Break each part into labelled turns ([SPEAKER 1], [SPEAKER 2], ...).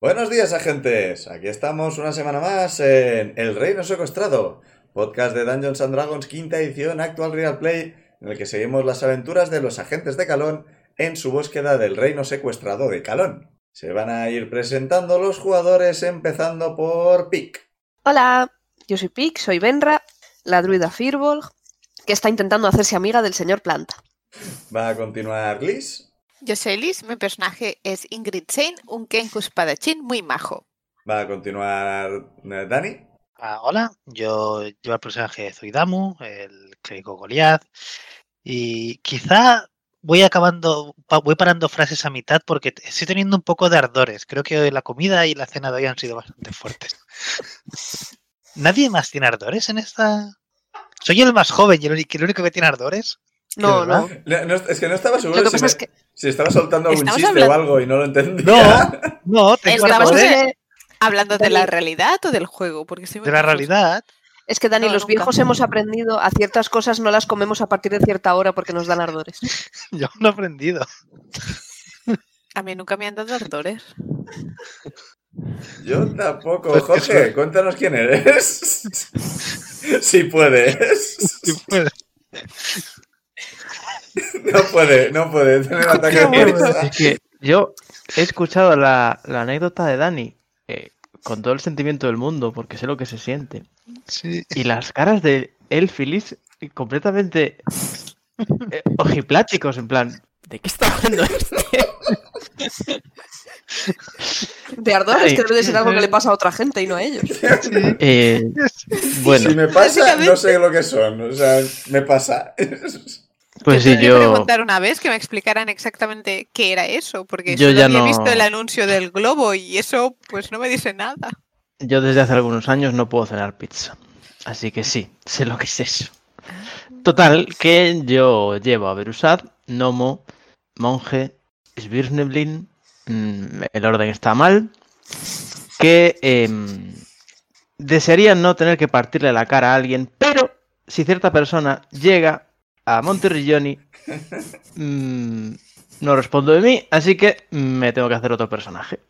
[SPEAKER 1] Buenos días, agentes. Aquí estamos una semana más en El Reino Secuestrado, podcast de Dungeons and Dragons quinta edición actual Real Play, en el que seguimos las aventuras de los agentes de Calón en su búsqueda del reino secuestrado de Calón. Se van a ir presentando los jugadores empezando por Pic.
[SPEAKER 2] Hola, yo soy Pic, soy Benra, la druida Firbolg, que está intentando hacerse amiga del señor Planta.
[SPEAKER 1] Va a continuar Liz.
[SPEAKER 3] Yo soy Liz, mi personaje es Ingrid Shane, un Kenku espadachín muy majo.
[SPEAKER 1] Va a continuar eh, Dani.
[SPEAKER 4] Ah, hola, yo llevo el personaje de Zuidamu, el clérigo Goliath, y quizá voy acabando, pa- voy parando frases a mitad porque t- estoy teniendo un poco de ardores. Creo que la comida y la cena de hoy han sido bastante fuertes. ¿Nadie más tiene ardores en esta? ¿Soy el más joven y el único, el único que tiene ardores?
[SPEAKER 2] No, no.
[SPEAKER 1] No, no, es que no estaba seguro
[SPEAKER 2] Lo que
[SPEAKER 1] si,
[SPEAKER 2] pasa
[SPEAKER 1] me-
[SPEAKER 2] es que
[SPEAKER 1] si estaba soltando algún
[SPEAKER 3] Estamos
[SPEAKER 1] chiste o
[SPEAKER 3] hablando-
[SPEAKER 1] algo y no lo entendía.
[SPEAKER 4] No, no, tengo
[SPEAKER 3] Estamos
[SPEAKER 4] ardores
[SPEAKER 3] en- hablando de la
[SPEAKER 2] Dani.
[SPEAKER 3] realidad o del juego, porque estoy muy
[SPEAKER 4] de la
[SPEAKER 3] confusa.
[SPEAKER 4] realidad.
[SPEAKER 2] es que Dani,
[SPEAKER 3] No,
[SPEAKER 2] los
[SPEAKER 3] nunca.
[SPEAKER 2] viejos hemos aprendido a ciertas cosas no las comemos a partir de cierta hora porque nos dan ardores.
[SPEAKER 4] Yo aún no he aprendido.
[SPEAKER 3] A mí nunca me han dado ardores.
[SPEAKER 1] Yo tampoco.
[SPEAKER 4] Pues que
[SPEAKER 1] Jorge,
[SPEAKER 4] suerte.
[SPEAKER 1] cuéntanos quién eres. si puedes.
[SPEAKER 4] Sí, pues,
[SPEAKER 1] No puede, no puede tener ataque de
[SPEAKER 4] bueno.
[SPEAKER 1] fuerza.
[SPEAKER 5] Así que yo he escuchado la, la anécdota de Dani eh, con todo el sentimiento del mundo, porque sé lo que se siente.
[SPEAKER 4] sí.
[SPEAKER 5] Y las caras de él, Feliz, completamente eh, ojipláticos, en plan, ¿de qué está hablando este?
[SPEAKER 2] De ardores
[SPEAKER 5] Ay.
[SPEAKER 2] que debe de ser algo que le pasa a otra gente y no a ellos.
[SPEAKER 5] Eh, bueno,
[SPEAKER 1] si me pasa,
[SPEAKER 3] Básicamente-
[SPEAKER 1] no sé lo que son. O sea, me pasa.
[SPEAKER 5] pues
[SPEAKER 3] Yo
[SPEAKER 5] sí,
[SPEAKER 3] tenía que
[SPEAKER 5] yo...
[SPEAKER 3] preguntar una vez que me explicaran exactamente qué era eso, porque
[SPEAKER 5] Yo
[SPEAKER 3] solo
[SPEAKER 5] ya
[SPEAKER 3] había
[SPEAKER 5] no-
[SPEAKER 3] visto el anuncio del globo y eso pues no me dice nada.
[SPEAKER 5] Yo desde hace algunos años no puedo cenar pizza. Así que sí, sé lo que es eso. Total, que yo llevo a Berusad, Nomo, Monje, Svirneblin. mm, El orden está mal. Que em, desearía no tener que partirle la cara a alguien, pero si cierta persona llega a Monterrilloni, mm, no respondo de mí, así que me tengo que hacer otro personaje.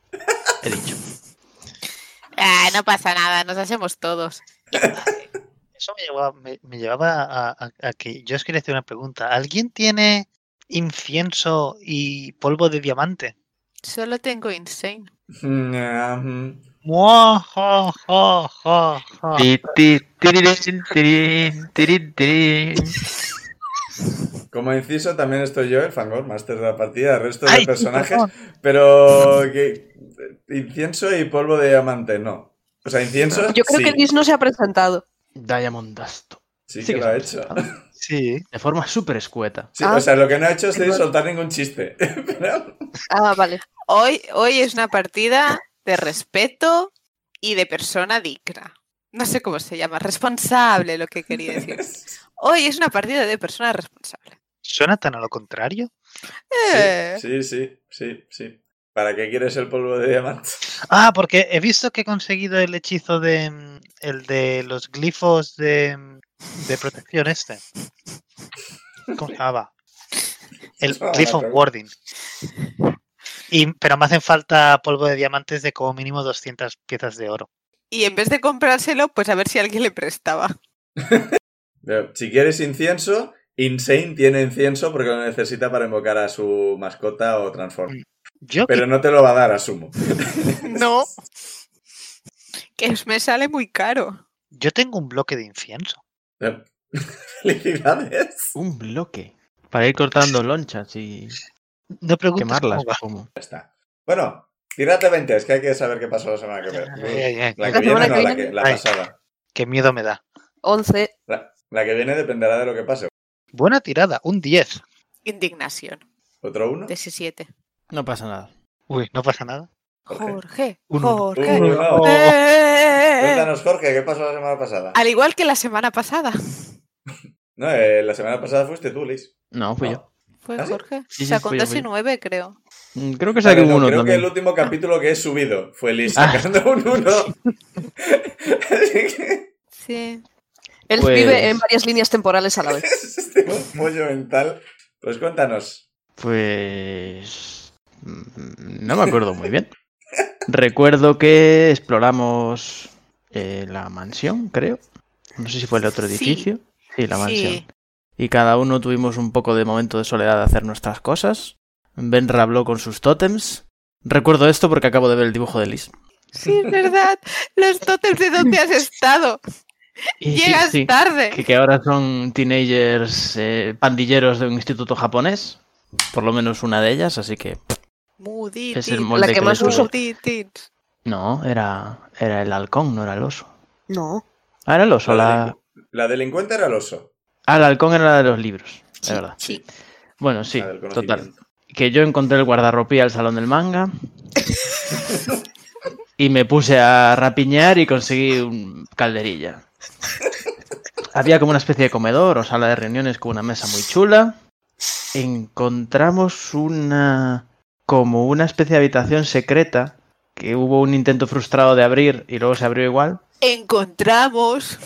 [SPEAKER 5] He dicho.
[SPEAKER 3] Ah, no pasa nada, nos hacemos todos.
[SPEAKER 4] Eso me llevaba, me, me llevaba a, a- a que yo os quería hacer una pregunta. ¿Alguien tiene incienso y polvo de diamante?
[SPEAKER 3] Solo tengo insane.
[SPEAKER 1] Mm, ah, mm.
[SPEAKER 4] ¡Muah, jo, jo, jo, jo!
[SPEAKER 5] Ti, ti, tirirín, tirirín, tirirín, tirirín.
[SPEAKER 1] Como inciso, también estoy yo, el Fangor, máster de la partida, el resto de
[SPEAKER 4] Ay,
[SPEAKER 1] personajes.
[SPEAKER 4] perdón.
[SPEAKER 1] Pero. que- Incienso y polvo de diamante, no. O sea, incienso.
[SPEAKER 2] Yo creo
[SPEAKER 1] sí,
[SPEAKER 2] que Liz no se ha presentado.
[SPEAKER 5] Diamond Dust.
[SPEAKER 1] sí que
[SPEAKER 5] que
[SPEAKER 1] lo
[SPEAKER 5] se
[SPEAKER 1] ha
[SPEAKER 5] ha
[SPEAKER 1] hecho.
[SPEAKER 5] presentado.
[SPEAKER 4] Sí.
[SPEAKER 5] De forma súper escueta.
[SPEAKER 1] Sí,
[SPEAKER 2] Ah.
[SPEAKER 1] o sea, lo que no ha hecho es
[SPEAKER 2] Perdón.
[SPEAKER 1] soltar ningún chiste. Pero-
[SPEAKER 2] Ah, vale.
[SPEAKER 3] Hoy, hoy es una partida de respeto y de persona digna. No sé cómo se llama, responsable lo que quería decir. Hoy es una partida de persona responsable.
[SPEAKER 4] ¿Suena tan a lo contrario?
[SPEAKER 3] Eh,
[SPEAKER 1] Sí, sí, sí, sí. ¿Para qué quieres el polvo de diamante?
[SPEAKER 4] Ah, porque he visto que he conseguido el hechizo de... mm, El de los glifos de, mm, de protección este. ¿Cómo se llamaba? El
[SPEAKER 1] Ah,
[SPEAKER 4] glifo
[SPEAKER 1] claro.
[SPEAKER 4] warding. Y, pero me hacen falta polvo de diamantes de como mínimo 200 piezas de oro.
[SPEAKER 3] Y en vez de comprárselo, pues a ver si alguien le prestaba.
[SPEAKER 1] Pero, Si quieres incienso, Insane tiene incienso porque lo necesita para invocar a su mascota o transform.
[SPEAKER 4] Yo
[SPEAKER 1] Pero no te lo va a dar, asumo.
[SPEAKER 3] No. Que es- me sale muy caro.
[SPEAKER 4] Yo tengo un bloque de incienso.
[SPEAKER 1] Pero- Felicidades.
[SPEAKER 5] Un bloque. Para ir cortando lonchas y
[SPEAKER 4] No preguntes
[SPEAKER 5] quemarlas. como.
[SPEAKER 4] cómo va.
[SPEAKER 1] Bueno, tirate 20, es que hay que saber qué pasó la semana que
[SPEAKER 4] Ay,
[SPEAKER 1] viene.
[SPEAKER 4] ay, ay,
[SPEAKER 1] La
[SPEAKER 2] La
[SPEAKER 1] que viene
[SPEAKER 2] semana
[SPEAKER 1] no,
[SPEAKER 2] que
[SPEAKER 1] la,
[SPEAKER 2] viene.
[SPEAKER 1] que, la
[SPEAKER 4] Ay.
[SPEAKER 1] pasada.
[SPEAKER 4] Qué miedo me da.
[SPEAKER 2] 11.
[SPEAKER 1] La, la que viene dependerá de lo que pase.
[SPEAKER 4] Buena tirada, un 10.
[SPEAKER 3] Indignación.
[SPEAKER 1] ¿Otro uno?
[SPEAKER 2] Eh.
[SPEAKER 3] 17.
[SPEAKER 6] No pasa nada.
[SPEAKER 4] Uy, no pasa nada.
[SPEAKER 3] Jorge,
[SPEAKER 4] Uno.
[SPEAKER 3] Jorge.
[SPEAKER 1] Uno, no.
[SPEAKER 3] Eh, eh, eh.
[SPEAKER 1] Cuéntanos, Jorge, ¿qué pasó la semana pasada?
[SPEAKER 3] Al igual que la semana pasada.
[SPEAKER 1] No, eh, la semana pasada fuiste tú, Liz.
[SPEAKER 5] No, fui
[SPEAKER 1] No.
[SPEAKER 5] yo.
[SPEAKER 3] Fue
[SPEAKER 1] ¿Ah, sí?
[SPEAKER 3] Jorge.
[SPEAKER 5] Sí, sí,
[SPEAKER 3] Sacó
[SPEAKER 5] fui
[SPEAKER 3] un
[SPEAKER 5] yo, fui
[SPEAKER 3] 2 y
[SPEAKER 5] yo.
[SPEAKER 3] 9, creo.
[SPEAKER 5] Mm, Creo que
[SPEAKER 1] Vale,
[SPEAKER 5] saqué
[SPEAKER 1] no,
[SPEAKER 5] uno
[SPEAKER 1] creo que
[SPEAKER 5] también.
[SPEAKER 1] el último capítulo que he subido fue Liz
[SPEAKER 5] Ah.
[SPEAKER 1] sacando un uno. Así que
[SPEAKER 3] Sí.
[SPEAKER 2] Él
[SPEAKER 5] Pues-
[SPEAKER 2] vive en varias líneas temporales a la vez.
[SPEAKER 1] tengo este un pollo mental. Pues cuéntanos.
[SPEAKER 5] Pues. mm, No me acuerdo muy bien. Recuerdo que exploramos eh, la mansión, creo. No sé si fue el otro
[SPEAKER 3] Sí.
[SPEAKER 5] edificio. Sí, la mansión.
[SPEAKER 3] Sí.
[SPEAKER 5] Y cada uno tuvimos un poco de momento de soledad de hacer nuestras cosas. Benra habló con sus tótems. Recuerdo esto porque acabo de ver el dibujo de Liz.
[SPEAKER 3] Sí, es verdad. Los tótems de dónde has estado.
[SPEAKER 5] Y sí,
[SPEAKER 3] Llegas
[SPEAKER 5] sí,
[SPEAKER 3] tarde.
[SPEAKER 5] que, que ahora son teenagers eh, pandilleros de un instituto japonés. Por lo menos una de ellas, así que.
[SPEAKER 3] Muditis.
[SPEAKER 5] Es el molde
[SPEAKER 2] La que que más les uso.
[SPEAKER 3] Muditis.
[SPEAKER 5] No, era, era el halcón, no era el oso.
[SPEAKER 2] No.
[SPEAKER 5] Ah, era el oso. La...
[SPEAKER 1] La delincuente era el oso.
[SPEAKER 5] Ah, el halcón era la de los libros, es verdad.
[SPEAKER 3] Sí.
[SPEAKER 5] Bueno, sí,
[SPEAKER 1] la del
[SPEAKER 5] total.
[SPEAKER 1] conocimiento.
[SPEAKER 5] Que yo encontré el guardarropía al salón del manga. y me puse a rapiñar y conseguí un calderilla. Había como una especie de comedor o sala de reuniones con una mesa muy chula. Encontramos una. como una especie de habitación secreta que hubo un intento frustrado de abrir y luego se abrió igual.
[SPEAKER 3] Encontramos.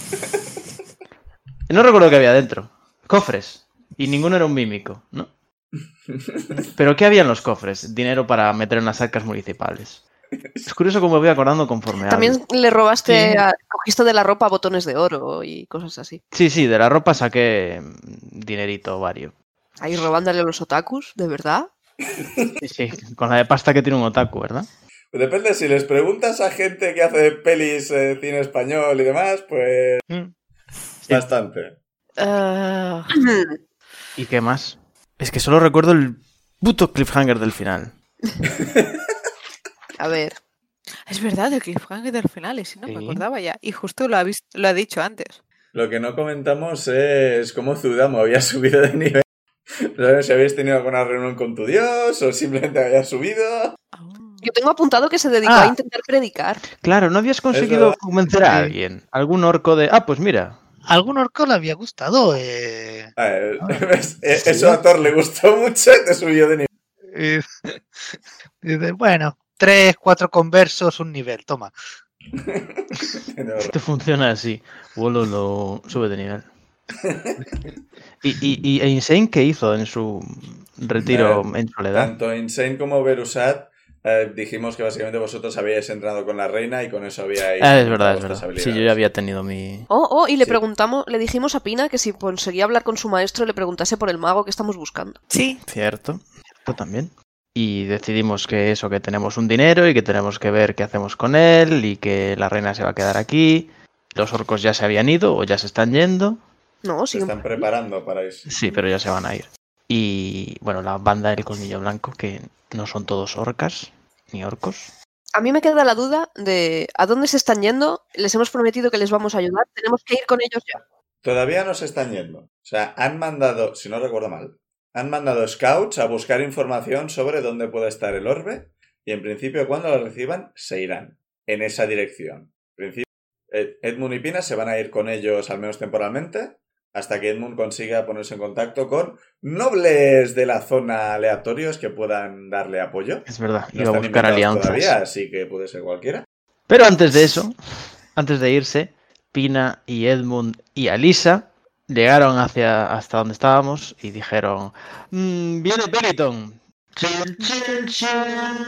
[SPEAKER 5] Y No recuerdo qué había dentro. Cofres. Y ninguno era un mímico, ¿no? Pero ¿qué había en los cofres? Dinero para meter en las arcas municipales. Es curioso cómo me voy acordando conforme hablo.
[SPEAKER 2] También le robaste,
[SPEAKER 5] Sí.
[SPEAKER 2] a- cogiste de la ropa botones de oro y cosas así.
[SPEAKER 5] Sí, sí, de la ropa saqué mm, dinerito vario.
[SPEAKER 2] Ahí robándole a los otakus, ¿de verdad?
[SPEAKER 5] Sí, sí, con la de pasta que tiene un otaku, ¿verdad?
[SPEAKER 1] Pues depende, si les preguntas a gente que hace pelis, eh, cine español y demás, pues
[SPEAKER 5] Mm.
[SPEAKER 1] bastante.
[SPEAKER 3] Ah,
[SPEAKER 5] ¿Y qué más? Es que solo recuerdo el puto cliffhanger del final.
[SPEAKER 2] A ver.
[SPEAKER 3] es verdad, el cliffhanger del final, y si no me
[SPEAKER 5] Sí.
[SPEAKER 3] acordaba ya. Y justo lo ha, vis- lo ha dicho antes.
[SPEAKER 1] Lo que no comentamos es cómo Zudamo había subido de nivel. No sabemos si habéis tenido alguna reunión con tu dios o simplemente había subido.
[SPEAKER 3] Ah.
[SPEAKER 2] Yo tengo apuntado que se dedicó
[SPEAKER 5] Ah.
[SPEAKER 2] a intentar predicar.
[SPEAKER 5] Claro, no habías conseguido
[SPEAKER 1] verdad.
[SPEAKER 5] convencer a
[SPEAKER 4] Sí.
[SPEAKER 5] alguien. Algún orco de... Ah, pues mira.
[SPEAKER 4] Algún orco le había gustado. eh,
[SPEAKER 1] A ver,
[SPEAKER 5] Ah,
[SPEAKER 1] ¿ves? Ah, Eh, Eso a Thor le gustó mucho y te subió de nivel.
[SPEAKER 4] eh, dice, bueno, tres, cuatro conversos, un nivel, toma.
[SPEAKER 1] De verdad.
[SPEAKER 5] Esto funciona así. Wololo sube de nivel. y, y, y- e Insane qué hizo en su retiro en soledad?
[SPEAKER 1] Tanto Insane como Verusat eh, dijimos que básicamente vosotros habíais entrado con la reina y con eso habíais.
[SPEAKER 5] Ah, es verdad, es
[SPEAKER 1] vuestras
[SPEAKER 5] verdad. Sí,
[SPEAKER 1] habilidades.
[SPEAKER 5] yo ya había tenido mi...
[SPEAKER 2] Oh, oh, y le
[SPEAKER 1] Sí.
[SPEAKER 2] preguntamos, le dijimos a Pina que si conseguía hablar con su maestro le preguntase por el mago que estamos buscando.
[SPEAKER 3] Sí,
[SPEAKER 5] Cierto. Cierto también. Y decidimos que eso, que tenemos un dinero y que tenemos que ver qué hacemos con él y que la reina se va a quedar aquí. Los orcos ya se habían ido o ya se están yendo.
[SPEAKER 2] No,
[SPEAKER 1] Se
[SPEAKER 2] sí.
[SPEAKER 1] están preparando para eso.
[SPEAKER 5] Sí, pero ya se van a ir. Y bueno, la banda del colmillo blanco, que no son todos orcas ni orcos.
[SPEAKER 2] A mí me queda la duda de a dónde se están yendo, les hemos prometido que les vamos a ayudar, tenemos que ir con ellos ya.
[SPEAKER 1] Todavía no se están yendo. O sea, han mandado, si no recuerdo mal, han mandado scouts a buscar información sobre dónde puede estar el orbe y en principio cuando la reciban se irán en esa dirección. En principio, Ed- Edmund y Pina se van a ir con ellos al menos temporalmente hasta que Edmund consiga ponerse en contacto con nobles de la zona aleatorios que puedan darle apoyo.
[SPEAKER 5] Es verdad,
[SPEAKER 1] No
[SPEAKER 5] iba a
[SPEAKER 1] están
[SPEAKER 5] buscar
[SPEAKER 1] inventados
[SPEAKER 5] alianzas.
[SPEAKER 1] Todavía, así que puede ser cualquiera.
[SPEAKER 5] Pero antes de eso, antes de irse, Pina y Edmund y Alisa llegaron hacia hasta donde estábamos y dijeron: "Mm, Viene Peliton. Chan, chan, chan.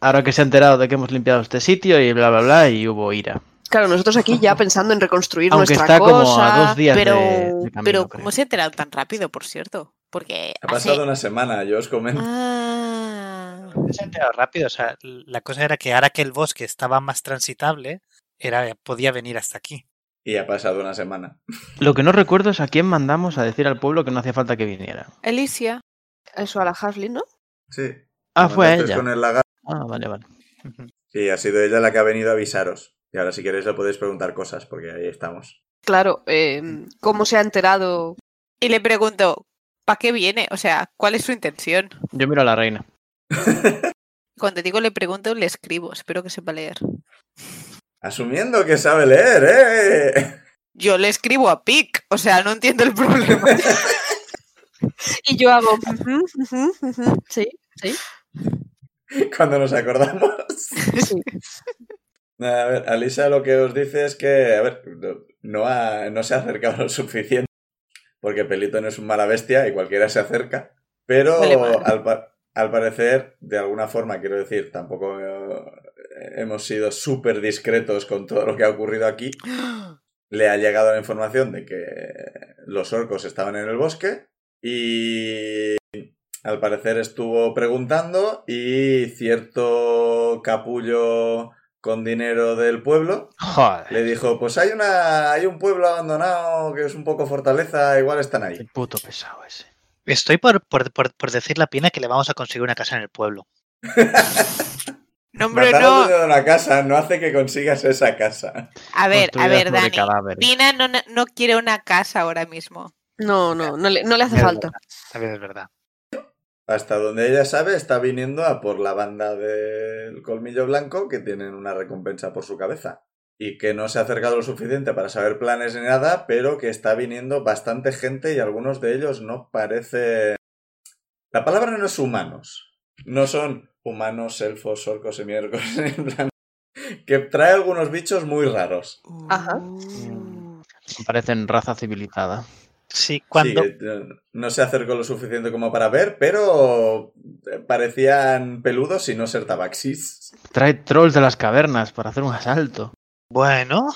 [SPEAKER 5] Ahora que se ha enterado de que hemos limpiado este sitio y bla bla bla, y hubo ira.
[SPEAKER 2] Claro, nosotros aquí ya pensando en reconstruir
[SPEAKER 5] Aunque
[SPEAKER 2] nuestra
[SPEAKER 5] está como a
[SPEAKER 2] cosa,
[SPEAKER 5] dos días de-
[SPEAKER 2] pero
[SPEAKER 5] de camino, creo.
[SPEAKER 3] pero ¿cómo se ha enterado tan rápido, por cierto? Porque
[SPEAKER 1] Ha
[SPEAKER 3] hace-
[SPEAKER 1] pasado una semana, yo os comento.
[SPEAKER 3] Ah.
[SPEAKER 4] Se ha enterado rápido. O sea, la cosa era que ahora que el bosque estaba más transitable, era, podía venir hasta aquí.
[SPEAKER 1] Y ha pasado una semana.
[SPEAKER 5] Lo que no recuerdo es a quién mandamos a decir al pueblo que no hacía falta que viniera.
[SPEAKER 3] Alicia.
[SPEAKER 2] eso a la Hasley, ¿no?
[SPEAKER 1] Sí.
[SPEAKER 5] Ah, fue a
[SPEAKER 1] Entonces,
[SPEAKER 5] ella.
[SPEAKER 1] con el lagar-
[SPEAKER 5] Ah, vale, vale.
[SPEAKER 1] Sí, ha sido ella la que ha venido a avisaros. Y ahora si queréis le podéis preguntar cosas, porque ahí estamos.
[SPEAKER 2] em, Claro, eh, ¿cómo se ha enterado?
[SPEAKER 3] Y le pregunto, ¿para qué viene? O sea, ¿cuál es su intención?
[SPEAKER 5] Yo miro a la reina.
[SPEAKER 3] Cuando digo le pregunto, le escribo. Espero que sepa leer.
[SPEAKER 1] Asumiendo que sabe leer, ¿eh?
[SPEAKER 3] Yo le escribo a Pic. O sea, no entiendo el problema.
[SPEAKER 2] Y yo hago. ujú, ujú, ujú, Sí, sí.
[SPEAKER 1] Cuando nos acordamos.
[SPEAKER 2] sí.
[SPEAKER 1] A ver, Alisa lo que os dice es que, a ver, no- no, ha- no se ha acercado lo suficiente, porque Pelito no es un mala bestia y cualquiera se acerca, pero
[SPEAKER 3] Vale, vale.
[SPEAKER 1] al, pa- al parecer, de alguna forma, quiero decir, tampoco eh, hemos sido súper discretos con todo lo que ha ocurrido aquí, le ha llegado la información de que los orcos estaban en el bosque y al parecer estuvo preguntando y cierto capullo con dinero del pueblo
[SPEAKER 4] Joder,
[SPEAKER 1] le dijo, pues hay una hay un pueblo abandonado que es un poco fortaleza, igual están
[SPEAKER 5] El
[SPEAKER 1] ahí.
[SPEAKER 5] puto pesado ¿eh? ese.
[SPEAKER 4] estoy por, por, por, por decirle a Pina que le vamos a conseguir una casa en el pueblo.
[SPEAKER 3] No, hombre,
[SPEAKER 1] Matar al
[SPEAKER 3] no.
[SPEAKER 1] dueño de una casa no hace que consigas esa casa.
[SPEAKER 3] A ver, a
[SPEAKER 5] Construidas
[SPEAKER 3] ver,
[SPEAKER 5] sobre
[SPEAKER 3] Dani.
[SPEAKER 5] cadáveres.
[SPEAKER 3] Pina no, no quiere una casa ahora mismo.
[SPEAKER 2] No, no, no le, no le hace
[SPEAKER 4] Es
[SPEAKER 2] falta.
[SPEAKER 4] verdad, También es verdad.
[SPEAKER 1] Hasta donde ella sabe, está viniendo a por la banda del colmillo blanco que tienen una recompensa por su cabeza. Y que no se ha acercado lo suficiente para saber planes ni nada, pero que está viniendo bastante gente y algunos de ellos no parece... La palabra no es humanos. No son humanos, elfos, orcos y miércoles. En plan, que trae algunos bichos muy raros.
[SPEAKER 2] Ajá.
[SPEAKER 3] Uh.
[SPEAKER 5] Me parecen raza civilizada.
[SPEAKER 4] Sí, cuando,
[SPEAKER 1] Sí, eh, no se acercó lo suficiente como para ver, pero eh, parecían peludos y no ser tabaxis.
[SPEAKER 5] Trae trolls de las cavernas para hacer un asalto.
[SPEAKER 4] bueno,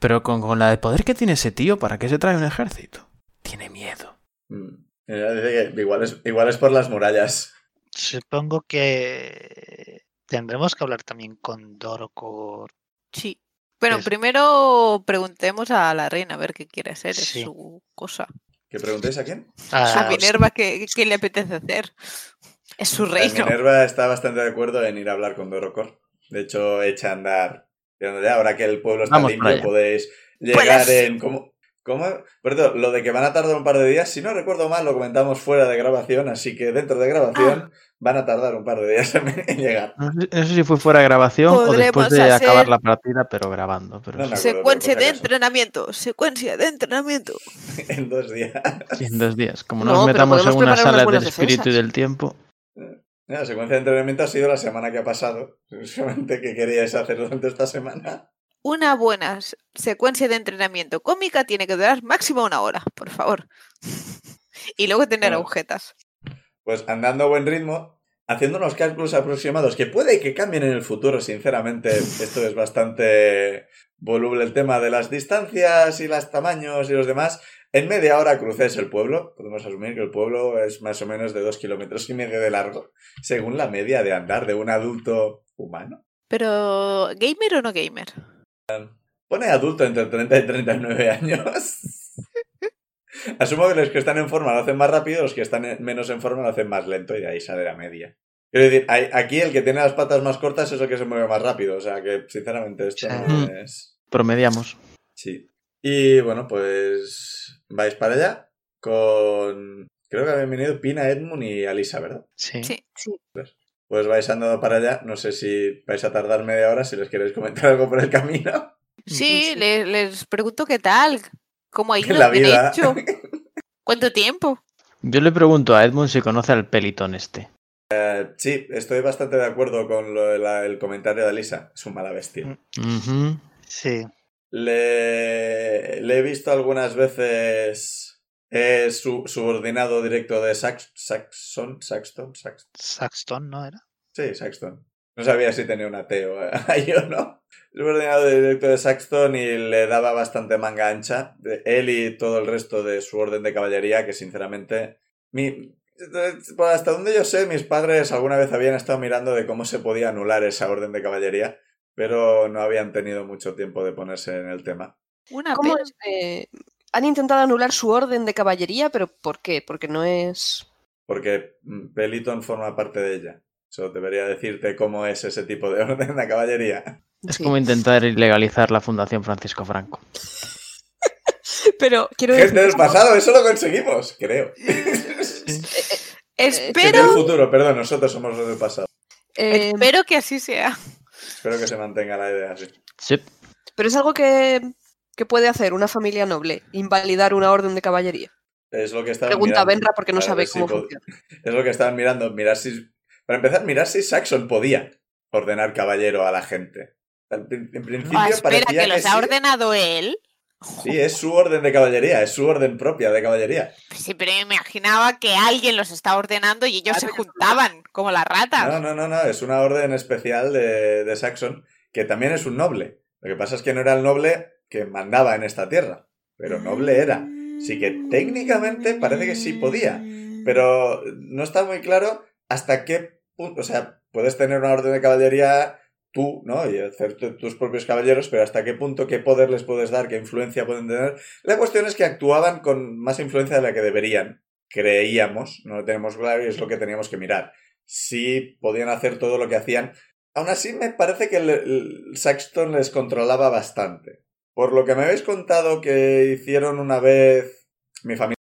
[SPEAKER 6] Pero con, con la de poder que tiene ese tío, ¿para qué se trae un ejército? Tiene miedo.
[SPEAKER 1] Mm. Ella dice que igual es, igual es por las murallas.
[SPEAKER 4] supongo que tendremos que hablar también con Doro, con-
[SPEAKER 3] Sí. Bueno,
[SPEAKER 4] Es-
[SPEAKER 3] primero preguntemos a la reina a ver qué quiere hacer. Es
[SPEAKER 4] Sí.
[SPEAKER 3] su cosa.
[SPEAKER 1] ¿Qué preguntáis a quién?
[SPEAKER 4] a-
[SPEAKER 3] a Minerva, ¿qué, qué le apetece hacer? Es su
[SPEAKER 1] Eh,
[SPEAKER 3] reino.
[SPEAKER 1] Minerva está bastante de acuerdo en ir a hablar con Dorocor. De hecho, echa a andar. diciendo, "Ya, Ahora que el pueblo está
[SPEAKER 5] Vamos para
[SPEAKER 1] limpio,
[SPEAKER 5] allá".
[SPEAKER 1] podéis llegar
[SPEAKER 3] Pues-
[SPEAKER 1] en. ¿Cómo? ¿Cómo? Perdón, lo de que van a tardar un par de días, si no recuerdo mal, lo comentamos fuera de grabación, así que dentro de grabación van a tardar un par de días en llegar.
[SPEAKER 5] No sé, no sé si fue fuera de grabación o después
[SPEAKER 3] Podremos
[SPEAKER 5] de
[SPEAKER 3] hacer-
[SPEAKER 5] acabar la partida, pero grabando. Pero
[SPEAKER 1] No,
[SPEAKER 5] sí,
[SPEAKER 1] no. acuerdo,
[SPEAKER 3] Secuencia
[SPEAKER 1] por si
[SPEAKER 3] de
[SPEAKER 1] acaso.
[SPEAKER 3] entrenamiento. Secuencia de entrenamiento.
[SPEAKER 1] En dos días.
[SPEAKER 5] en dos días. Como
[SPEAKER 2] No,
[SPEAKER 5] nos
[SPEAKER 2] pero
[SPEAKER 5] metamos en
[SPEAKER 2] podemos
[SPEAKER 5] una
[SPEAKER 2] preparar
[SPEAKER 5] sala
[SPEAKER 2] unas buenas
[SPEAKER 5] del espíritu y
[SPEAKER 2] defensas.
[SPEAKER 5] del tiempo.
[SPEAKER 1] La secuencia de entrenamiento ha sido la semana que ha pasado. Solamente que queríais hacer durante esta semana.
[SPEAKER 3] Una buena s- secuencia de entrenamiento cómica tiene que durar máximo una hora, por favor. Y luego tener
[SPEAKER 1] Claro.
[SPEAKER 3] agujetas.
[SPEAKER 1] pues andando a buen ritmo, haciendo unos cálculos aproximados que puede que cambien en el futuro, sinceramente, esto es bastante voluble el tema de las distancias y los tamaños y los demás. En media hora crucéis el pueblo. Podemos asumir que el pueblo es más o menos de dos kilómetros y medio de largo, según la media de andar de un adulto humano.
[SPEAKER 3] Pero, ¿gamer o no gamer?
[SPEAKER 1] Pone adulto entre 30 y 39 años. Asumo que los que están en forma lo hacen más rápido, los que están en- menos en forma lo hacen más lento y de ahí sale la media. Quiero decir, hay- aquí el que tiene las patas más cortas es el que se mueve más rápido, o sea que sinceramente esto no
[SPEAKER 5] Sí.
[SPEAKER 1] es...
[SPEAKER 5] Promediamos.
[SPEAKER 1] Sí. Y bueno, pues vais para allá con... Creo que habían venido Pina, Edmund y Alisa, ¿verdad?
[SPEAKER 4] sí.
[SPEAKER 3] Sí.
[SPEAKER 1] Mm, Pues vais andando para allá, no sé si vais a tardar media hora, si les queréis comentar algo por el camino.
[SPEAKER 3] Sí, le- les pregunto qué tal. ¿Cómo ha ido?
[SPEAKER 1] pues la
[SPEAKER 3] ¿Qué han
[SPEAKER 1] vida.
[SPEAKER 3] hecho? ¿Cuánto tiempo?
[SPEAKER 5] Yo le pregunto a Edmund si conoce al pelitón este.
[SPEAKER 1] Sí, estoy bastante de acuerdo con lo de la- el comentario de Alisa. Es un mala bestia.
[SPEAKER 5] Ujú.
[SPEAKER 4] Sí,
[SPEAKER 1] Le, le he visto algunas veces eh, su, subordinado directo de Sax- Saxon. Saxton. Sax-
[SPEAKER 4] Saxton, ¿no era?
[SPEAKER 1] sí, Saxton. No sabía si tenía un ateo ahí o no. Subordinado directo de Saxton y le daba bastante manga ancha. De Él y todo el resto de su orden de caballería, que sinceramente. Mi, por hasta donde yo sé, mis padres alguna vez habían estado mirando de cómo se podía anular esa orden de caballería, pero no habían tenido mucho tiempo de ponerse en el tema.
[SPEAKER 3] Una
[SPEAKER 2] ¿Cómo
[SPEAKER 3] pena.
[SPEAKER 2] es, eh, han intentado anular su orden de caballería, pero ¿por qué? Porque no es.
[SPEAKER 1] Porque mm, Peliton forma parte de ella. Eso debería decirte cómo es ese tipo de orden de caballería.
[SPEAKER 5] Es
[SPEAKER 2] Sí.
[SPEAKER 5] como intentar ilegalizar la Fundación Francisco Franco.
[SPEAKER 2] Pero quiero decir.
[SPEAKER 1] Gente del
[SPEAKER 2] que es como-
[SPEAKER 1] pasado, eso lo conseguimos, creo. Pero... Del
[SPEAKER 3] Espero,
[SPEAKER 1] futuro, perdón, nosotros somos los del pasado.
[SPEAKER 2] Eh,
[SPEAKER 3] espero que así sea.
[SPEAKER 1] Espero que se mantenga la idea así.
[SPEAKER 5] Sí.
[SPEAKER 2] pero es algo que, que puede hacer una familia noble, invalidar una orden de caballería.
[SPEAKER 1] Es lo que estaba
[SPEAKER 2] Pregunta a
[SPEAKER 1] mirando.
[SPEAKER 2] Benra porque no
[SPEAKER 1] para
[SPEAKER 2] sabe
[SPEAKER 1] ver si
[SPEAKER 2] cómo
[SPEAKER 1] pod-
[SPEAKER 2] funciona.
[SPEAKER 1] Es lo que estaban mirando. Mirar si. Para empezar, mirar si Saxon podía ordenar caballero a la gente. Al prin- En principio
[SPEAKER 3] Ah, espera,
[SPEAKER 1] parecía
[SPEAKER 3] que
[SPEAKER 1] que,
[SPEAKER 3] los ha
[SPEAKER 1] sí.
[SPEAKER 3] ordenado él.
[SPEAKER 1] Sí, es su orden de caballería, es su orden propia de caballería.
[SPEAKER 3] Sí, pero yo me imaginaba que alguien los está ordenando y
[SPEAKER 1] Ah,
[SPEAKER 3] ellos se
[SPEAKER 2] Claro que sí.
[SPEAKER 3] juntaban como las ratas.
[SPEAKER 1] No, no, no, no, es una orden especial de, de Saxon, que también es un noble. Lo que pasa es que no era el noble que mandaba en esta tierra, pero noble era. Sí que técnicamente parece que sí podía, pero no está muy claro hasta qué punto, o sea, puedes tener una orden de caballería tú, ¿no? Y hacer tu- tus propios caballeros, pero hasta qué punto, qué poder les puedes dar, qué influencia pueden tener. La cuestión es que actuaban con más influencia de la que deberían, creíamos, no lo tenemos claro y es lo que teníamos que mirar. Sí podían hacer todo lo que hacían. Aún así, me parece que el- el Saxton les controlaba bastante. Por lo que me habéis contado que hicieron una vez mi familia,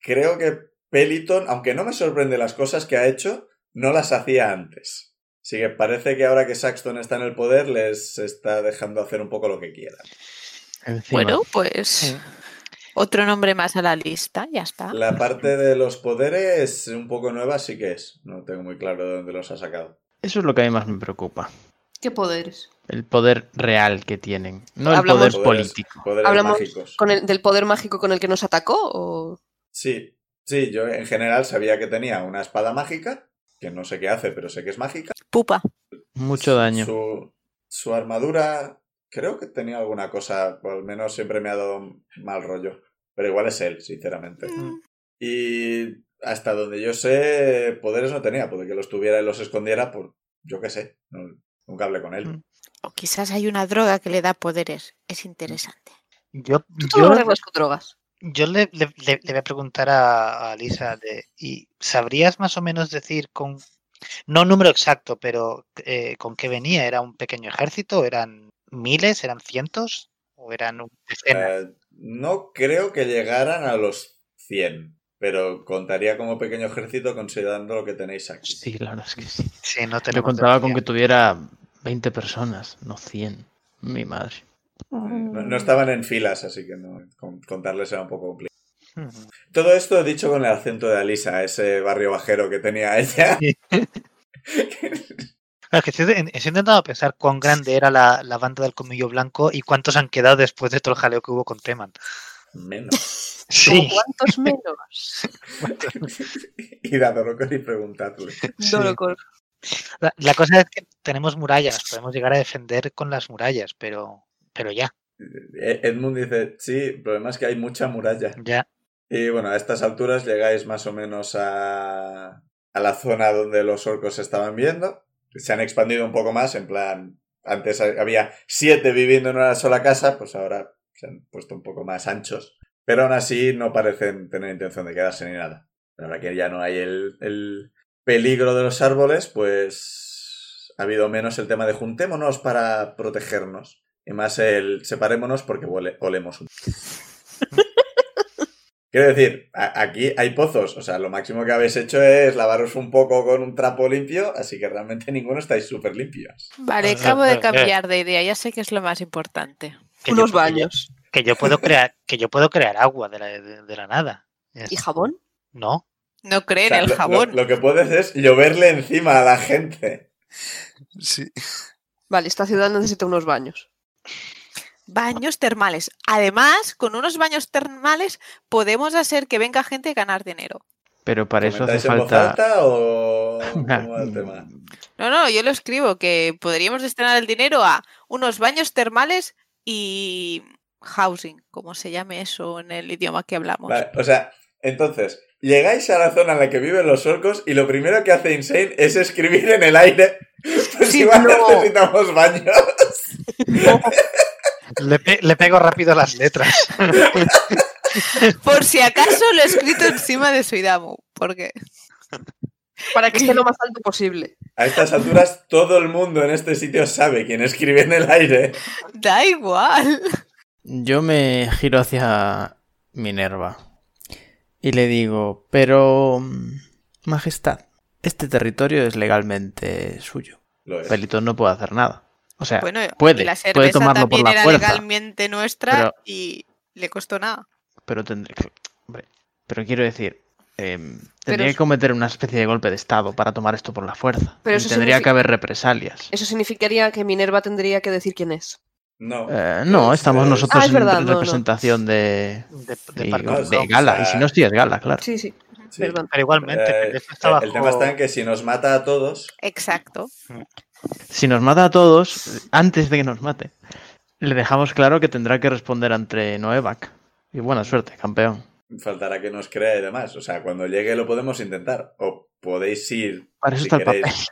[SPEAKER 1] creo que Peliton, aunque no me sorprende las cosas que ha hecho, no las hacía antes. Así que parece que ahora que Saxton está en el poder, les está dejando hacer un poco lo que quiera.
[SPEAKER 5] Encima.
[SPEAKER 3] Bueno, pues otro nombre más a la lista, ya
[SPEAKER 2] Ah.
[SPEAKER 3] está.
[SPEAKER 1] La parte de los poderes es un poco nueva, sí que es. No tengo muy claro de dónde los ha sacado.
[SPEAKER 5] Eso es lo que a mí más me preocupa.
[SPEAKER 2] ¿Qué poderes?
[SPEAKER 5] El poder real que tienen, no el
[SPEAKER 2] Hablamos-
[SPEAKER 5] poder
[SPEAKER 1] Poderes-
[SPEAKER 5] político.
[SPEAKER 1] Poderes
[SPEAKER 2] Hablamos
[SPEAKER 1] mágicos.
[SPEAKER 2] ¿Con el, ¿Del poder mágico con el que nos atacó? O...
[SPEAKER 1] Sí, sí, yo en general sabía que tenía una espada mágica, que no sé qué hace, pero sé que es mágica.
[SPEAKER 3] Pupa.
[SPEAKER 5] Mucho
[SPEAKER 1] Su-
[SPEAKER 5] daño.
[SPEAKER 1] Su, su armadura, creo que tenía alguna cosa, o al menos siempre me ha dado mal rollo. Pero igual es él, sinceramente.
[SPEAKER 5] Mm.
[SPEAKER 1] Y hasta donde yo sé, poderes no tenía, puede que los tuviera y los escondiera, por yo qué sé, no- nunca hablé con él.
[SPEAKER 5] Mm.
[SPEAKER 3] O quizás hay una droga que le da poderes. Es interesante.
[SPEAKER 4] Yo,
[SPEAKER 2] Tú
[SPEAKER 4] yo-
[SPEAKER 2] todo lo arreglas con drogas.
[SPEAKER 4] yo le, le- le- le voy a preguntar a, a Lisa, de, ¿y sabrías más o menos decir con, no un número exacto, pero eh, con qué venía? ¿Era un pequeño ejército? ¿Eran miles? ¿Eran cientos? ¿O eran un- decenas?
[SPEAKER 1] Eh, no creo que llegaran a los 100, pero contaría como pequeño ejército considerando lo que tenéis aquí.
[SPEAKER 5] Sí, la verdad es que sí.
[SPEAKER 4] Sí, no
[SPEAKER 5] Yo
[SPEAKER 4] tenemos
[SPEAKER 5] contaba con que
[SPEAKER 4] demasiado.
[SPEAKER 5] tuviera 20 personas, no 100. Mi madre.
[SPEAKER 1] No,
[SPEAKER 5] Mm.
[SPEAKER 1] no estaban en filas, así que no, con- contarles era un poco complicado.
[SPEAKER 4] Ujú.
[SPEAKER 1] Todo esto dicho con el acento de Alisa, ese barrio bajero que tenía ella.
[SPEAKER 4] Claro, Ah, es que estoy, en- estoy intentando pensar cuán grande era la, la banda del Comillo Blanco y cuántos han quedado después de todo el jaleo que hubo con Teman.
[SPEAKER 1] Menos.
[SPEAKER 2] ¿Como
[SPEAKER 4] Sí,
[SPEAKER 2] ¿Cuántos menos?
[SPEAKER 1] Y dado lo que y preguntadle.
[SPEAKER 2] No
[SPEAKER 4] Sí.
[SPEAKER 2] lo con-
[SPEAKER 4] la, la cosa es que tenemos murallas, podemos llegar a defender con las murallas, pero, pero ya,
[SPEAKER 1] Eh, Edmund dice, sí, el problema es que hay mucha muralla.
[SPEAKER 4] ya.
[SPEAKER 1] Y bueno, a estas alturas llegáis más o menos a, a la zona donde los orcos se estaban viendo. Se han expandido un poco más, en plan, antes ha- había siete viviendo en una sola casa, pues ahora se han puesto un poco más anchos. Pero aún así no parecen tener intención de quedarse ni nada. Ahora que ya no hay el, el peligro de los árboles, pues ha habido menos el tema de juntémonos para protegernos. Y más el separémonos porque huele- olemos un Quiero decir, a- aquí hay pozos, o sea, lo máximo que habéis hecho es lavaros un poco con un trapo limpio, así que realmente ninguno estáis súper limpios.
[SPEAKER 3] Vale,
[SPEAKER 4] Ah,
[SPEAKER 3] acabo
[SPEAKER 4] ah,
[SPEAKER 1] eh.
[SPEAKER 3] de
[SPEAKER 4] ah.
[SPEAKER 3] cambiar de idea. Ya sé que es lo más importante.
[SPEAKER 4] Que
[SPEAKER 2] Unos
[SPEAKER 4] yo, que yo-
[SPEAKER 2] baños.
[SPEAKER 4] Que yo, puedo crear, que yo puedo crear agua de la, de, de la nada. Ya
[SPEAKER 2] ¿Y
[SPEAKER 4] está.
[SPEAKER 2] jabón?
[SPEAKER 4] No,
[SPEAKER 3] No creen
[SPEAKER 1] O sea,
[SPEAKER 3] el
[SPEAKER 1] lo- lo-
[SPEAKER 3] jabón.
[SPEAKER 1] Lo, que puedes es lloverle encima a la gente.
[SPEAKER 7] Sí.
[SPEAKER 2] Vale, esta ciudad necesita unos baños.
[SPEAKER 3] Baños termales. Además, con unos baños termales podemos hacer que venga gente a ganar dinero.
[SPEAKER 5] Pero para eso hace
[SPEAKER 1] ¿Comentáis en voz
[SPEAKER 5] falta.
[SPEAKER 1] alta o
[SPEAKER 5] una-
[SPEAKER 1] cómo va el tema?
[SPEAKER 3] Mm, No, no, yo lo escribo, que podríamos destinar el dinero a unos baños termales y housing, como se llame eso en el idioma que hablamos.
[SPEAKER 1] Vale, o sea, entonces, llegáis a la zona en la que viven los orcos y lo primero que hace Insane es escribir en el aire. Pues
[SPEAKER 3] Sí,
[SPEAKER 1] igual
[SPEAKER 3] no.
[SPEAKER 1] necesitamos baño.
[SPEAKER 4] le, pe- le pego rápido las letras.
[SPEAKER 3] Por si acaso lo he escrito encima de Suidamu, porque
[SPEAKER 2] Para que esté lo más alto posible.
[SPEAKER 1] A estas alturas, todo el mundo en este sitio sabe quién escribe en el aire.
[SPEAKER 3] da igual.
[SPEAKER 5] Yo me giro hacia Minerva y le digo, pero mm,
[SPEAKER 6] Majestad, este territorio es legalmente suyo.
[SPEAKER 1] Lo es.
[SPEAKER 5] Pelito no puede hacer nada. O sea,
[SPEAKER 3] Bueno,
[SPEAKER 5] puede,
[SPEAKER 3] y la cerveza
[SPEAKER 5] puede tomarlo por
[SPEAKER 3] también
[SPEAKER 5] la
[SPEAKER 3] era
[SPEAKER 5] fuerza.
[SPEAKER 3] legalmente nuestra
[SPEAKER 5] pero-
[SPEAKER 3] y le costó nada.
[SPEAKER 5] pero tendré que- hombre, pero quiero decir, eh,
[SPEAKER 2] Pero
[SPEAKER 5] tendría
[SPEAKER 2] es-
[SPEAKER 5] que cometer una especie de golpe de estado para tomar esto por la fuerza.
[SPEAKER 2] Pero
[SPEAKER 5] Y
[SPEAKER 2] eso
[SPEAKER 5] tendría que
[SPEAKER 2] significa-
[SPEAKER 5] haber represalias.
[SPEAKER 2] Eso significaría que Minerva tendría que decir quién es.
[SPEAKER 1] No.
[SPEAKER 5] Eh, no, estamos
[SPEAKER 1] Este-
[SPEAKER 5] nosotros
[SPEAKER 2] Ah, es
[SPEAKER 5] en
[SPEAKER 2] verdad,
[SPEAKER 5] re-
[SPEAKER 2] no, no.
[SPEAKER 5] representación de,
[SPEAKER 4] De, de
[SPEAKER 5] y-
[SPEAKER 4] Parco
[SPEAKER 1] no,
[SPEAKER 4] Rodó.
[SPEAKER 5] de gala.
[SPEAKER 1] o sea-
[SPEAKER 5] Y si no, estoy es gala, claro.
[SPEAKER 2] Sí, sí,
[SPEAKER 1] Sí.
[SPEAKER 2] perdón.
[SPEAKER 4] Pero igualmente,
[SPEAKER 1] Eh,
[SPEAKER 4] Pendejo está bajo...
[SPEAKER 1] El tema está en que si nos mata a todos,
[SPEAKER 3] Exacto.
[SPEAKER 5] Si nos mata a todos, antes de que nos mate, le dejamos claro que tendrá que responder ante Noevac. Y buena suerte, campeón.
[SPEAKER 1] faltará que nos crea y demás. O sea, cuando llegue lo podemos intentar. O podéis ir.
[SPEAKER 5] Para eso
[SPEAKER 1] si
[SPEAKER 5] está el papel.
[SPEAKER 1] queréis.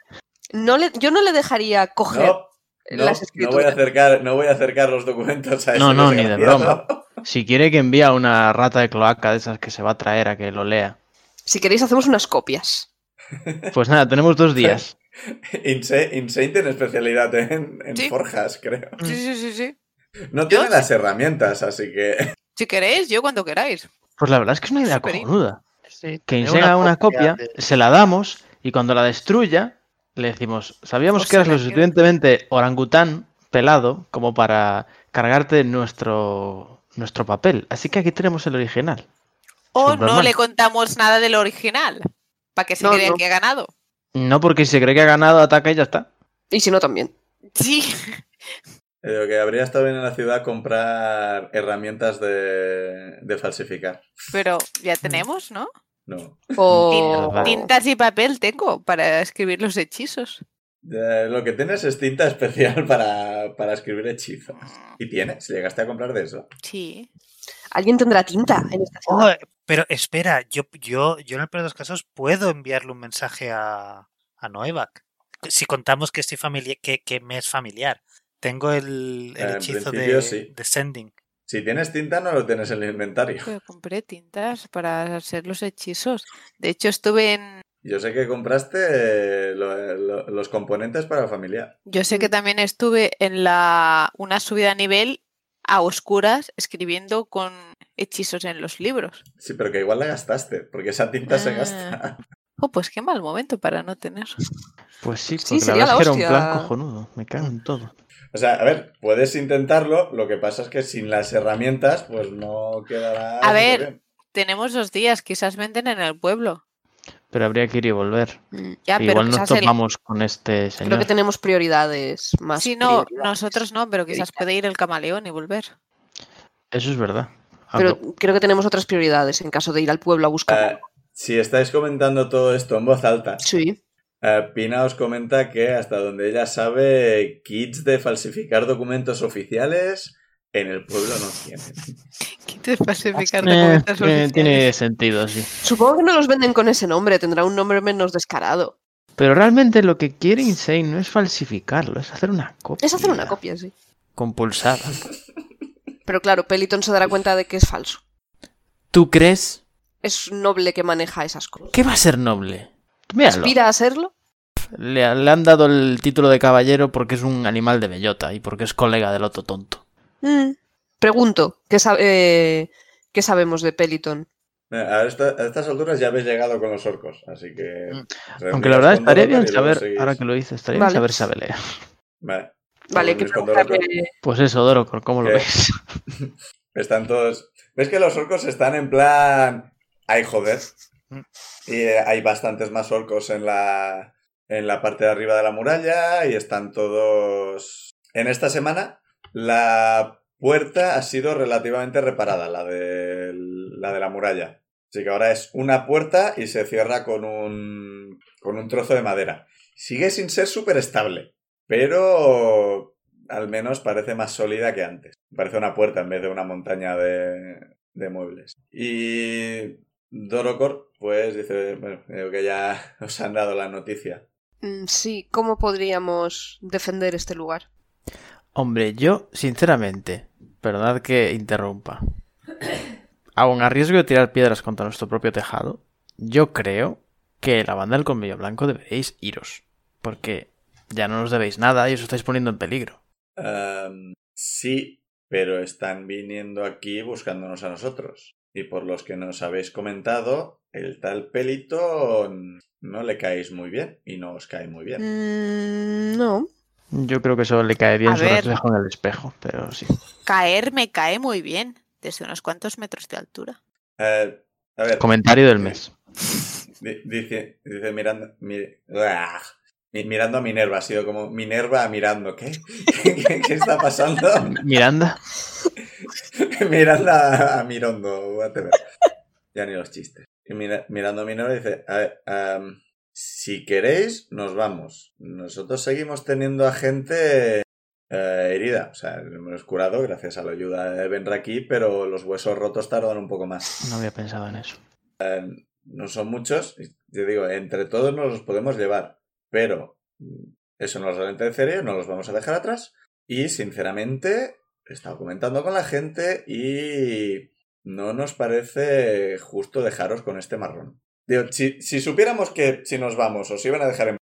[SPEAKER 2] No le, yo no le dejaría coger
[SPEAKER 1] No, no,
[SPEAKER 2] las
[SPEAKER 1] no voy a
[SPEAKER 2] escrituras.
[SPEAKER 1] acercar, no voy a acercar los documentos a
[SPEAKER 5] No,
[SPEAKER 1] ese
[SPEAKER 5] no, ni de
[SPEAKER 1] desgraciado.
[SPEAKER 5] broma. Si quiere que envíe a una rata de cloaca de esas que se va a traer a que lo lea.
[SPEAKER 2] Si queréis, hacemos unas copias.
[SPEAKER 5] Pues nada, tenemos dos días.
[SPEAKER 1] Inse, Insane tiene especialidad en, en
[SPEAKER 3] Sí.
[SPEAKER 1] forjas, creo.
[SPEAKER 5] Mm.
[SPEAKER 3] Sí, sí, sí, sí.
[SPEAKER 1] No tiene las herramientas, así que.
[SPEAKER 3] Si queréis, yo cuando queráis.
[SPEAKER 5] Pues la verdad es que es una idea
[SPEAKER 3] Superín.
[SPEAKER 5] cojonuda. Que
[SPEAKER 4] Sí, tener
[SPEAKER 5] Insane haga una copia,
[SPEAKER 4] de-
[SPEAKER 5] se la damos y cuando la destruya, le decimos: Sabíamos
[SPEAKER 3] O
[SPEAKER 5] que eras
[SPEAKER 3] se la
[SPEAKER 5] lo
[SPEAKER 3] queda".
[SPEAKER 5] suficientemente orangután pelado como para cargarte nuestro, nuestro papel. Así que aquí tenemos el original.
[SPEAKER 3] O
[SPEAKER 5] Superman.
[SPEAKER 3] no le contamos nada del original. Para que se
[SPEAKER 2] No,
[SPEAKER 3] crean
[SPEAKER 2] no.
[SPEAKER 3] que ha ganado.
[SPEAKER 5] No porque si se cree que ha ganado, ataca y ya está.
[SPEAKER 2] Y si no, también.
[SPEAKER 3] Sí.
[SPEAKER 1] Lo que habría estado bien en la ciudad comprar herramientas de, de falsificar.
[SPEAKER 3] Pero
[SPEAKER 5] Mm.
[SPEAKER 3] ya tenemos, ¿no?
[SPEAKER 1] No.
[SPEAKER 2] O...
[SPEAKER 5] Tin-
[SPEAKER 3] Tintas y papel tengo para escribir los hechizos.
[SPEAKER 1] Eh, lo que tienes es tinta especial para, para escribir hechizos. ¿Y tienes? ¿Llegaste a comprar de eso?
[SPEAKER 3] Sí.
[SPEAKER 2] Alguien tendrá tinta en esta ciudad.
[SPEAKER 4] Oh, pero espera, yo, yo, yo en el peor de los casos puedo enviarle un mensaje a, a Noevac. Si contamos que estoy familia- que, que me es familiar. Tengo el, el
[SPEAKER 1] En
[SPEAKER 4] hechizo
[SPEAKER 1] principio,
[SPEAKER 4] de,
[SPEAKER 1] sí.
[SPEAKER 4] de sending.
[SPEAKER 1] Si tienes tinta, no lo tienes en el inventario.
[SPEAKER 3] Pero compré tintas para hacer los hechizos. De hecho, estuve en.
[SPEAKER 1] Yo sé que compraste eh, lo- lo- los componentes para familiar.
[SPEAKER 3] Yo sé que también estuve en la una subida a nivel a oscuras escribiendo con hechizos en los libros.
[SPEAKER 1] Sí, pero que igual la gastaste, porque esa tinta se
[SPEAKER 3] Ah.
[SPEAKER 1] gasta.
[SPEAKER 3] Oh, pues qué mal momento para no tener.
[SPEAKER 5] Pues sí, porque
[SPEAKER 2] Sí,
[SPEAKER 5] la
[SPEAKER 2] sería
[SPEAKER 5] verdad es
[SPEAKER 2] la
[SPEAKER 5] que era un
[SPEAKER 2] hostia.
[SPEAKER 5] plan cojonudo. Me cago en todo.
[SPEAKER 1] O sea, a ver, puedes intentarlo, lo que pasa es que sin las herramientas, pues no quedará.
[SPEAKER 3] A ver.
[SPEAKER 1] bien.
[SPEAKER 3] Tenemos dos días, quizás venden en el pueblo.
[SPEAKER 5] Pero habría que ir y volver.
[SPEAKER 3] Ya, pero
[SPEAKER 5] Igual nos
[SPEAKER 3] quizás el...
[SPEAKER 5] topamos con este
[SPEAKER 2] Creo que
[SPEAKER 5] señor.
[SPEAKER 2] tenemos prioridades más.
[SPEAKER 3] Sí, no,
[SPEAKER 2] prioridades.
[SPEAKER 3] nosotros no, pero quizás puede ir el camaleón y volver.
[SPEAKER 5] Eso es verdad.
[SPEAKER 2] Pero
[SPEAKER 5] Aunque-
[SPEAKER 2] creo que tenemos otras prioridades en caso de ir al pueblo a buscar.
[SPEAKER 1] Eh, si estáis comentando todo esto en voz alta,
[SPEAKER 2] Sí.
[SPEAKER 1] eh, Pina os comenta que hasta donde ella sabe, kits de falsificar documentos oficiales en el pueblo no tienen.
[SPEAKER 3] ¿Qué te falsificar
[SPEAKER 5] Eh,
[SPEAKER 3] documentos
[SPEAKER 5] tiene,
[SPEAKER 3] oficiales?
[SPEAKER 5] tiene sentido, sí.
[SPEAKER 2] Supongo que no los venden con ese nombre, tendrá un nombre menos descarado.
[SPEAKER 5] Pero realmente lo que quiere Insane no es falsificarlo, es hacer una copia.
[SPEAKER 2] Es hacer una copia, sí.
[SPEAKER 5] Compulsada.
[SPEAKER 2] Pero claro, Peliton se dará cuenta de que es falso.
[SPEAKER 6] ¿Tú crees?
[SPEAKER 2] Es un noble que maneja esas cosas.
[SPEAKER 6] ¿Qué va a ser noble?
[SPEAKER 5] Míralo.
[SPEAKER 2] ¿Aspira a serlo?
[SPEAKER 5] Le, le han dado el título de caballero porque es un animal de bellota y porque es colega del otro tonto.
[SPEAKER 2] Mm. Pregunto, ¿qué, sa- eh, ¿qué sabemos de Peliton?
[SPEAKER 1] Eh, A, esta- a estas alturas ya habéis llegado con los orcos, así que.
[SPEAKER 5] Mm. Aunque la verdad
[SPEAKER 1] reuniros con
[SPEAKER 5] estaría
[SPEAKER 1] Dorothar
[SPEAKER 5] bien
[SPEAKER 1] y luego
[SPEAKER 5] saber,
[SPEAKER 1] seguís.
[SPEAKER 5] ahora que lo dices, estaría
[SPEAKER 2] Vale.
[SPEAKER 5] bien saber si sabe leer.
[SPEAKER 1] Vale.
[SPEAKER 2] Vale, que
[SPEAKER 1] Reuniros con Dorothar.
[SPEAKER 2] preguntarle.
[SPEAKER 5] Pues eso, Dorocor, ¿cómo lo
[SPEAKER 1] ¿Qué?
[SPEAKER 5] ves?
[SPEAKER 1] Están todos. ¿Ves que los orcos están en plan. ¡Ay, joder! Y eh, hay bastantes más orcos en la, en la parte de arriba de la muralla y están todos. En esta semana, la puerta ha sido relativamente reparada, la de, la de la muralla. Así que ahora es una puerta y se cierra con un, con un trozo de madera. Sigue sin ser súper estable, pero al menos parece más sólida que antes. Parece una puerta en vez de una montaña de, de muebles. Y Dorocor, pues dice, bueno, creo que ya os han dado la noticia.
[SPEAKER 2] Mm, Sí, ¿cómo podríamos defender este lugar?
[SPEAKER 6] Hombre, yo, sinceramente, perdonad que interrumpa. Aún a riesgo de tirar piedras contra nuestro propio tejado, yo creo que la banda del colmillo blanco deberéis iros. Porque ya no nos debéis nada y os estáis poniendo en peligro.
[SPEAKER 1] Ehm, sí, pero están viniendo aquí buscándonos a nosotros. Y por los que nos habéis comentado, El tal Pelitón no le caéis muy bien y no os cae muy bien.
[SPEAKER 2] Mm, no.
[SPEAKER 5] Yo creo que eso le cae bien
[SPEAKER 3] A
[SPEAKER 5] su
[SPEAKER 3] ver.
[SPEAKER 5] reflejo en el espejo, pero sí.
[SPEAKER 3] Caer me cae muy bien, desde unos cuantos metros de altura.
[SPEAKER 1] Eh, a ver,
[SPEAKER 5] Comentario del mes.
[SPEAKER 1] di- dice, dice mirando, mi- ¡Uah! Mi- mirando a Minerva, ha sido como Minerva mirando, ¿qué? ¿Qué, qué está pasando?
[SPEAKER 5] Miranda,
[SPEAKER 1] mirando a, a Mirondo, whatever. Ya ni los chistes. Y mira- mirando a Minerva dice, a ver, am, si queréis, nos vamos. Nosotros seguimos teniendo a gente eh, herida. O sea, lo hemos curado gracias a la ayuda de Benra aquí, pero los huesos rotos tardan un poco más.
[SPEAKER 5] no había pensado en eso.
[SPEAKER 1] no son muchos. Yo digo, entre todos nos los podemos llevar, pero mm, eso no los ralentizaría, no los vamos a dejar atrás. Y sinceramente, he estado comentando con la gente y no nos parece justo dejaros con este marrón. Digo, si, si supiéramos que si nos vamos, os iban a dejar en...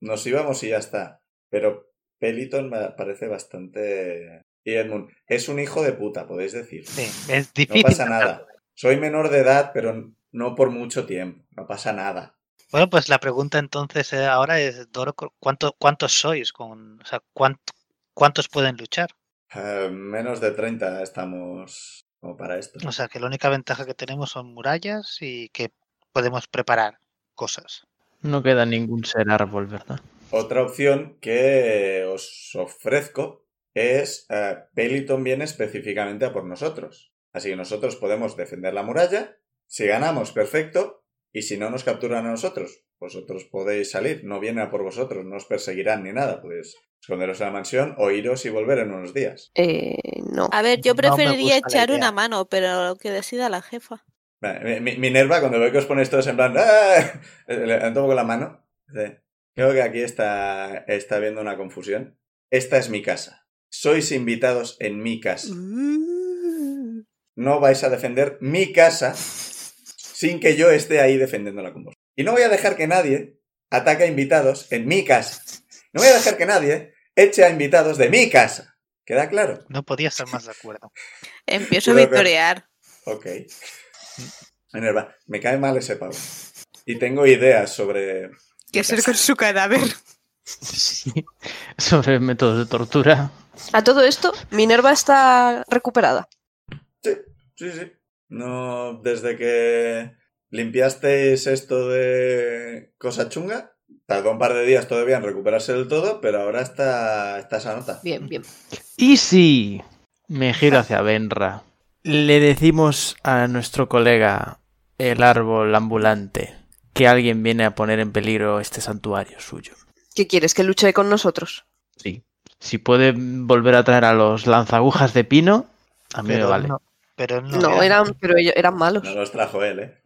[SPEAKER 1] Nos íbamos y ya está. Pero Peliton me parece bastante... Y Edmund, es un hijo de puta, podéis decir.
[SPEAKER 4] Sí, es
[SPEAKER 1] No
[SPEAKER 4] difícil.
[SPEAKER 1] pasa nada. Soy menor de edad, pero no por mucho tiempo. No pasa nada.
[SPEAKER 4] Bueno, pues la pregunta entonces eh, ahora es, Doro, cu- ¿cuánto, ¿cuántos sois? Con, o sea, ¿cuánto- ¿cuántos pueden luchar?
[SPEAKER 1] Eh, menos de 30 estamos como para esto.
[SPEAKER 4] O sea, que la única ventaja que tenemos son murallas y que podemos preparar cosas.
[SPEAKER 5] No queda ningún ser árbol, ¿verdad?
[SPEAKER 1] Otra opción que os ofrezco es eh, Peliton viene específicamente a por nosotros. Así que nosotros podemos defender la muralla. Si ganamos, perfecto. Y si no nos capturan a nosotros, vosotros podéis salir. No viene a por vosotros, no os perseguirán ni nada. Podéis esconderos en la mansión o iros y volver en unos días.
[SPEAKER 2] Eh, no.
[SPEAKER 3] A ver, yo
[SPEAKER 4] No me
[SPEAKER 3] preferiría
[SPEAKER 4] gusta la
[SPEAKER 3] echar
[SPEAKER 4] idea.
[SPEAKER 3] una mano, pero lo que decida la jefa.
[SPEAKER 1] Vale, Mi, mi- Minerva, cuando veo que os ponéis todos en plan, ¡ah! le levanto un poco la mano. Dice, Creo que aquí está, está habiendo una confusión. Esta es mi casa. Sois invitados en mi casa.
[SPEAKER 3] Mm.
[SPEAKER 1] No vais a defender mi casa sin que yo esté ahí defendiéndola con vos. Y no voy a dejar que nadie ataque a invitados en mi casa. No voy a dejar que nadie eche a invitados de mi casa. ¿Queda claro?
[SPEAKER 4] No podía estar más de acuerdo.
[SPEAKER 3] Empiezo a
[SPEAKER 1] Creo que-
[SPEAKER 3] victoriar.
[SPEAKER 1] Ok. Minerva, me cae mal ese pavo. Y tengo ideas sobre
[SPEAKER 3] ¿Qué hacer con su cadáver?
[SPEAKER 5] Sí. Sobre métodos de tortura.
[SPEAKER 2] A todo esto, Minerva está recuperada.
[SPEAKER 1] Sí, sí. No, desde que limpiasteis esto de cosa chunga, tardó un par de días todavía en recuperarse del todo, pero ahora está, está esa nota.
[SPEAKER 2] Bien, bien.
[SPEAKER 5] Y si me giro hacia Benra, le decimos a nuestro colega el árbol ambulante que alguien viene a poner en peligro este santuario suyo.
[SPEAKER 2] ¿Qué quieres? ¿Que luche con nosotros?
[SPEAKER 5] Sí. Si puede volver a traer a los lanzagujas de pino, a mí me
[SPEAKER 4] Pero,
[SPEAKER 5] vale.
[SPEAKER 4] no, pero no.
[SPEAKER 2] No, eran, pero ellos eran malos.
[SPEAKER 1] No los trajo él, ¿eh?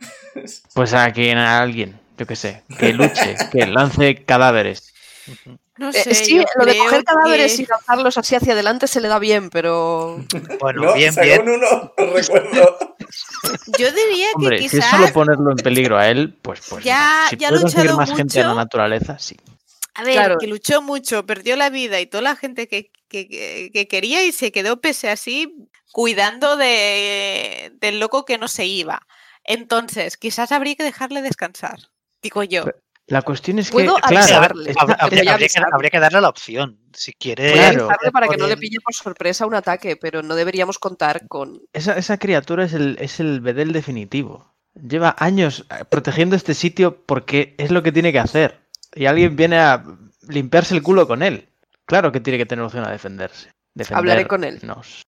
[SPEAKER 5] Pues a quien a alguien, yo qué sé, que luche, que lance cadáveres.
[SPEAKER 4] Ujú.
[SPEAKER 3] No
[SPEAKER 2] Eh,
[SPEAKER 3] sé.
[SPEAKER 2] sí,
[SPEAKER 3] yo
[SPEAKER 2] lo de
[SPEAKER 3] creo
[SPEAKER 2] coger cadáveres
[SPEAKER 3] que-
[SPEAKER 2] y lanzarlos así hacia adelante se le da bien, pero
[SPEAKER 4] Bueno,
[SPEAKER 1] no,
[SPEAKER 4] bien,
[SPEAKER 1] sacó
[SPEAKER 4] bien.
[SPEAKER 1] un uno, os recuerdo.
[SPEAKER 3] Yo diría
[SPEAKER 5] Hombre,
[SPEAKER 3] que
[SPEAKER 5] si es
[SPEAKER 3] quizás.
[SPEAKER 5] solo ponerlo en peligro a él, pues pues.
[SPEAKER 3] Ya-
[SPEAKER 5] no. si
[SPEAKER 3] ya ha
[SPEAKER 5] puede conseguir
[SPEAKER 3] luchado
[SPEAKER 5] más gente en la
[SPEAKER 3] mucho.
[SPEAKER 5] naturaleza, sí.
[SPEAKER 3] A ver,
[SPEAKER 2] Claro.
[SPEAKER 3] que luchó mucho, perdió la vida y toda la gente que, que- que- que quería y se quedó pese así cuidando de, del loco que no se iba. Entonces, quizás habría que dejarle descansar, digo yo.
[SPEAKER 5] La cuestión es que,
[SPEAKER 2] ¿Puedo
[SPEAKER 5] claro,
[SPEAKER 2] avisarle?
[SPEAKER 5] está-
[SPEAKER 4] Habría-
[SPEAKER 2] Voy a
[SPEAKER 4] Habría, que,
[SPEAKER 2] avisar.
[SPEAKER 4] habría que darle la opción. Si quiere.
[SPEAKER 2] voy a
[SPEAKER 5] Claro.
[SPEAKER 2] avisarle para que no le
[SPEAKER 4] poner-
[SPEAKER 2] pille por sorpresa un ataque, pero no deberíamos contar con...
[SPEAKER 5] esa, esa criatura es el, es el bedel definitivo. Lleva años eh, protegiendo este sitio porque es lo que tiene que hacer. Y alguien viene a limpiarse el culo con él. Claro que tiene que tener opción a defenderse.
[SPEAKER 2] Hablaré con él.
[SPEAKER 5] Defendernos.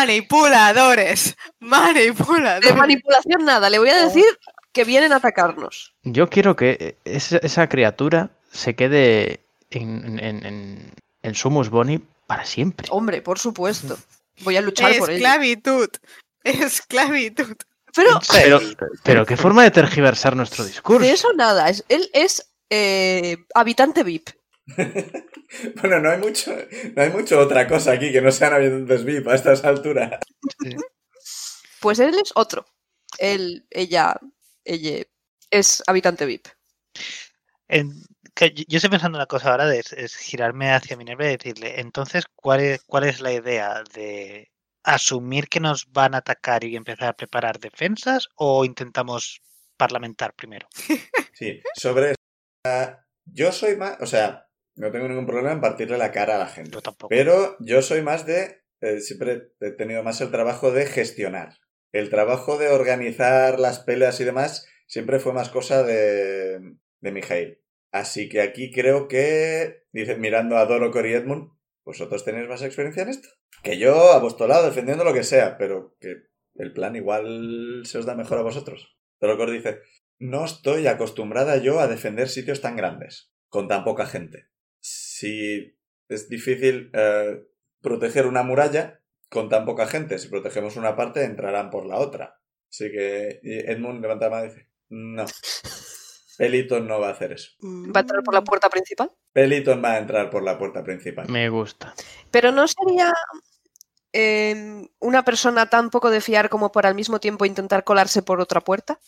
[SPEAKER 3] Manipuladores,
[SPEAKER 2] De
[SPEAKER 3] manipuladores.
[SPEAKER 2] manipulación nada, le voy a decir que vienen a atacarnos.
[SPEAKER 5] Yo quiero que eh, esa, esa criatura se quede en, en, en- en Sumus Boni para siempre.
[SPEAKER 2] Hombre, por supuesto. Voy a luchar por ello.
[SPEAKER 3] Esclavitud, esclavitud.
[SPEAKER 2] Pero
[SPEAKER 5] Pero, pero qué forma de tergiversar nuestro discurso.
[SPEAKER 2] de eso nada, es- él es eh, habitante VIP.
[SPEAKER 1] Bueno, no hay mucho, no hay mucho otra cosa aquí que no sean habitantes VIP a estas alturas.
[SPEAKER 2] Pues él es otro. Él, ella, ella es habitante VIP.
[SPEAKER 4] en- que yo- yo estoy pensando una cosa ahora de es, es girarme hacia Minerva y decirle, entonces, ¿cuál es, cuál es la idea de asumir que nos van a atacar y empezar a preparar defensas o intentamos parlamentar primero?
[SPEAKER 1] Sí, sobre eso. ah, Yo soy más, o sea, no tengo ningún problema en partirle la cara a la gente.
[SPEAKER 4] Yo tampoco.
[SPEAKER 1] Pero yo soy más de, eh, siempre he tenido más el trabajo de gestionar. El trabajo de organizar las peleas y demás siempre fue más cosa de, de Mijail. Así que aquí creo que, dice, mirando a Dorocor y Edmund, vosotros tenéis más experiencia en esto. Que yo, a vuestro lado, defendiendo lo que sea, pero que el plan igual se os da mejor a vosotros. Dorocor dice, no estoy acostumbrada yo a defender sitios tan grandes, con tan poca gente. Si es difícil eh, proteger una muralla con tan poca gente, si protegemos una parte, entrarán por la otra. Así que y Edmund levanta la mano y dice, no, Peliton no va a hacer eso.
[SPEAKER 2] ¿Va a entrar
[SPEAKER 3] Mm.
[SPEAKER 2] por la puerta principal?
[SPEAKER 1] Peliton va a entrar por la puerta principal.
[SPEAKER 5] Me gusta.
[SPEAKER 2] Pero no sería eh, una persona tan poco de fiar como por al mismo tiempo intentar colarse por otra puerta.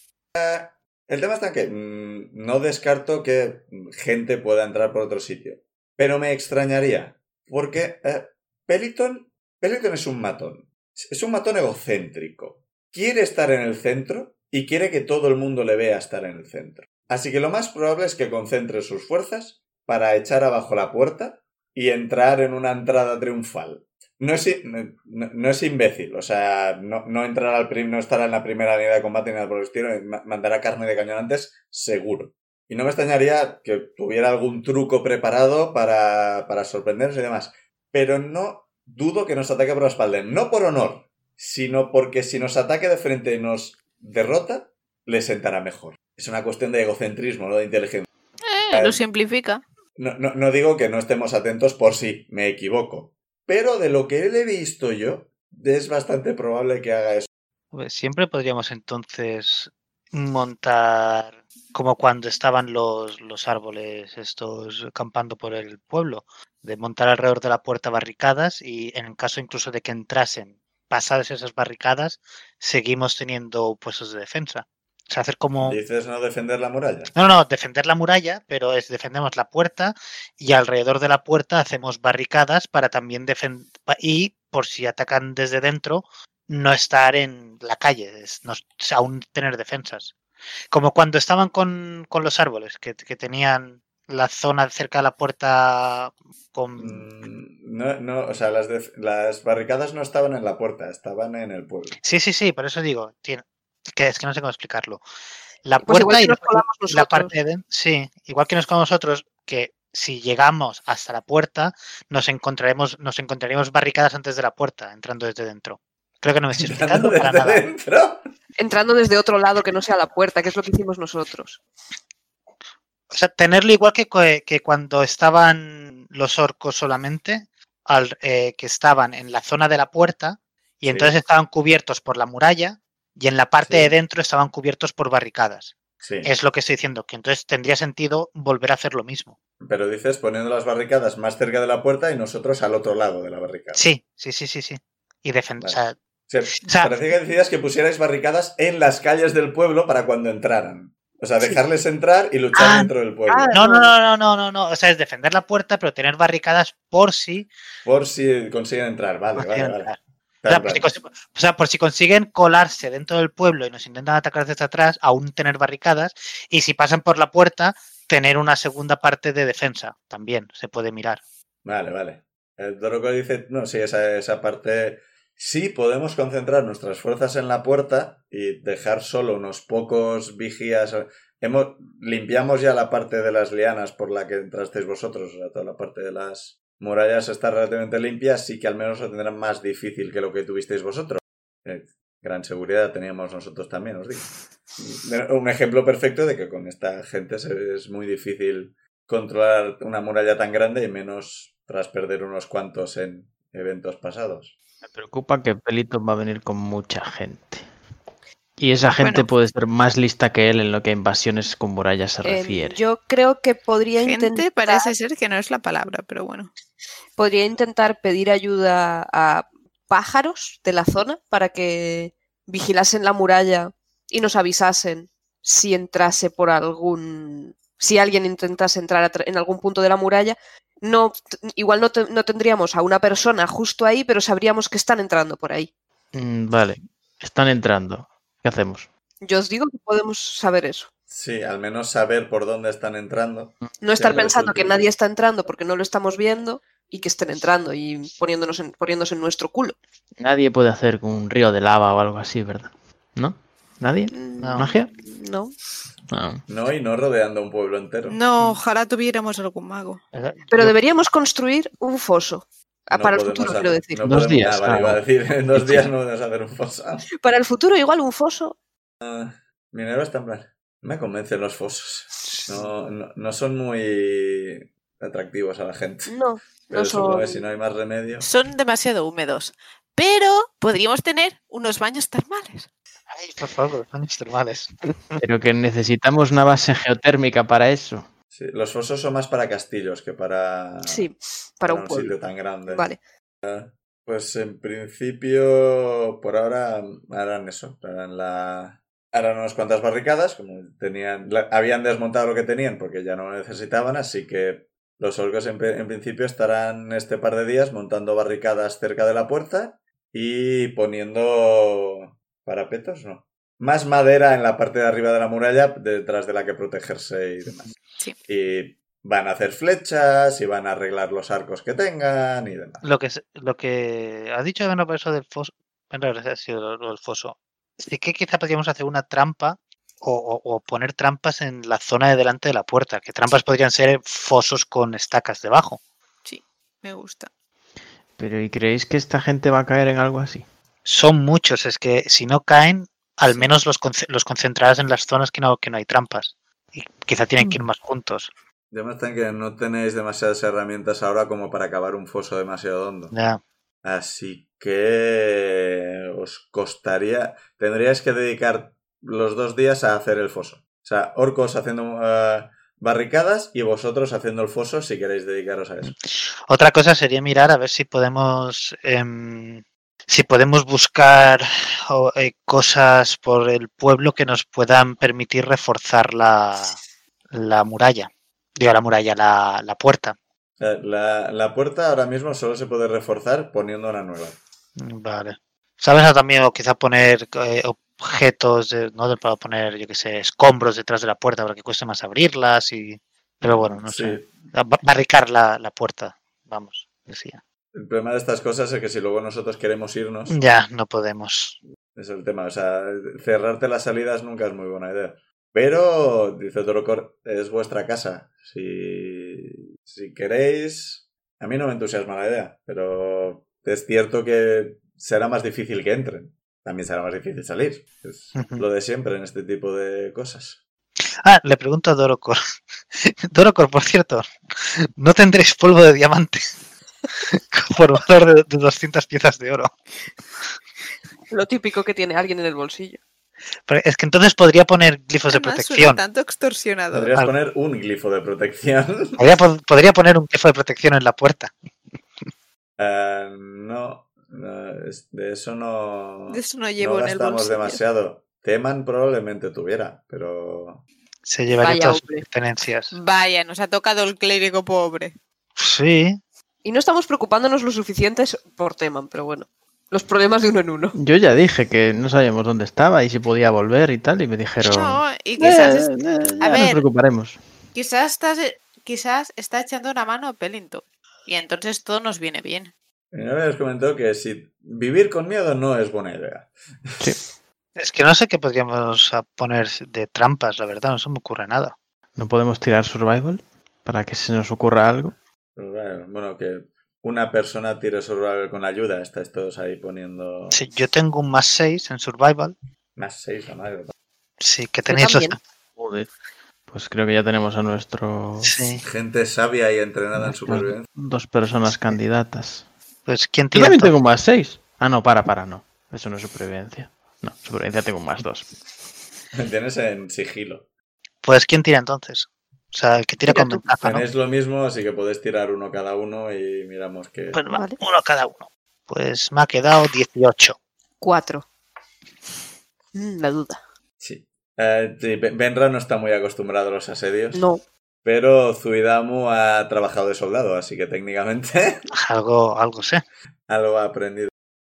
[SPEAKER 1] El tema está en que mm, no descarto que gente pueda entrar por otro sitio. Pero me extrañaría. Porque eh, Peliton, Peliton es un matón. Es- Es un matón egocéntrico. Quiere estar en el centro y quiere que todo el mundo le vea estar en el centro. Así que lo más probable es que concentre sus fuerzas para echar abajo la puerta y entrar en una entrada triunfal. No es, i- no, no- no es imbécil, o sea, no, no entrará al prim- no estará en la primera línea de combate ni nada por el estilo, eh, ma- mandará carne de cañón antes, seguro. Y no me extrañaría que tuviera algún truco preparado para, para sorprendernos y demás. Pero no dudo que nos ataque por la espalda, no por honor, sino porque si nos ataque de frente y nos derrota, le sentará mejor. Es una cuestión de egocentrismo, no de inteligencia.
[SPEAKER 3] Eh, lo simplifica.
[SPEAKER 1] No, no- no digo que no estemos atentos por si me equivoco. Pero de lo que le he visto yo, es bastante probable que haga eso.
[SPEAKER 4] Hombre, Siempre podríamos entonces montar como cuando estaban los, los árboles estos campando por el pueblo, de montar alrededor de la puerta barricadas y en caso incluso de que entrasen, pasadas esas barricadas, seguimos teniendo puestos de defensa. O sea, hacer como...
[SPEAKER 1] ¿Dices no defender la muralla?
[SPEAKER 4] No, no, defender la muralla, pero es defendemos la puerta y alrededor de la puerta hacemos barricadas para también defender y por si atacan desde dentro no estar en la calle, es- no- aún tener defensas. Como cuando estaban con, con los árboles, que, que tenían la zona cerca de la puerta con...
[SPEAKER 1] Mm, No, no, o sea, las, def- las barricadas no estaban en la puerta, estaban en el pueblo.
[SPEAKER 4] Sí, sí, sí, por eso digo, tiene- que es que no sé cómo explicarlo. La
[SPEAKER 2] Pues
[SPEAKER 4] puerta
[SPEAKER 2] igual que
[SPEAKER 4] y
[SPEAKER 2] nos
[SPEAKER 4] la-
[SPEAKER 2] colamos
[SPEAKER 4] y la
[SPEAKER 2] nosotros.
[SPEAKER 4] parte de, sí, igual que nos con nosotros, que si llegamos hasta la puerta, nos encontraremos, nos encontraremos barricadas antes de la puerta, entrando desde dentro. Creo que no me estoy explicando para
[SPEAKER 1] Desde
[SPEAKER 4] nada.
[SPEAKER 1] dentro.
[SPEAKER 2] Entrando desde otro lado que no sea la puerta, que es lo que hicimos nosotros.
[SPEAKER 4] O sea, tenerlo igual que, cue- que cuando estaban los orcos solamente, al, eh, que estaban en la zona de la puerta, y
[SPEAKER 1] Sí.
[SPEAKER 4] entonces estaban cubiertos por la muralla, y en la parte
[SPEAKER 1] Sí.
[SPEAKER 4] de dentro estaban cubiertos por barricadas.
[SPEAKER 1] Sí.
[SPEAKER 4] Es lo que estoy diciendo, que entonces tendría sentido volver a hacer lo mismo.
[SPEAKER 1] Pero dices poniendo las barricadas más cerca de la puerta y nosotros al otro lado de la barricada.
[SPEAKER 4] Sí, sí, sí, sí, sí. Y defender.
[SPEAKER 1] Vale. O sea,
[SPEAKER 4] O sea,
[SPEAKER 1] parecía que decías que pusierais barricadas en las calles del pueblo para cuando entraran. O sea, dejarles entrar y luchar
[SPEAKER 4] Ah,
[SPEAKER 1] dentro del pueblo.
[SPEAKER 2] ah,
[SPEAKER 4] no, no, no, no, no, no, no. O sea, es defender la puerta, pero tener barricadas por si
[SPEAKER 1] Por si consiguen entrar. Vale, vale,
[SPEAKER 4] consiguen
[SPEAKER 1] vale.
[SPEAKER 4] entrar. O
[SPEAKER 1] Claro,
[SPEAKER 4] sea, por si
[SPEAKER 1] claro.
[SPEAKER 4] consi- o sea, por si consiguen colarse dentro del pueblo y nos intentan atacar desde atrás, aún tener barricadas. Y si pasan por la puerta, tener una segunda parte de defensa. También se puede mirar.
[SPEAKER 1] Vale, vale. El Doroco dice, no, sí, esa, esa parte... Sí, podemos concentrar nuestras fuerzas en la puerta y dejar solo unos pocos vigías. Hemos, limpiamos ya la parte de las lianas por la que entrasteis vosotros, o sea, toda la parte de las murallas está relativamente limpia, así que al menos lo tendrán más difícil que lo que tuvisteis vosotros. Eh, gran seguridad teníamos nosotros también, os digo. De- Un ejemplo perfecto de que con esta gente se- es muy difícil controlar una muralla tan grande y menos tras perder unos cuantos en eventos pasados.
[SPEAKER 5] Me preocupa que Peliton va a venir con mucha gente. Y esa gente
[SPEAKER 3] Bueno.
[SPEAKER 5] puede ser más lista que él en lo que a invasiones con murallas se
[SPEAKER 2] Em,
[SPEAKER 5] refiere.
[SPEAKER 2] yo creo que podría
[SPEAKER 3] Gente
[SPEAKER 2] intentar,
[SPEAKER 3] parece ser que no es la palabra, pero bueno.
[SPEAKER 2] podría intentar pedir ayuda a pájaros de la zona para que vigilasen la muralla y nos avisasen si entrase por algún si alguien intentase entrar a tra- en algún punto de la muralla, no, t- igual no, te- no tendríamos a una persona justo ahí, pero sabríamos que están entrando por ahí.
[SPEAKER 5] Mm, Vale, están entrando. ¿Qué hacemos?
[SPEAKER 2] Yo os digo que podemos saber eso.
[SPEAKER 1] Sí, al menos saber por dónde están entrando.
[SPEAKER 2] No
[SPEAKER 1] Siempre
[SPEAKER 2] estar
[SPEAKER 1] es
[SPEAKER 2] pensando que
[SPEAKER 1] útil.
[SPEAKER 2] nadie está entrando porque no lo estamos viendo y que estén entrando y poniéndonos en, poniéndose en nuestro culo.
[SPEAKER 5] Nadie puede hacer un río de lava o algo así, ¿verdad? ¿No? ¿Nadie?
[SPEAKER 2] No.
[SPEAKER 4] No.
[SPEAKER 5] ¿Magia?
[SPEAKER 2] Mm, no.
[SPEAKER 5] No.
[SPEAKER 1] No, y no rodeando un pueblo entero.
[SPEAKER 3] No, ojalá tuviéramos algún mago.
[SPEAKER 2] Pero deberíamos construir un foso. Ah,
[SPEAKER 1] No
[SPEAKER 2] para el
[SPEAKER 1] podemos
[SPEAKER 2] futuro,
[SPEAKER 1] hacer-
[SPEAKER 2] quiero decir.
[SPEAKER 1] no
[SPEAKER 5] Dos
[SPEAKER 1] podemos-
[SPEAKER 5] días,
[SPEAKER 1] ah, vale,
[SPEAKER 5] claro.
[SPEAKER 1] iba a decir, en dos
[SPEAKER 5] Sí.
[SPEAKER 1] días no podemos hacer un fosa.
[SPEAKER 2] Para el futuro, igual un foso.
[SPEAKER 1] Minero está en plan. Me convencen los fosos. No, no, no son muy atractivos a la gente.
[SPEAKER 2] No,
[SPEAKER 1] Pero
[SPEAKER 2] no
[SPEAKER 1] supongo que
[SPEAKER 2] son.
[SPEAKER 1] si no hay más remedio.
[SPEAKER 3] Son demasiado húmedos. Pero podríamos tener unos baños termales.
[SPEAKER 4] Ay, por favor, son termales.
[SPEAKER 5] Pero que necesitamos una base geotérmica para eso.
[SPEAKER 1] Sí, los fosos son más para castillos que para,
[SPEAKER 2] Sí, para un
[SPEAKER 1] un
[SPEAKER 2] pueblo.
[SPEAKER 1] sitio tan grande.
[SPEAKER 2] Vale.
[SPEAKER 1] Pues en principio, por ahora harán eso. Harán la. Harán unas cuantas barricadas, como tenían. la- habían desmontado lo que tenían porque ya no lo necesitaban, así que los orcos en, pe- en principio estarán este par de días montando barricadas cerca de la puerta y poniendo parapetos, ¿no? Más madera en la parte de arriba de la muralla, detrás de la que protegerse y demás.
[SPEAKER 3] Sí.
[SPEAKER 1] Y van a hacer flechas y van a arreglar los arcos que tengan y demás.
[SPEAKER 4] Lo que, se- lo que has dicho, bueno, por eso del foso, bueno, ha sido lo- lo del foso. Sí que quizá podríamos hacer una trampa o, o- o poner trampas en la zona de delante de la puerta, que trampas podrían ser fosos con estacas debajo.
[SPEAKER 3] Me gusta.
[SPEAKER 5] Pero ¿y creéis que esta gente va a caer en algo así?
[SPEAKER 4] Son muchos, es que si no caen, al menos los, conce- los concentrarás en las zonas que no, que no hay trampas. Y quizá tienen que ir más juntos.
[SPEAKER 1] Demuestran que no tenéis demasiadas herramientas ahora como para cavar un foso demasiado hondo.
[SPEAKER 4] Ya.
[SPEAKER 1] Así que os costaría, tendríais que dedicar los dos días a hacer el foso. O sea, orcos haciendo eh, barricadas y vosotros haciendo el foso si queréis dedicaros a eso.
[SPEAKER 4] Otra cosa sería mirar a ver si podemos em, si podemos buscar o, eh, cosas por el pueblo que nos puedan permitir reforzar la, la muralla. Digo, la muralla, la, la puerta.
[SPEAKER 1] Eh, La, la puerta ahora mismo solo se puede reforzar poniendo una nueva.
[SPEAKER 4] Vale. ¿Sabes O también o quizá poner eh, objetos, de- no De- para poner, yo qué sé, escombros detrás de la puerta para que cueste más abrirlas y... Pero bueno, no sé.
[SPEAKER 1] Sí.
[SPEAKER 4] Ba- Barricar la, la puerta, vamos, decía.
[SPEAKER 1] El problema de estas cosas es que si luego nosotros queremos irnos,
[SPEAKER 4] Ya, no podemos.
[SPEAKER 1] Es el tema, o sea, cerrarte las salidas nunca es muy buena idea. Pero, dice Torocor, es vuestra casa. Si, si queréis... A mí no me entusiasma la idea, pero es cierto que será más difícil que entren. También será más difícil salir. Es
[SPEAKER 4] Ujú.
[SPEAKER 1] lo de siempre en este tipo de cosas.
[SPEAKER 4] Ah, le pregunto a Dorocor. Dorocor, por cierto, ¿no tendréis polvo de diamante? por valor de, de 200 piezas de oro.
[SPEAKER 2] Lo típico que tiene alguien en el bolsillo.
[SPEAKER 4] Pero es que entonces podría poner glifos de
[SPEAKER 3] Además, suena
[SPEAKER 4] protección.
[SPEAKER 3] tanto extorsionador.
[SPEAKER 1] Podrías
[SPEAKER 4] Al-
[SPEAKER 1] poner un glifo de protección.
[SPEAKER 4] Podría, pon- podría poner un glifo de protección en la puerta.
[SPEAKER 1] Eh, no, no, es- de eso no...
[SPEAKER 3] De eso no
[SPEAKER 1] no
[SPEAKER 3] llevo en el
[SPEAKER 1] gastamos
[SPEAKER 3] bolsillo.
[SPEAKER 1] demasiado. Teman probablemente tuviera, pero...
[SPEAKER 4] Se llevaría
[SPEAKER 2] Vaya,
[SPEAKER 4] todas sus
[SPEAKER 2] hombre.
[SPEAKER 4] pertenencias.
[SPEAKER 3] Vaya, nos ha tocado el clérigo pobre.
[SPEAKER 4] Sí.
[SPEAKER 2] Y no estamos preocupándonos lo suficiente por Teman, pero bueno. Los problemas de uno en uno.
[SPEAKER 5] Yo ya dije que no sabíamos dónde estaba y si podía volver y tal, y me dijeron...
[SPEAKER 3] No, y quizás, es-
[SPEAKER 5] "Eh, eh,
[SPEAKER 3] a
[SPEAKER 5] ya nos
[SPEAKER 3] ver.
[SPEAKER 5] preocuparemos.
[SPEAKER 3] quizás, estás, eh, quizás está echando una mano a Pellington. Y entonces todo nos viene bien.
[SPEAKER 1] Mi novia les comentó que si vivir con miedo no es buena idea.
[SPEAKER 4] Es que no sé qué podríamos a- poner de trampas, la verdad, no se me ocurre nada.
[SPEAKER 5] ¿No podemos tirar survival para que se nos ocurra algo?
[SPEAKER 1] Pues Bueno, bueno, que una persona tire survival con ayuda, estáis todos ahí poniendo
[SPEAKER 4] Sí, yo tengo un más 6 en Survival.
[SPEAKER 1] más seis la madre.
[SPEAKER 4] Sí, que tenéis los-
[SPEAKER 2] también.
[SPEAKER 5] Joder. Pues creo que ya tenemos a nuestro...
[SPEAKER 4] Sí,
[SPEAKER 1] Gente sabia y entrenada en
[SPEAKER 5] nuestras
[SPEAKER 1] supervivencia.
[SPEAKER 5] dos personas candidatas.
[SPEAKER 4] pues ¿quién
[SPEAKER 5] Yo
[SPEAKER 4] tira?
[SPEAKER 5] también
[SPEAKER 4] todo?
[SPEAKER 5] tengo un más 6. Ah, no, para, para, no. Eso no es supervivencia. No, supervivencia tengo un más 2.
[SPEAKER 1] Me tienes en sigilo.
[SPEAKER 4] Pues ¿quién tira entonces? O sea, el que tira
[SPEAKER 2] Tira
[SPEAKER 4] con
[SPEAKER 2] tú.
[SPEAKER 4] ventaja, ¿no?
[SPEAKER 1] Tenéis lo mismo, así que podéis tirar uno cada uno y miramos que...
[SPEAKER 4] Pues va,
[SPEAKER 2] Vale.
[SPEAKER 4] uno cada uno. Pues me ha quedado 18.
[SPEAKER 2] Cuatro. Mm, la duda.
[SPEAKER 1] Sí. Eh, sí, Ben- Benra no está muy acostumbrado a los asedios.
[SPEAKER 2] No.
[SPEAKER 1] Pero Zuidamu ha trabajado de soldado, así que técnicamente
[SPEAKER 4] Algo, algo sé.
[SPEAKER 1] algo ha aprendido.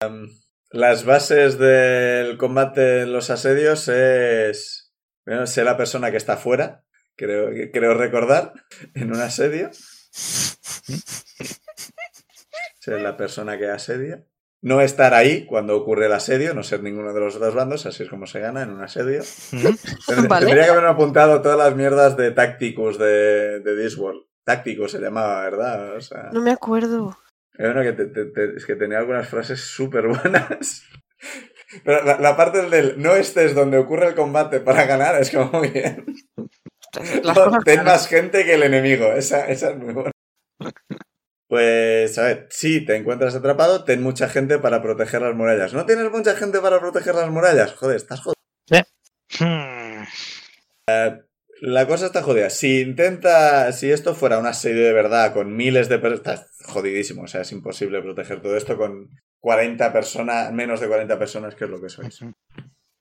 [SPEAKER 1] Am, las bases del combate en los asedios es bueno, ser la persona que está fuera, creo, creo recordar, en un asedio. Ser la persona que asedia. No estar ahí cuando ocurre el asedio, no ser ninguno de los dos bandos, así es como se gana en un asedio.
[SPEAKER 4] Mm,
[SPEAKER 1] Tend-
[SPEAKER 2] Vale.
[SPEAKER 1] Tendría que haber apuntado todas las mierdas de Tacticus de, de Discworld. Tacticus se llamaba, ¿verdad? O sea,
[SPEAKER 2] No me acuerdo.
[SPEAKER 1] era uno que, te- te- te- es que tenía algunas frases súper buenas. Pero la, la parte del no estés donde ocurre el combate para ganar es como muy bien.
[SPEAKER 2] Las
[SPEAKER 1] No,
[SPEAKER 2] cosas
[SPEAKER 1] Ten
[SPEAKER 2] raras.
[SPEAKER 1] más gente que el enemigo. Esa, esa es muy buena. Pues, a ver, si te encuentras atrapado, ten mucha gente para proteger las murallas. ¿No tienes mucha gente para proteger las murallas? Joder, estás jodido.
[SPEAKER 4] mm.
[SPEAKER 1] La cosa está jodida. Si intenta, si esto fuera una serie de verdad con miles de personas, estás jodidísimo. O sea, es imposible proteger todo esto con 40 personas, menos de 40 personas, que es lo que sois.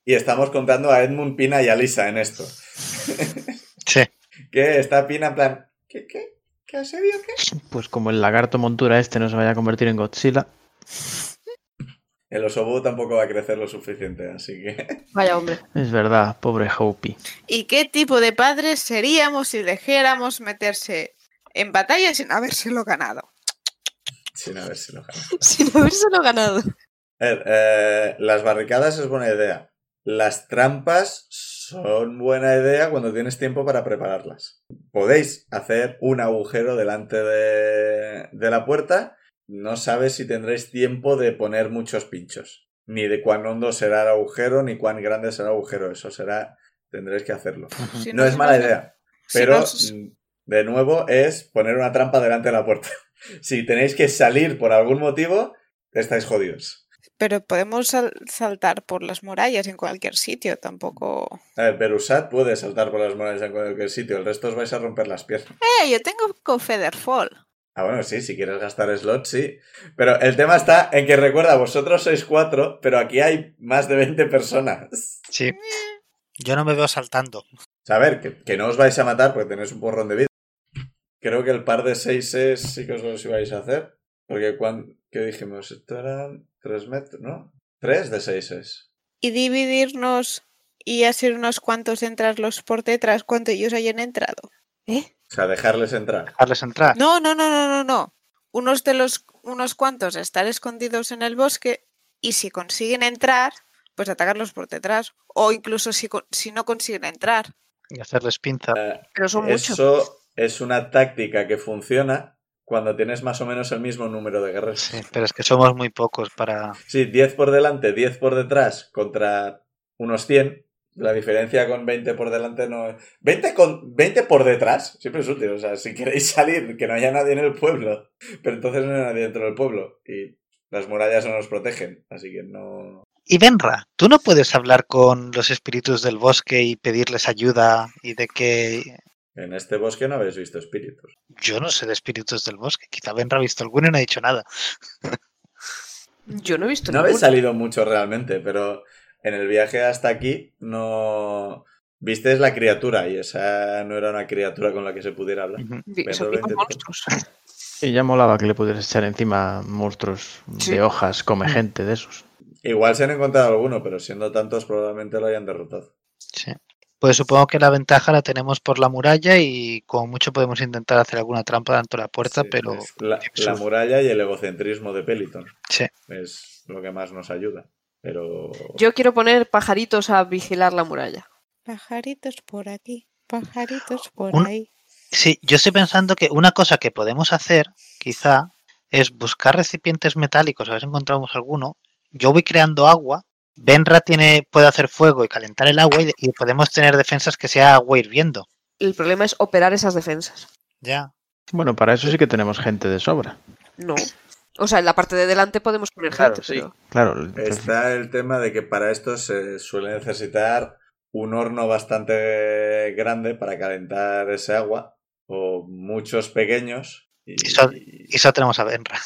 [SPEAKER 1] Y estamos contando a Edmund Pina y a Lisa en esto.
[SPEAKER 4] Sí.
[SPEAKER 1] Que está Pina en plan, ¿qué, qué? ¿Qué asedio qué?
[SPEAKER 5] Pues como el lagarto montura este no se vaya a convertir en Godzilla.
[SPEAKER 1] El osobu tampoco va a crecer lo suficiente, así que.
[SPEAKER 2] Vaya hombre.
[SPEAKER 5] Es verdad, pobre Hopi.
[SPEAKER 3] ¿Y qué tipo de padres seríamos si dejáramos meterse en batalla sin habérselo ganado?
[SPEAKER 1] Sin habérselo ganado.
[SPEAKER 2] Sin habérselo ganado.
[SPEAKER 1] A ver, eh, las barricadas es buena idea. Las trampas son buena idea cuando tienes tiempo para prepararlas. Podéis hacer un agujero delante de, de la puerta. No sabes si tendréis tiempo de poner muchos pinchos. Ni de cuán hondo será el agujero, ni cuán grande será el agujero. Eso será. Tendréis que hacerlo.
[SPEAKER 3] Si
[SPEAKER 1] No es
[SPEAKER 3] se
[SPEAKER 1] mala
[SPEAKER 3] nos-
[SPEAKER 1] idea.
[SPEAKER 3] si
[SPEAKER 1] Pero,
[SPEAKER 3] nos-
[SPEAKER 1] mm, de nuevo, es poner una trampa delante de la puerta. Si tenéis que salir por algún motivo, estáis jodidos.
[SPEAKER 3] pero podemos sal- saltar por las murallas en cualquier sitio, tampoco.
[SPEAKER 1] A ver, Berusat puede saltar por las murallas en cualquier sitio, el resto os vais a romper las piernas.
[SPEAKER 3] ¡Eh! Yo tengo con Featherfall.
[SPEAKER 1] Ah, bueno, sí, si quieres gastar slots, sí. Pero el tema está en que recuerda, vosotros sois cuatro, pero aquí hay más de 20 personas.
[SPEAKER 4] Sí. Yo no me veo saltando.
[SPEAKER 1] O sea, a ver, que, que no os vais a matar porque tenéis un porrón de vida. Creo que el par de seises sí que os los ibais a hacer. Porque cuando... ¿Qué dijimos? Esto eran tres metros, ¿no? Tres de seises.
[SPEAKER 3] Y dividirnos y hacer unos cuantos entrar los por detrás cuando ellos hayan entrado.
[SPEAKER 2] ¿Eh?
[SPEAKER 1] O sea, dejarles entrar.
[SPEAKER 4] Dejarles entrar.
[SPEAKER 3] No, no, no, no, no, no. Unos de los unos cuantos estar escondidos en el bosque y si consiguen entrar, pues atacarlos por detrás. O incluso si, con- si no consiguen entrar.
[SPEAKER 4] Y hacerles pinza.
[SPEAKER 1] Eh,
[SPEAKER 2] Pero son muchos.
[SPEAKER 1] Eso es una táctica que funciona cuando tienes más o menos el mismo número de guerreros.
[SPEAKER 4] Pues Sí, pero es que somos muy pocos para.
[SPEAKER 1] Sí, 10 por delante, 10 por detrás contra unos 100. La diferencia con 20 por delante no... 20, con... 20 por detrás siempre es útil. O sea, si queréis salir, que no haya nadie en el pueblo. Pero entonces no hay nadie dentro del pueblo. Y las murallas no nos protegen. Así que no...
[SPEAKER 4] Y Benra, tú no puedes hablar con los espíritus del bosque y pedirles ayuda y de que.
[SPEAKER 1] En este bosque no habéis visto espíritus.
[SPEAKER 4] Yo no sé de espíritus del bosque. Quizá Benra ha visto alguno y no ha dicho nada.
[SPEAKER 2] Yo no he visto
[SPEAKER 1] No
[SPEAKER 2] ninguno.
[SPEAKER 1] habéis salido mucho realmente, pero en el viaje hasta aquí no... Visteis la criatura y esa no era una criatura con la que se pudiera hablar.
[SPEAKER 2] Vi-
[SPEAKER 1] Pero
[SPEAKER 2] Son
[SPEAKER 1] lo
[SPEAKER 2] tipos
[SPEAKER 1] intenté.
[SPEAKER 2] monstruos.
[SPEAKER 5] Y ya molaba que le pudieras echar encima monstruos
[SPEAKER 2] Sí.
[SPEAKER 5] de hojas, come gente de esos.
[SPEAKER 1] Igual se han encontrado alguno, pero siendo tantos probablemente lo hayan derrotado.
[SPEAKER 4] Sí. Pues supongo que la ventaja la tenemos por la muralla y como mucho podemos intentar hacer alguna trampa dentro de la puerta,
[SPEAKER 1] Sí,
[SPEAKER 4] pero
[SPEAKER 1] es La, la muralla y el egocentrismo de Peliton
[SPEAKER 4] Sí.
[SPEAKER 1] es lo que más nos ayuda. Pero
[SPEAKER 2] Yo quiero poner pajaritos a vigilar la muralla.
[SPEAKER 3] Pajaritos por aquí, pajaritos por
[SPEAKER 4] Un-
[SPEAKER 3] ahí.
[SPEAKER 4] sí, yo estoy pensando que una cosa que podemos hacer, quizá, es buscar recipientes metálicos, a ver si encontramos alguno. Yo voy creando agua. Benra tiene, puede hacer fuego y calentar el agua y, y podemos tener defensas que sea agua hirviendo.
[SPEAKER 2] El problema es operar esas defensas.
[SPEAKER 4] Ya.
[SPEAKER 5] Bueno, para eso sí que tenemos gente de sobra.
[SPEAKER 2] No. O sea, en la parte de delante podemos poner
[SPEAKER 5] Claro,
[SPEAKER 2] gente,
[SPEAKER 5] sí.
[SPEAKER 2] pero
[SPEAKER 5] Claro, el-
[SPEAKER 1] está el tema de que para esto se suele necesitar un horno bastante grande para calentar ese agua o muchos pequeños. Y,
[SPEAKER 4] Eso- Y eso tenemos a Benra.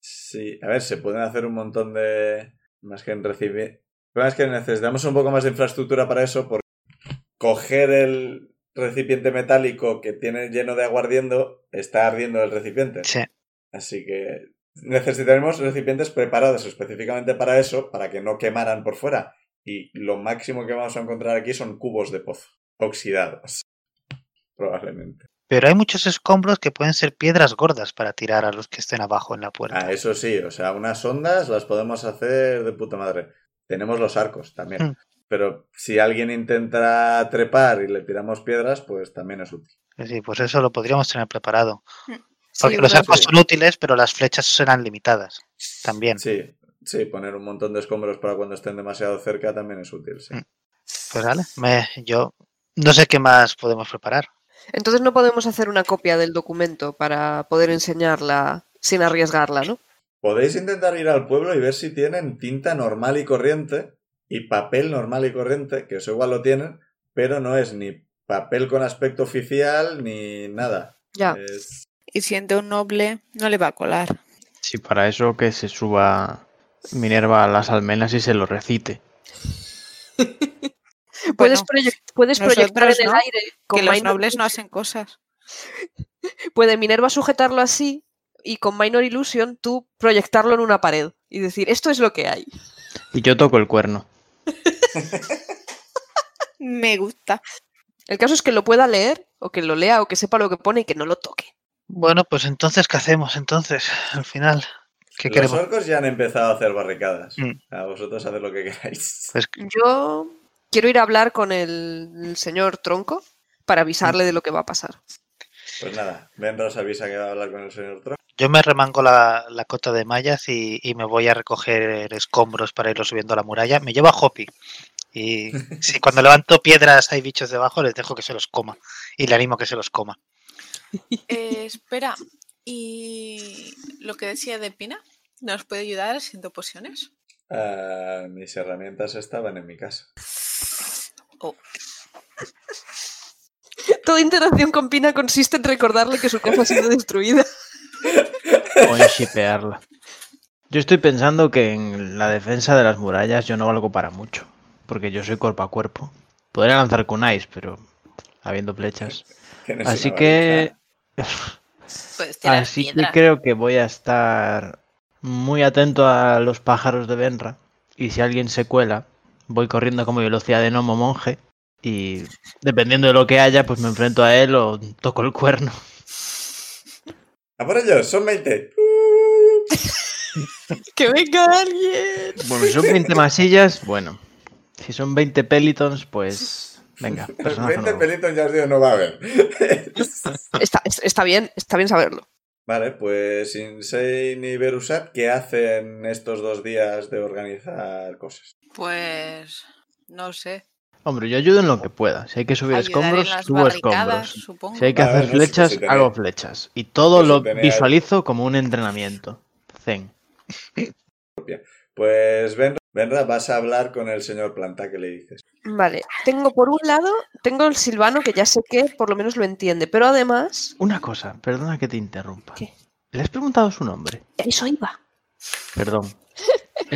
[SPEAKER 1] Sí, a ver, se pueden hacer un montón de. Más que en recibir. El problema es que necesitamos un poco más de infraestructura para eso, porque coger el recipiente metálico que tiene lleno de agua ardiendo, está ardiendo el recipiente.
[SPEAKER 4] Sí.
[SPEAKER 1] Así que necesitaremos recipientes preparados específicamente para eso, para que no quemaran por fuera. Y lo máximo que vamos a encontrar aquí son cubos de pozo, oxidados, probablemente.
[SPEAKER 4] Pero hay muchos escombros que pueden ser piedras gordas para tirar a los que estén abajo en la puerta.
[SPEAKER 1] Ah, eso sí, o sea, unas ondas las podemos hacer de puta madre. Tenemos los arcos también.
[SPEAKER 4] Mm.
[SPEAKER 1] Pero si alguien intenta trepar y le tiramos piedras, pues también es útil.
[SPEAKER 4] Sí, pues eso lo podríamos tener preparado.
[SPEAKER 2] Mm, Sí,
[SPEAKER 4] Porque los
[SPEAKER 2] una-
[SPEAKER 4] arcos son útiles, pero las flechas serán limitadas. También.
[SPEAKER 1] Sí, sí, poner un montón de escombros para cuando estén demasiado cerca también es útil, sí.
[SPEAKER 4] Mm. Pues vale, me- yo no sé qué más podemos preparar.
[SPEAKER 2] Entonces no podemos hacer una copia del documento para poder enseñarla sin arriesgarla, ¿no?
[SPEAKER 1] Podéis intentar ir al pueblo y ver si tienen tinta normal y corriente y papel normal y corriente, que eso igual lo tienen, pero no es ni papel con aspecto oficial ni nada.
[SPEAKER 2] Ya.
[SPEAKER 5] Eh,
[SPEAKER 1] Es-
[SPEAKER 3] Y siendo un noble, no le va a colar.
[SPEAKER 5] Sí, para eso que se suba Minerva a las almenas y se lo recite.
[SPEAKER 2] Puedes,
[SPEAKER 3] Bueno,
[SPEAKER 2] proyec- puedes
[SPEAKER 3] nosotros
[SPEAKER 2] proyectar en el
[SPEAKER 3] no,
[SPEAKER 2] aire con
[SPEAKER 3] que los
[SPEAKER 2] Mind-
[SPEAKER 3] nobles no hacen cosas.
[SPEAKER 2] Puede Minerva sujetarlo así y con Minor Illusion tú proyectarlo en una pared y decir, esto es lo que hay.
[SPEAKER 5] Y yo toco el cuerno.
[SPEAKER 3] Me gusta.
[SPEAKER 2] El caso es que lo pueda leer o que lo lea o que sepa lo que pone y que no lo toque.
[SPEAKER 4] Bueno, pues entonces, ¿qué hacemos entonces? Al final, ¿qué
[SPEAKER 1] Los
[SPEAKER 4] queremos?
[SPEAKER 1] orcos ya han empezado a hacer barricadas.
[SPEAKER 4] Mm.
[SPEAKER 1] A vosotros haced lo que queráis.
[SPEAKER 4] Pues
[SPEAKER 2] Yo quiero ir a hablar con el, el señor Tronco para avisarle de lo que va a pasar.
[SPEAKER 1] Pues nada, Benra os avisa que va a hablar con el señor Tron.
[SPEAKER 4] yo me remango la, la cota de mallas y, y me voy a recoger escombros para irlo subiendo a la muralla. Me llevo a Hoppy. Y si cuando levanto piedras hay bichos debajo, les dejo que se los coma. Y le animo a que se los coma.
[SPEAKER 3] Eh, espera, ¿y lo que decía de Pina? ¿Nos puede ayudar haciendo pociones?
[SPEAKER 1] Ah, mis herramientas estaban en mi casa.
[SPEAKER 2] Toda interacción con Pina consiste en recordarle que su casa ha sido destruida.
[SPEAKER 5] O en shipearla. Yo estoy pensando que en la defensa de las murallas yo no valgo para mucho. Porque yo soy cuerpo a cuerpo. Podría lanzar kunais, pero habiendo flechas.
[SPEAKER 1] Tienes
[SPEAKER 5] Así
[SPEAKER 1] una
[SPEAKER 5] que.
[SPEAKER 3] Pues
[SPEAKER 5] Así Ah, que creo que voy a estar muy atento a los pájaros de Benra. Y si alguien se cuela, voy corriendo como velocidad de gnomo monje. Y dependiendo de lo que haya, pues me enfrento a él o toco el cuerno.
[SPEAKER 1] barrica. ¡A por ellos! ¡Son 20!
[SPEAKER 2] ¡Que venga alguien!
[SPEAKER 5] Bueno, si son 20 masillas, bueno. Si son 20 pelitons, pues. Venga, personaje
[SPEAKER 1] 20
[SPEAKER 5] nuevo.
[SPEAKER 1] pelitos ya os digo, no va a haber.
[SPEAKER 2] Está, es- está bien, está bien saberlo.
[SPEAKER 1] Vale, pues Insane y Berusat, ¿qué hacen estos dos días de organizar cosas?
[SPEAKER 3] Pues no sé.
[SPEAKER 5] Hombre, yo ayudo en lo que pueda. Si hay que subir
[SPEAKER 3] Ayudar
[SPEAKER 5] escombros,
[SPEAKER 3] en las
[SPEAKER 5] subo
[SPEAKER 3] barricadas,
[SPEAKER 5] escombros.
[SPEAKER 3] supongo.
[SPEAKER 5] Si hay que
[SPEAKER 1] A ver,
[SPEAKER 5] hacer
[SPEAKER 1] no sé,
[SPEAKER 5] flechas,
[SPEAKER 1] si tenía-
[SPEAKER 5] hago flechas. Y todo
[SPEAKER 1] si
[SPEAKER 5] lo
[SPEAKER 1] tenía-
[SPEAKER 5] visualizo como un entrenamiento. Zen.
[SPEAKER 1] Pues Benra, Benra, vas a hablar con el señor Planta, ¿qué le dices?
[SPEAKER 2] Vale, tengo por un lado, tengo el Silvano que ya sé que por lo menos lo entiende, pero además...
[SPEAKER 5] Una cosa, perdona que te interrumpa.
[SPEAKER 2] ¿Qué?
[SPEAKER 5] ¿Le has preguntado su nombre?
[SPEAKER 2] Eso iba.
[SPEAKER 5] Perdón.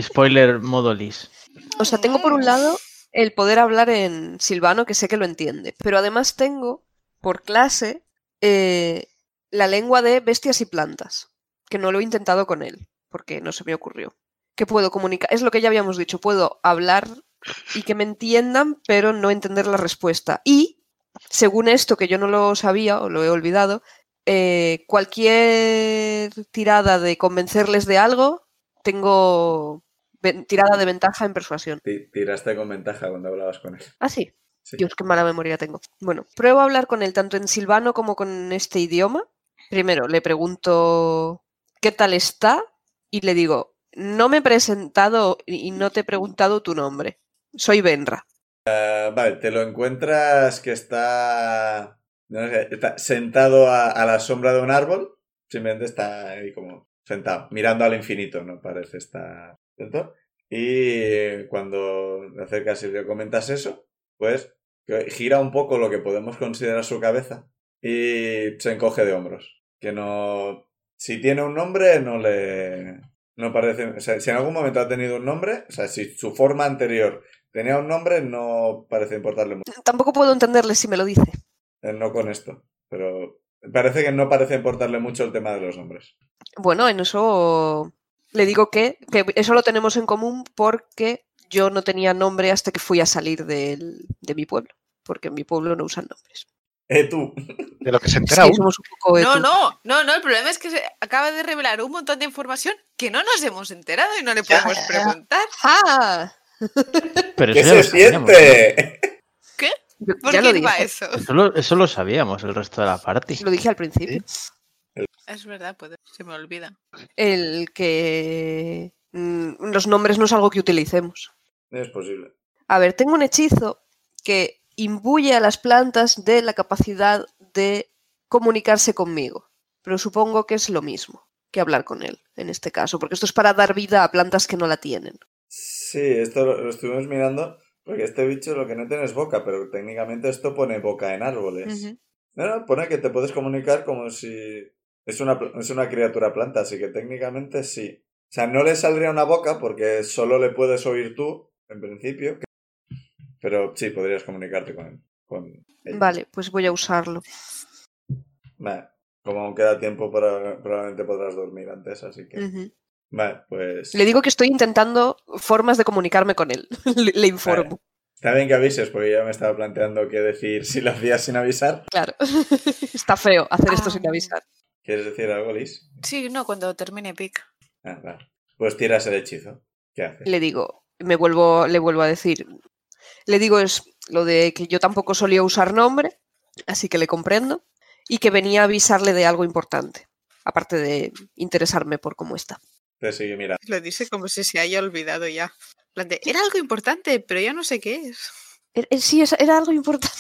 [SPEAKER 5] Spoiler modo Liz.
[SPEAKER 2] O sea, tengo por un lado el poder hablar en Silvano, que sé que lo entiende, pero además tengo por clase eh, la lengua de bestias y plantas, que no lo he intentado con él, porque no se me ocurrió. Que puedo comunicar, es lo que ya habíamos dicho, puedo hablar y que me entiendan, pero no entender la respuesta. Y, según esto, que yo no lo sabía o lo he olvidado, eh, cualquier tirada de convencerles de algo, tengo ven- tirada de ventaja en persuasión.
[SPEAKER 1] Ti- Tiraste con ventaja cuando hablabas con él.
[SPEAKER 2] Ah, sí.
[SPEAKER 1] Sí.
[SPEAKER 2] Dios, qué mala memoria tengo. Bueno, pruebo a hablar con él tanto en silvano como con este idioma. Primero le pregunto qué tal está y le digo, no me he presentado y y no te he preguntado tu nombre. Soy Benra.
[SPEAKER 1] Ah, vale, te lo encuentras que está, no sé, está sentado a, a la sombra de un árbol, simplemente está ahí como sentado, mirando al infinito, ¿no? Parece estar atento. Y eh, cuando te acercas y le comentas eso, pues que gira un poco lo que podemos considerar su cabeza y se encoge de hombros. Que no... Si tiene un nombre, no le... No parece... o sea, si en algún momento ha tenido un nombre, o sea, si su forma anterior Tenía un nombre, no parece importarle mucho.
[SPEAKER 2] Tampoco puedo entenderle si me lo dice.
[SPEAKER 1] Eh, No con esto, pero parece que no parece importarle mucho el tema de los nombres.
[SPEAKER 2] Bueno, en eso le digo que, que eso lo tenemos en común porque yo no tenía nombre hasta que fui a salir del- de mi pueblo, porque en mi pueblo no usan nombres.
[SPEAKER 1] Eh, tú.
[SPEAKER 4] De lo que se
[SPEAKER 2] Sí,
[SPEAKER 4] entera uno.
[SPEAKER 2] somos un poco
[SPEAKER 3] No,
[SPEAKER 2] etu.
[SPEAKER 3] no, no, no, el problema es que se acaba de revelar un montón de información que no nos hemos enterado y no le
[SPEAKER 4] Ya.
[SPEAKER 3] podemos preguntar.
[SPEAKER 2] ¡Ah!
[SPEAKER 5] Pero
[SPEAKER 1] ¿Qué
[SPEAKER 5] eso ya
[SPEAKER 1] se
[SPEAKER 5] lo sabíamos, ¿no?
[SPEAKER 1] siente?
[SPEAKER 2] Yo-
[SPEAKER 3] ¿Por
[SPEAKER 2] ya lo
[SPEAKER 3] qué va
[SPEAKER 2] dije,
[SPEAKER 3] eso?
[SPEAKER 5] Eso lo, eso lo sabíamos el resto de la party.
[SPEAKER 2] lo dije al principio.
[SPEAKER 3] Es verdad, puede- se me olvida.
[SPEAKER 2] El que mm, los nombres no es algo que utilicemos.
[SPEAKER 1] Es posible.
[SPEAKER 2] A ver, tengo un hechizo que imbuye a las plantas de la capacidad de comunicarse conmigo, pero supongo que es lo mismo que hablar con él en este caso, porque esto es para dar vida a plantas que no la tienen.
[SPEAKER 1] Sí, esto lo, lo estuvimos mirando, porque este bicho lo que no tiene es boca, pero técnicamente esto pone boca en árboles. No, no, pone que te puedes comunicar como si... Es una, pl- es una criatura planta, así que técnicamente sí. O sea, no le saldría una boca porque solo le puedes oír tú, en principio. que- Pero sí, podrías comunicarte con él. Con ella.
[SPEAKER 2] Vale, pues voy a usarlo.
[SPEAKER 1] Vale. Como aún queda tiempo, para, probablemente podrás dormir antes, así que...
[SPEAKER 2] Ujú.
[SPEAKER 1] Vale, pues...
[SPEAKER 2] Mm. Le digo que estoy intentando formas de comunicarme con él. Le, le informo,
[SPEAKER 1] Está bien que avises, porque yo me estaba planteando qué decir si lo hacías sin avisar.
[SPEAKER 2] claro. Está feo hacer esto sin
[SPEAKER 3] Ah.
[SPEAKER 2] avisar.
[SPEAKER 1] ¿Quieres decir algo, Liz?
[SPEAKER 3] Sí, no, cuando termine PIC.
[SPEAKER 1] Ah, vale. Pues tiras el hechizo. ¿Qué haces?
[SPEAKER 2] le digo, me vuelvo, le vuelvo a decir, le digo es lo de que yo tampoco solía usar nombre, así que le comprendo, y que venía a avisarle de algo importante, aparte de interesarme por cómo está.
[SPEAKER 1] Te sigue mirando.
[SPEAKER 3] Lo dice como si se haya olvidado ya. En plan de, Era algo importante, pero ya no sé qué es.
[SPEAKER 2] Er- er- Sí, es- era algo importante.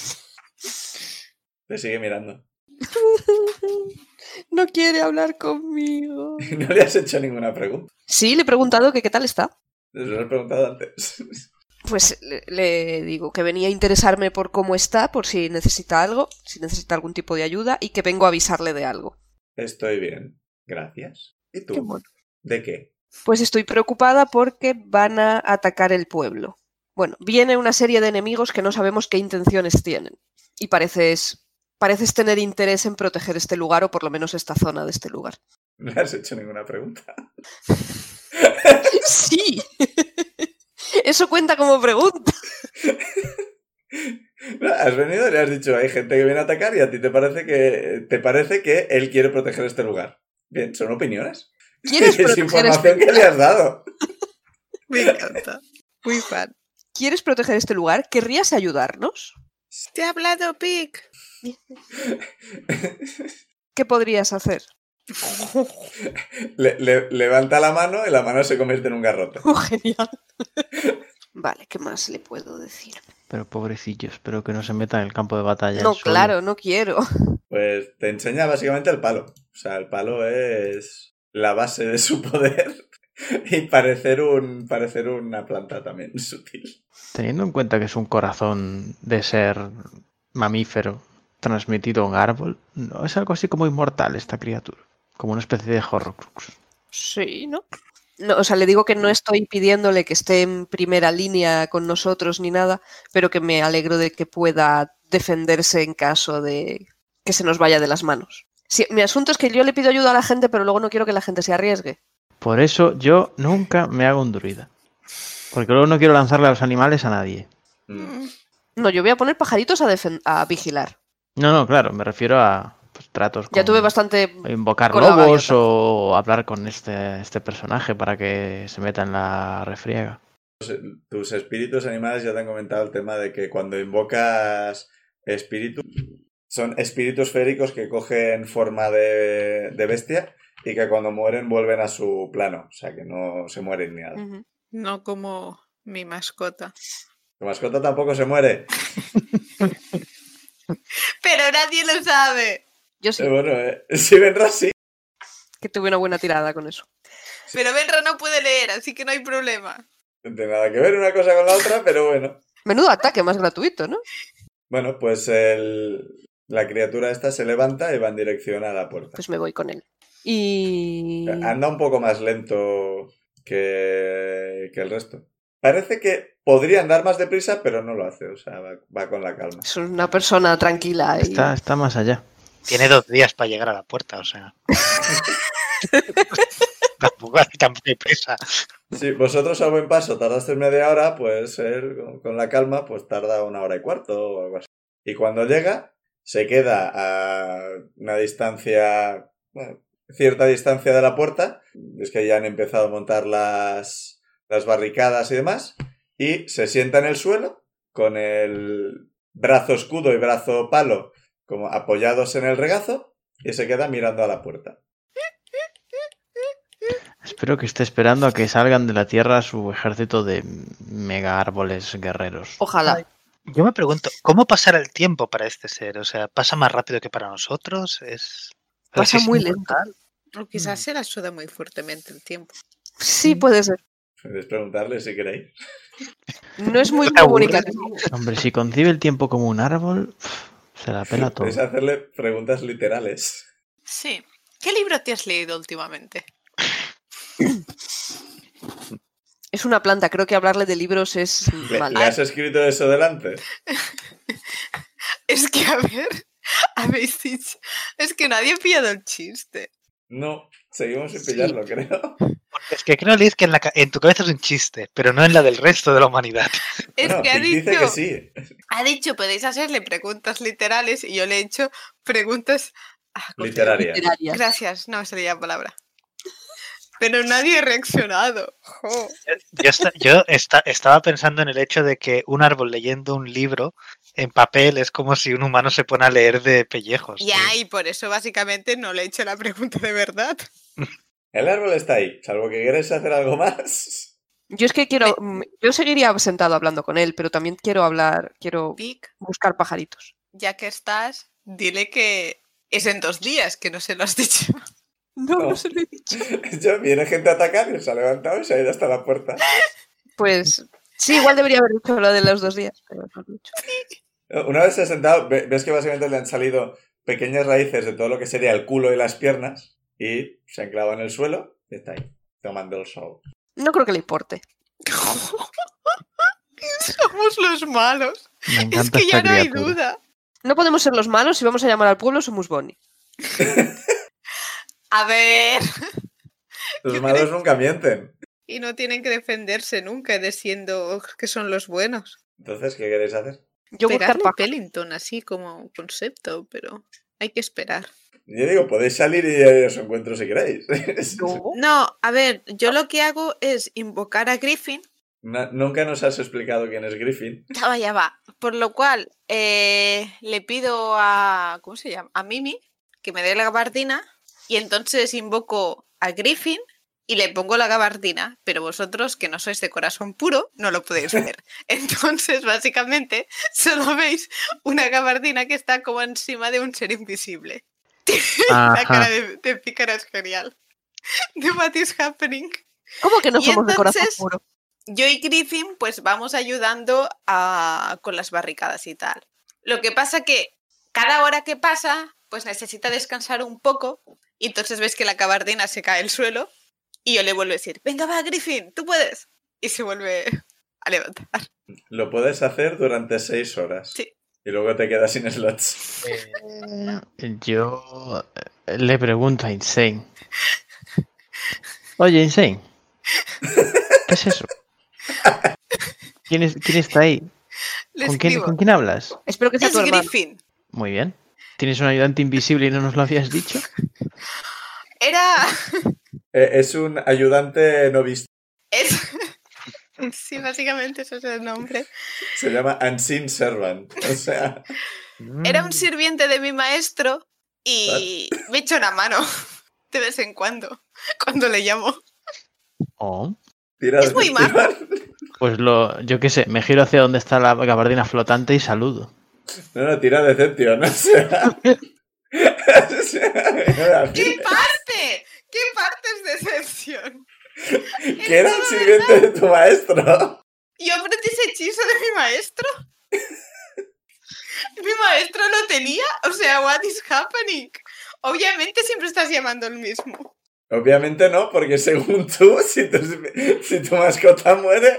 [SPEAKER 1] Te sigue mirando.
[SPEAKER 2] No quiere hablar conmigo.
[SPEAKER 1] No le has hecho ninguna pregunta.
[SPEAKER 2] Sí, le he preguntado que qué tal está.
[SPEAKER 1] Les lo he preguntado antes.
[SPEAKER 2] Pues le, le digo que venía a interesarme por cómo está, por si necesita algo, si necesita algún tipo de ayuda, y que vengo a avisarle de algo.
[SPEAKER 1] Estoy bien. Gracias. ¿Y tú?
[SPEAKER 2] Qué mono.
[SPEAKER 1] ¿De qué?
[SPEAKER 2] Pues estoy preocupada porque van a atacar el pueblo. Bueno, viene una serie de enemigos que no sabemos qué intenciones tienen. Y pareces, pareces tener interés en proteger este lugar o por lo menos esta zona de este lugar.
[SPEAKER 1] No le has hecho ninguna pregunta.
[SPEAKER 2] ¡Sí! Eso cuenta como pregunta.
[SPEAKER 1] No, Has venido y le has dicho, hay gente que viene a atacar y a ti te parece que te parece que él quiere proteger este lugar. Bien, son opiniones.
[SPEAKER 2] ¿Quieres
[SPEAKER 1] es
[SPEAKER 2] proteger este
[SPEAKER 1] información que le has dado.
[SPEAKER 3] Me encanta. Muy fan.
[SPEAKER 2] ¿Quieres proteger este lugar? ¿Querrías ayudarnos?
[SPEAKER 3] Te ha hablado PIC.
[SPEAKER 2] ¿Qué podrías hacer?
[SPEAKER 1] Le- le- levanta la mano y la mano se convierte en un garrote.
[SPEAKER 2] Oh, genial. Vale, ¿qué más le puedo decir?
[SPEAKER 5] Pero pobrecillo, espero que no se meta en el campo de batalla.
[SPEAKER 2] No,
[SPEAKER 5] solo.
[SPEAKER 2] claro, no quiero.
[SPEAKER 1] Pues te enseña básicamente el palo. O sea, el palo es la base de su poder y parecer un parecer una planta también sutil.
[SPEAKER 5] Teniendo en cuenta que es un corazón de ser mamífero transmitido a un árbol, no es algo así como inmortal esta criatura. Como una especie de horrocrux.
[SPEAKER 2] Sí, ¿no? No, o sea, le digo que no estoy pidiéndole que esté en primera línea con nosotros ni nada, pero que me alegro de que pueda defenderse en caso de que se nos vaya de las manos. Sí, mi asunto es que yo le pido ayuda a la gente, pero luego no quiero que la gente se arriesgue.
[SPEAKER 5] Por eso yo nunca me hago un druida. Porque luego no quiero lanzarle a los animales a nadie.
[SPEAKER 1] Mm.
[SPEAKER 2] No, yo voy a poner pajaritos a, defen- a vigilar.
[SPEAKER 5] No, no, claro, me refiero a pues, tratos
[SPEAKER 2] Ya
[SPEAKER 5] con-
[SPEAKER 2] tuve bastante...
[SPEAKER 5] o invocar
[SPEAKER 2] con la
[SPEAKER 5] lobos
[SPEAKER 2] gaviota.
[SPEAKER 5] o hablar con este, este personaje para que se meta en la refriega.
[SPEAKER 1] Tus espíritus animales ya te han comentado el tema de que cuando invocas espíritus son espíritus féricos que cogen forma de, de bestia y que cuando mueren vuelven a su plano. O sea, que no se mueren ni nada.
[SPEAKER 2] Ujú.
[SPEAKER 3] No como mi mascota.
[SPEAKER 1] Tu mascota tampoco se muere.
[SPEAKER 3] Pero nadie lo sabe.
[SPEAKER 2] Yo sí,
[SPEAKER 1] Eh, Bueno, eh, si vendrás, sí.
[SPEAKER 2] que tuve una buena tirada con eso.
[SPEAKER 3] Pero Benra no puede leer, así que no hay problema.
[SPEAKER 1] No tiene nada que ver una cosa con la otra, pero bueno.
[SPEAKER 2] Menudo ataque más gratuito, ¿no?
[SPEAKER 1] Bueno, pues el- la criatura esta se levanta y va en dirección a la puerta.
[SPEAKER 2] Pues me voy con él. Y...
[SPEAKER 1] Eh, ah. Anda un poco más lento que, que el resto. Parece que podría andar más deprisa, pero no lo hace. O sea, va, va con la calma.
[SPEAKER 2] Es una persona tranquila. Y...
[SPEAKER 5] Está, está más allá.
[SPEAKER 4] Tiene dos días para llegar a la puerta, o sea. Tampoco hace tan deprisa.
[SPEAKER 1] Si vosotros a buen paso tardaste media hora, pues él con- con la calma pues tarda una hora y cuarto o algo así. Y cuando llega, se queda a una distancia, bueno, cierta distancia de la puerta. Es que ya han empezado a montar las, las barricadas y demás. Y se sienta en el suelo con el brazo escudo y brazo palo como apoyados en el regazo y se queda mirando a la puerta.
[SPEAKER 5] Espero que esté esperando a que salgan de la tierra su ejército de mega árboles guerreros.
[SPEAKER 2] Ojalá.
[SPEAKER 4] Ay. Yo me pregunto, ¿cómo pasará el tiempo para este ser? O sea, ¿pasa más rápido que para nosotros? Es. pues
[SPEAKER 2] Pasa
[SPEAKER 4] es
[SPEAKER 2] muy
[SPEAKER 4] inmortal?
[SPEAKER 3] O quizás se la suda muy fuertemente el tiempo.
[SPEAKER 2] Sí, puede ser.
[SPEAKER 1] Podéis preguntarle si queréis.
[SPEAKER 2] No es muy
[SPEAKER 4] ¿No te aburre?
[SPEAKER 2] comunicativo.
[SPEAKER 5] Hombre, si concibe el tiempo como un árbol, pf, se la pela todo.
[SPEAKER 1] Podéis hacerle preguntas literales.
[SPEAKER 3] Sí. ¿Qué libro te has leído últimamente?
[SPEAKER 2] Es una planta, creo que hablarle de libros es
[SPEAKER 1] ¿Le,
[SPEAKER 2] mal.
[SPEAKER 1] le has escrito eso delante?
[SPEAKER 3] Es que, a ver, habéis dicho. Es que nadie ha pillado el chiste.
[SPEAKER 1] No, seguimos sin
[SPEAKER 2] Sí.
[SPEAKER 1] pillarlo, creo.
[SPEAKER 4] Es que creo, Liz, que en, la ca- en tu cabeza es un chiste, pero no en la del resto de la humanidad.
[SPEAKER 3] Es
[SPEAKER 1] No,
[SPEAKER 3] que ha
[SPEAKER 1] Pig
[SPEAKER 3] dicho,
[SPEAKER 1] dice que sí.
[SPEAKER 3] ha dicho, podéis hacerle preguntas literales y yo le he hecho preguntas ah, corté.
[SPEAKER 1] Literaria.
[SPEAKER 2] Literaria.
[SPEAKER 3] Gracias, no me salía la palabra. Pero nadie ha reaccionado. jo.
[SPEAKER 4] Yo, esta- yo esta- estaba pensando en el hecho de que un árbol leyendo un libro en papel es como si un humano se pone a leer de pellejos.
[SPEAKER 3] Ya, y por eso básicamente no le he hecho la pregunta de verdad.
[SPEAKER 1] El árbol está ahí, salvo que queréis hacer algo más.
[SPEAKER 2] Yo es que quiero, mm, yo seguiría sentado hablando con él, pero también quiero hablar, quiero
[SPEAKER 3] Vic,
[SPEAKER 2] buscar pajaritos.
[SPEAKER 3] ya que estás, dile que es en dos días, que no se lo has dicho.
[SPEAKER 2] No,
[SPEAKER 1] no
[SPEAKER 2] se lo he dicho.
[SPEAKER 1] Ya viene gente a atacar y se ha levantado y se ha ido hasta la puerta.
[SPEAKER 2] Pues sí, igual debería haber dicho lo de los dos días. pero no lo he dicho.
[SPEAKER 1] Una vez se ha sentado, ve- ves que básicamente le han salido pequeñas raíces de todo lo que sería el culo y las piernas y se han clavado en el suelo y está ahí, tomando el sol.
[SPEAKER 2] No creo que le importe.
[SPEAKER 3] Somos los malos.
[SPEAKER 5] Me encanta
[SPEAKER 3] Es que
[SPEAKER 5] esta
[SPEAKER 3] ya no hay
[SPEAKER 5] criatura.
[SPEAKER 3] duda.
[SPEAKER 2] No podemos ser los malos si vamos a llamar al pueblo somos Bonnie.
[SPEAKER 3] A ver.
[SPEAKER 1] Los
[SPEAKER 3] Yo
[SPEAKER 1] malos
[SPEAKER 3] creo-
[SPEAKER 1] nunca mienten.
[SPEAKER 3] Y no tienen que defenderse nunca de siendo que son los buenos.
[SPEAKER 1] Entonces, ¿qué queréis hacer?
[SPEAKER 2] Yo buscar
[SPEAKER 3] Pegarle
[SPEAKER 2] paja.
[SPEAKER 3] Pellington así como concepto, pero hay que esperar.
[SPEAKER 1] Yo digo, podéis salir y eh, os encuentro si queréis.
[SPEAKER 2] Oh.
[SPEAKER 3] No, a ver, yo lo que hago es invocar a Griffin.
[SPEAKER 1] Na- nunca nos has explicado quién es Griffin.
[SPEAKER 3] Ya va, ya Ah, va. Por lo cual, eh, le pido a. ¿Cómo se llama? A Mimi que me dé la gabardina. Y entonces invoco a Griffin y le pongo la gabardina. Pero vosotros, que no sois de corazón puro, no lo podéis ver. Entonces, básicamente, solo veis una gabardina que está como encima de un ser invisible. La cara
[SPEAKER 5] Ajá.
[SPEAKER 3] de, de pícara es genial. De what is happening.
[SPEAKER 2] ¿Cómo que no
[SPEAKER 3] Y
[SPEAKER 2] somos de corazón
[SPEAKER 3] entonces-
[SPEAKER 2] puro?
[SPEAKER 3] yo y Griffin pues vamos ayudando a- con las barricadas y tal. Lo que pasa que cada hora que pasa pues necesita descansar un poco y entonces ves que la cabardina se cae al suelo y yo le vuelvo a decir, venga va Griffin, tú puedes. Y se vuelve a levantar.
[SPEAKER 1] Lo puedes hacer durante seis horas.
[SPEAKER 3] Sí.
[SPEAKER 1] Y luego te quedas sin slots.
[SPEAKER 5] Eh, Yo eh, le pregunto a Insane. Oye, Insane. ¿Qué es eso? ¿Quién, es- quién está ahí?
[SPEAKER 3] Le
[SPEAKER 5] ¿Con quién,
[SPEAKER 3] escribo,
[SPEAKER 5] con quién hablas?
[SPEAKER 2] Espero que sea tu
[SPEAKER 3] es
[SPEAKER 2] hermano.
[SPEAKER 3] Griffin.
[SPEAKER 5] Muy bien. ¿Tienes un ayudante invisible y no nos lo habías dicho?
[SPEAKER 3] Era...
[SPEAKER 1] Eh, es un ayudante no visto.
[SPEAKER 3] es- sí, básicamente ese es el nombre.
[SPEAKER 1] Se llama Unseen Servant. O sea,
[SPEAKER 3] Era
[SPEAKER 5] Mm.
[SPEAKER 4] Mm,
[SPEAKER 3] un sirviente de mi maestro y me echa una mano de vez en cuando, cuando le llamo.
[SPEAKER 5] Oh,
[SPEAKER 1] tira
[SPEAKER 3] Es muy malo.
[SPEAKER 1] tira-
[SPEAKER 5] pues lo, yo qué sé, me giro hacia donde está la gabardina flotante y saludo.
[SPEAKER 1] No, no, tira Deception. O sea. O sea,
[SPEAKER 3] ¿Qué parte? ¿Qué parte es decepción?
[SPEAKER 1] que era el sirviente de tu maestro.
[SPEAKER 3] Yo aprendí ese hechizo de mi maestro. mi maestro lo tenía. O sea, what is happening? Obviamente siempre estás llamando al mismo.
[SPEAKER 1] Obviamente no, porque según tú, si tu, si tu mascota muere,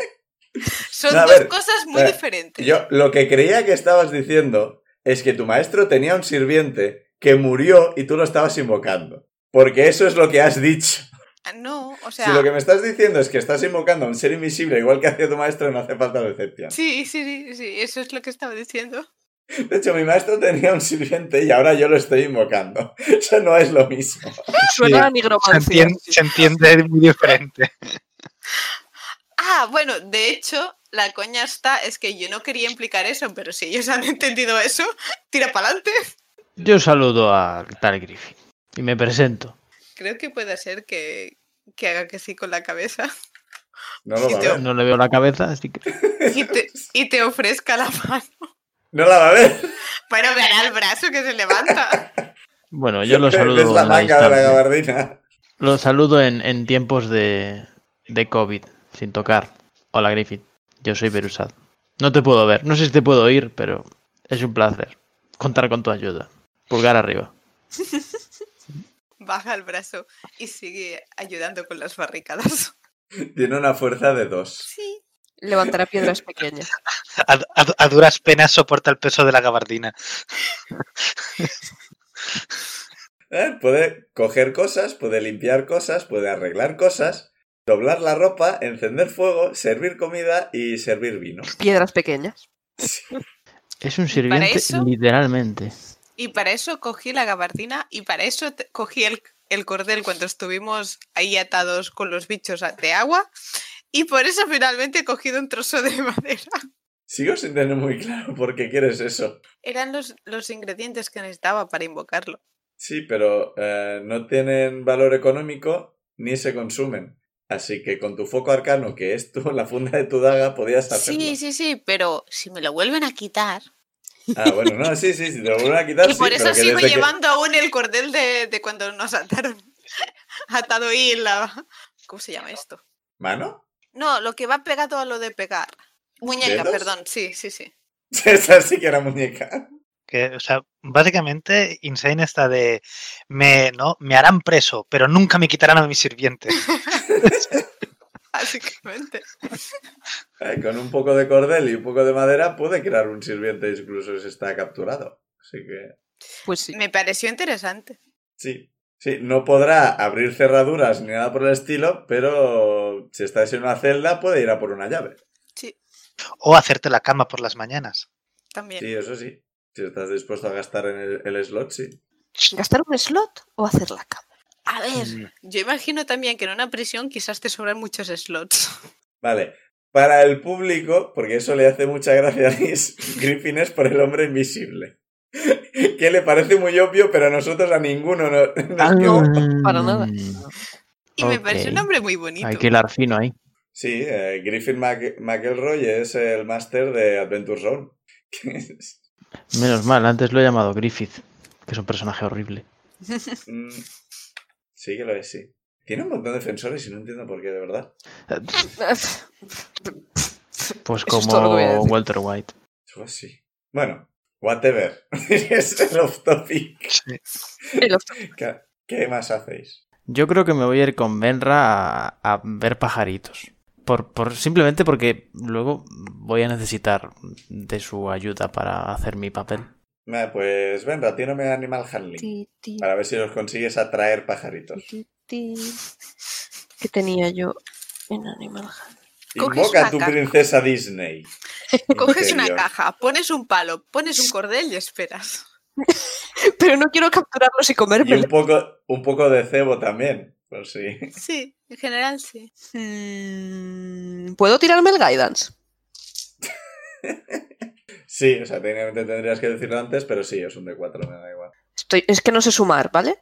[SPEAKER 3] Son
[SPEAKER 1] No, a
[SPEAKER 3] dos
[SPEAKER 1] ver,
[SPEAKER 3] cosas muy
[SPEAKER 1] eh,
[SPEAKER 3] diferentes.
[SPEAKER 1] Yo lo que creía que estabas diciendo es que tu maestro tenía un sirviente que murió y tú lo estabas invocando. Porque eso es lo que has dicho.
[SPEAKER 3] Ah, No, o sea.
[SPEAKER 1] si lo que me estás diciendo es que estás invocando a un ser invisible igual que hacía tu maestro, no hace falta decepción.
[SPEAKER 3] Sí, sí, sí, sí, eso es lo que estaba diciendo.
[SPEAKER 1] De hecho, mi maestro tenía un sirviente y ahora yo lo estoy invocando. Eso no es lo mismo.
[SPEAKER 2] Suena a
[SPEAKER 4] Se
[SPEAKER 2] nigromancia.
[SPEAKER 4] entiende, se entiende muy diferente.
[SPEAKER 3] Ah, bueno, de hecho, la coña está, es que yo no quería implicar eso, pero si ellos han entendido eso, tira para adelante.
[SPEAKER 5] Yo saludo al tal Griffin y me presento.
[SPEAKER 3] Creo que puede ser que, que haga que sí con la cabeza
[SPEAKER 1] No lo va a ver.
[SPEAKER 5] No le veo la cabeza, así que
[SPEAKER 3] y te, y te ofrezca la mano.
[SPEAKER 1] No la va a ver.
[SPEAKER 3] Bueno, verá el brazo que se levanta.
[SPEAKER 5] bueno, yo lo
[SPEAKER 1] Es
[SPEAKER 5] saludo
[SPEAKER 1] la
[SPEAKER 5] en la
[SPEAKER 1] manga de la
[SPEAKER 5] distancia.
[SPEAKER 1] gabardina.
[SPEAKER 5] Lo saludo en, en tiempos de, de COVID, sin tocar. Hola Griffith, yo soy Berusad. No te puedo ver, no sé si te puedo oír, pero es un placer contar con tu ayuda. Pulgar arriba.
[SPEAKER 3] Baja el brazo y sigue ayudando con las barricadas.
[SPEAKER 1] Tiene una fuerza de dos.
[SPEAKER 3] Sí.
[SPEAKER 2] Levantará piedras pequeñas.
[SPEAKER 4] A, a- a duras penas soporta el peso de la gabardina.
[SPEAKER 1] ¿Eh? Puede coger cosas, puede limpiar cosas, puede arreglar cosas, doblar la ropa, encender fuego, servir comida y servir vino.
[SPEAKER 2] Piedras pequeñas.
[SPEAKER 5] Es un sirviente
[SPEAKER 3] eso?
[SPEAKER 5] literalmente.
[SPEAKER 3] Y para eso cogí la gabardina y para eso te- cogí el, el cordel cuando estuvimos ahí atados con los bichos a- de agua. Y por eso finalmente he cogido un trozo de madera.
[SPEAKER 1] Sigo sin tener muy claro por qué quieres eso.
[SPEAKER 3] Eran los, los ingredientes que necesitaba para invocarlo.
[SPEAKER 1] Sí, pero eh, no tienen valor económico ni se consumen. Así que con tu foco arcano, que es tú, la funda de tu daga, podías hacerlo.
[SPEAKER 3] Sí, sí, sí, pero si me lo vuelven a quitar.
[SPEAKER 1] Ah, bueno, no, sí, sí, si te lo vuelven a quitar,
[SPEAKER 3] y
[SPEAKER 1] sí,
[SPEAKER 3] por
[SPEAKER 1] pero
[SPEAKER 3] eso
[SPEAKER 1] que
[SPEAKER 3] sigo
[SPEAKER 1] desde que-
[SPEAKER 3] llevando aún el cordel de, de cuando nos ataron. Atado y la. ¿Cómo se llama esto?
[SPEAKER 1] ¿Mano?
[SPEAKER 3] No, lo que va pegado a lo de pegar. Muñeca,
[SPEAKER 1] ¿Dedos?
[SPEAKER 3] perdón, sí, sí, sí.
[SPEAKER 1] Esa sí que era muñeca.
[SPEAKER 4] Que, o sea, básicamente Insane está de me, ¿no? me harán preso, pero nunca me quitarán a mi sirviente.
[SPEAKER 3] Básicamente.
[SPEAKER 1] Eh, con un poco de cordel y un poco de madera puede crear un sirviente incluso si está capturado. Así que
[SPEAKER 2] Pues sí.
[SPEAKER 3] Me pareció interesante.
[SPEAKER 1] sí. Sí, no podrá abrir cerraduras ni nada por el estilo, pero si estás en una celda puede ir a por una llave.
[SPEAKER 4] O hacerte la cama por las mañanas.
[SPEAKER 3] También.
[SPEAKER 1] Sí, eso sí. Si estás dispuesto a gastar en el, el slot, sí.
[SPEAKER 2] ¿Gastar un slot o hacer la cama?
[SPEAKER 3] A ver,
[SPEAKER 1] Mm.
[SPEAKER 3] yo imagino también que en una prisión quizás te sobran muchos slots.
[SPEAKER 1] Vale. Para el público, porque eso le hace mucha gracia a Liz, Griffin es por el hombre invisible. Que le parece muy obvio, pero a nosotros a ninguno no-
[SPEAKER 6] Ah,
[SPEAKER 1] nos
[SPEAKER 2] para nada.
[SPEAKER 5] Mm,
[SPEAKER 3] Y me parece un
[SPEAKER 5] Ok.
[SPEAKER 3] nombre muy bonito.
[SPEAKER 5] Hay que hilar fino ahí.
[SPEAKER 1] Sí, eh, Griffin Mc- McElroy es el máster de Adventure Zone. que es-
[SPEAKER 5] Menos mal, antes lo he llamado Griffith, que es un personaje horrible.
[SPEAKER 1] mm, sí que lo es, sí. Tiene un montón de defensores y no entiendo por qué, de verdad.
[SPEAKER 5] Pues
[SPEAKER 2] Eso es todo lo que voy a
[SPEAKER 5] como
[SPEAKER 2] decir.
[SPEAKER 5] Walter White.
[SPEAKER 1] Pues sí. Bueno, whatever. es el off topic.
[SPEAKER 4] Sí.
[SPEAKER 2] El otro.
[SPEAKER 1] ¿Qué, qué más hacéis?
[SPEAKER 5] Yo creo que me voy a ir con Benra a, a ver pajaritos. Por, por- simplemente porque luego voy a necesitar de su ayuda para hacer mi papel.
[SPEAKER 1] Nah, pues venga, tírame Animal Handling.
[SPEAKER 2] Ti, ti,
[SPEAKER 1] Para ver si los consigues atraer pajaritos.
[SPEAKER 2] ti, ti. ¿Qué tenía yo en Animal Handling?
[SPEAKER 3] Coges
[SPEAKER 1] Invoca
[SPEAKER 3] una
[SPEAKER 1] a tu
[SPEAKER 3] caja.
[SPEAKER 1] princesa Disney.
[SPEAKER 3] Coges una
[SPEAKER 1] Interior.
[SPEAKER 3] caja, pones un palo, pones un cordel y esperas.
[SPEAKER 2] Pero no quiero capturarlos
[SPEAKER 1] Y
[SPEAKER 2] y
[SPEAKER 1] un
[SPEAKER 2] comérmelos.
[SPEAKER 1] poco, un poco de cebo también. pues Por si.
[SPEAKER 3] Sí, en general sí.
[SPEAKER 2] Mm, ¿Puedo tirarme el guidance?
[SPEAKER 1] Sí, o sea, técnicamente tendrías que decirlo antes, pero sí, es un D4, me da igual.
[SPEAKER 2] Estoy- es que no sé sumar, ¿vale?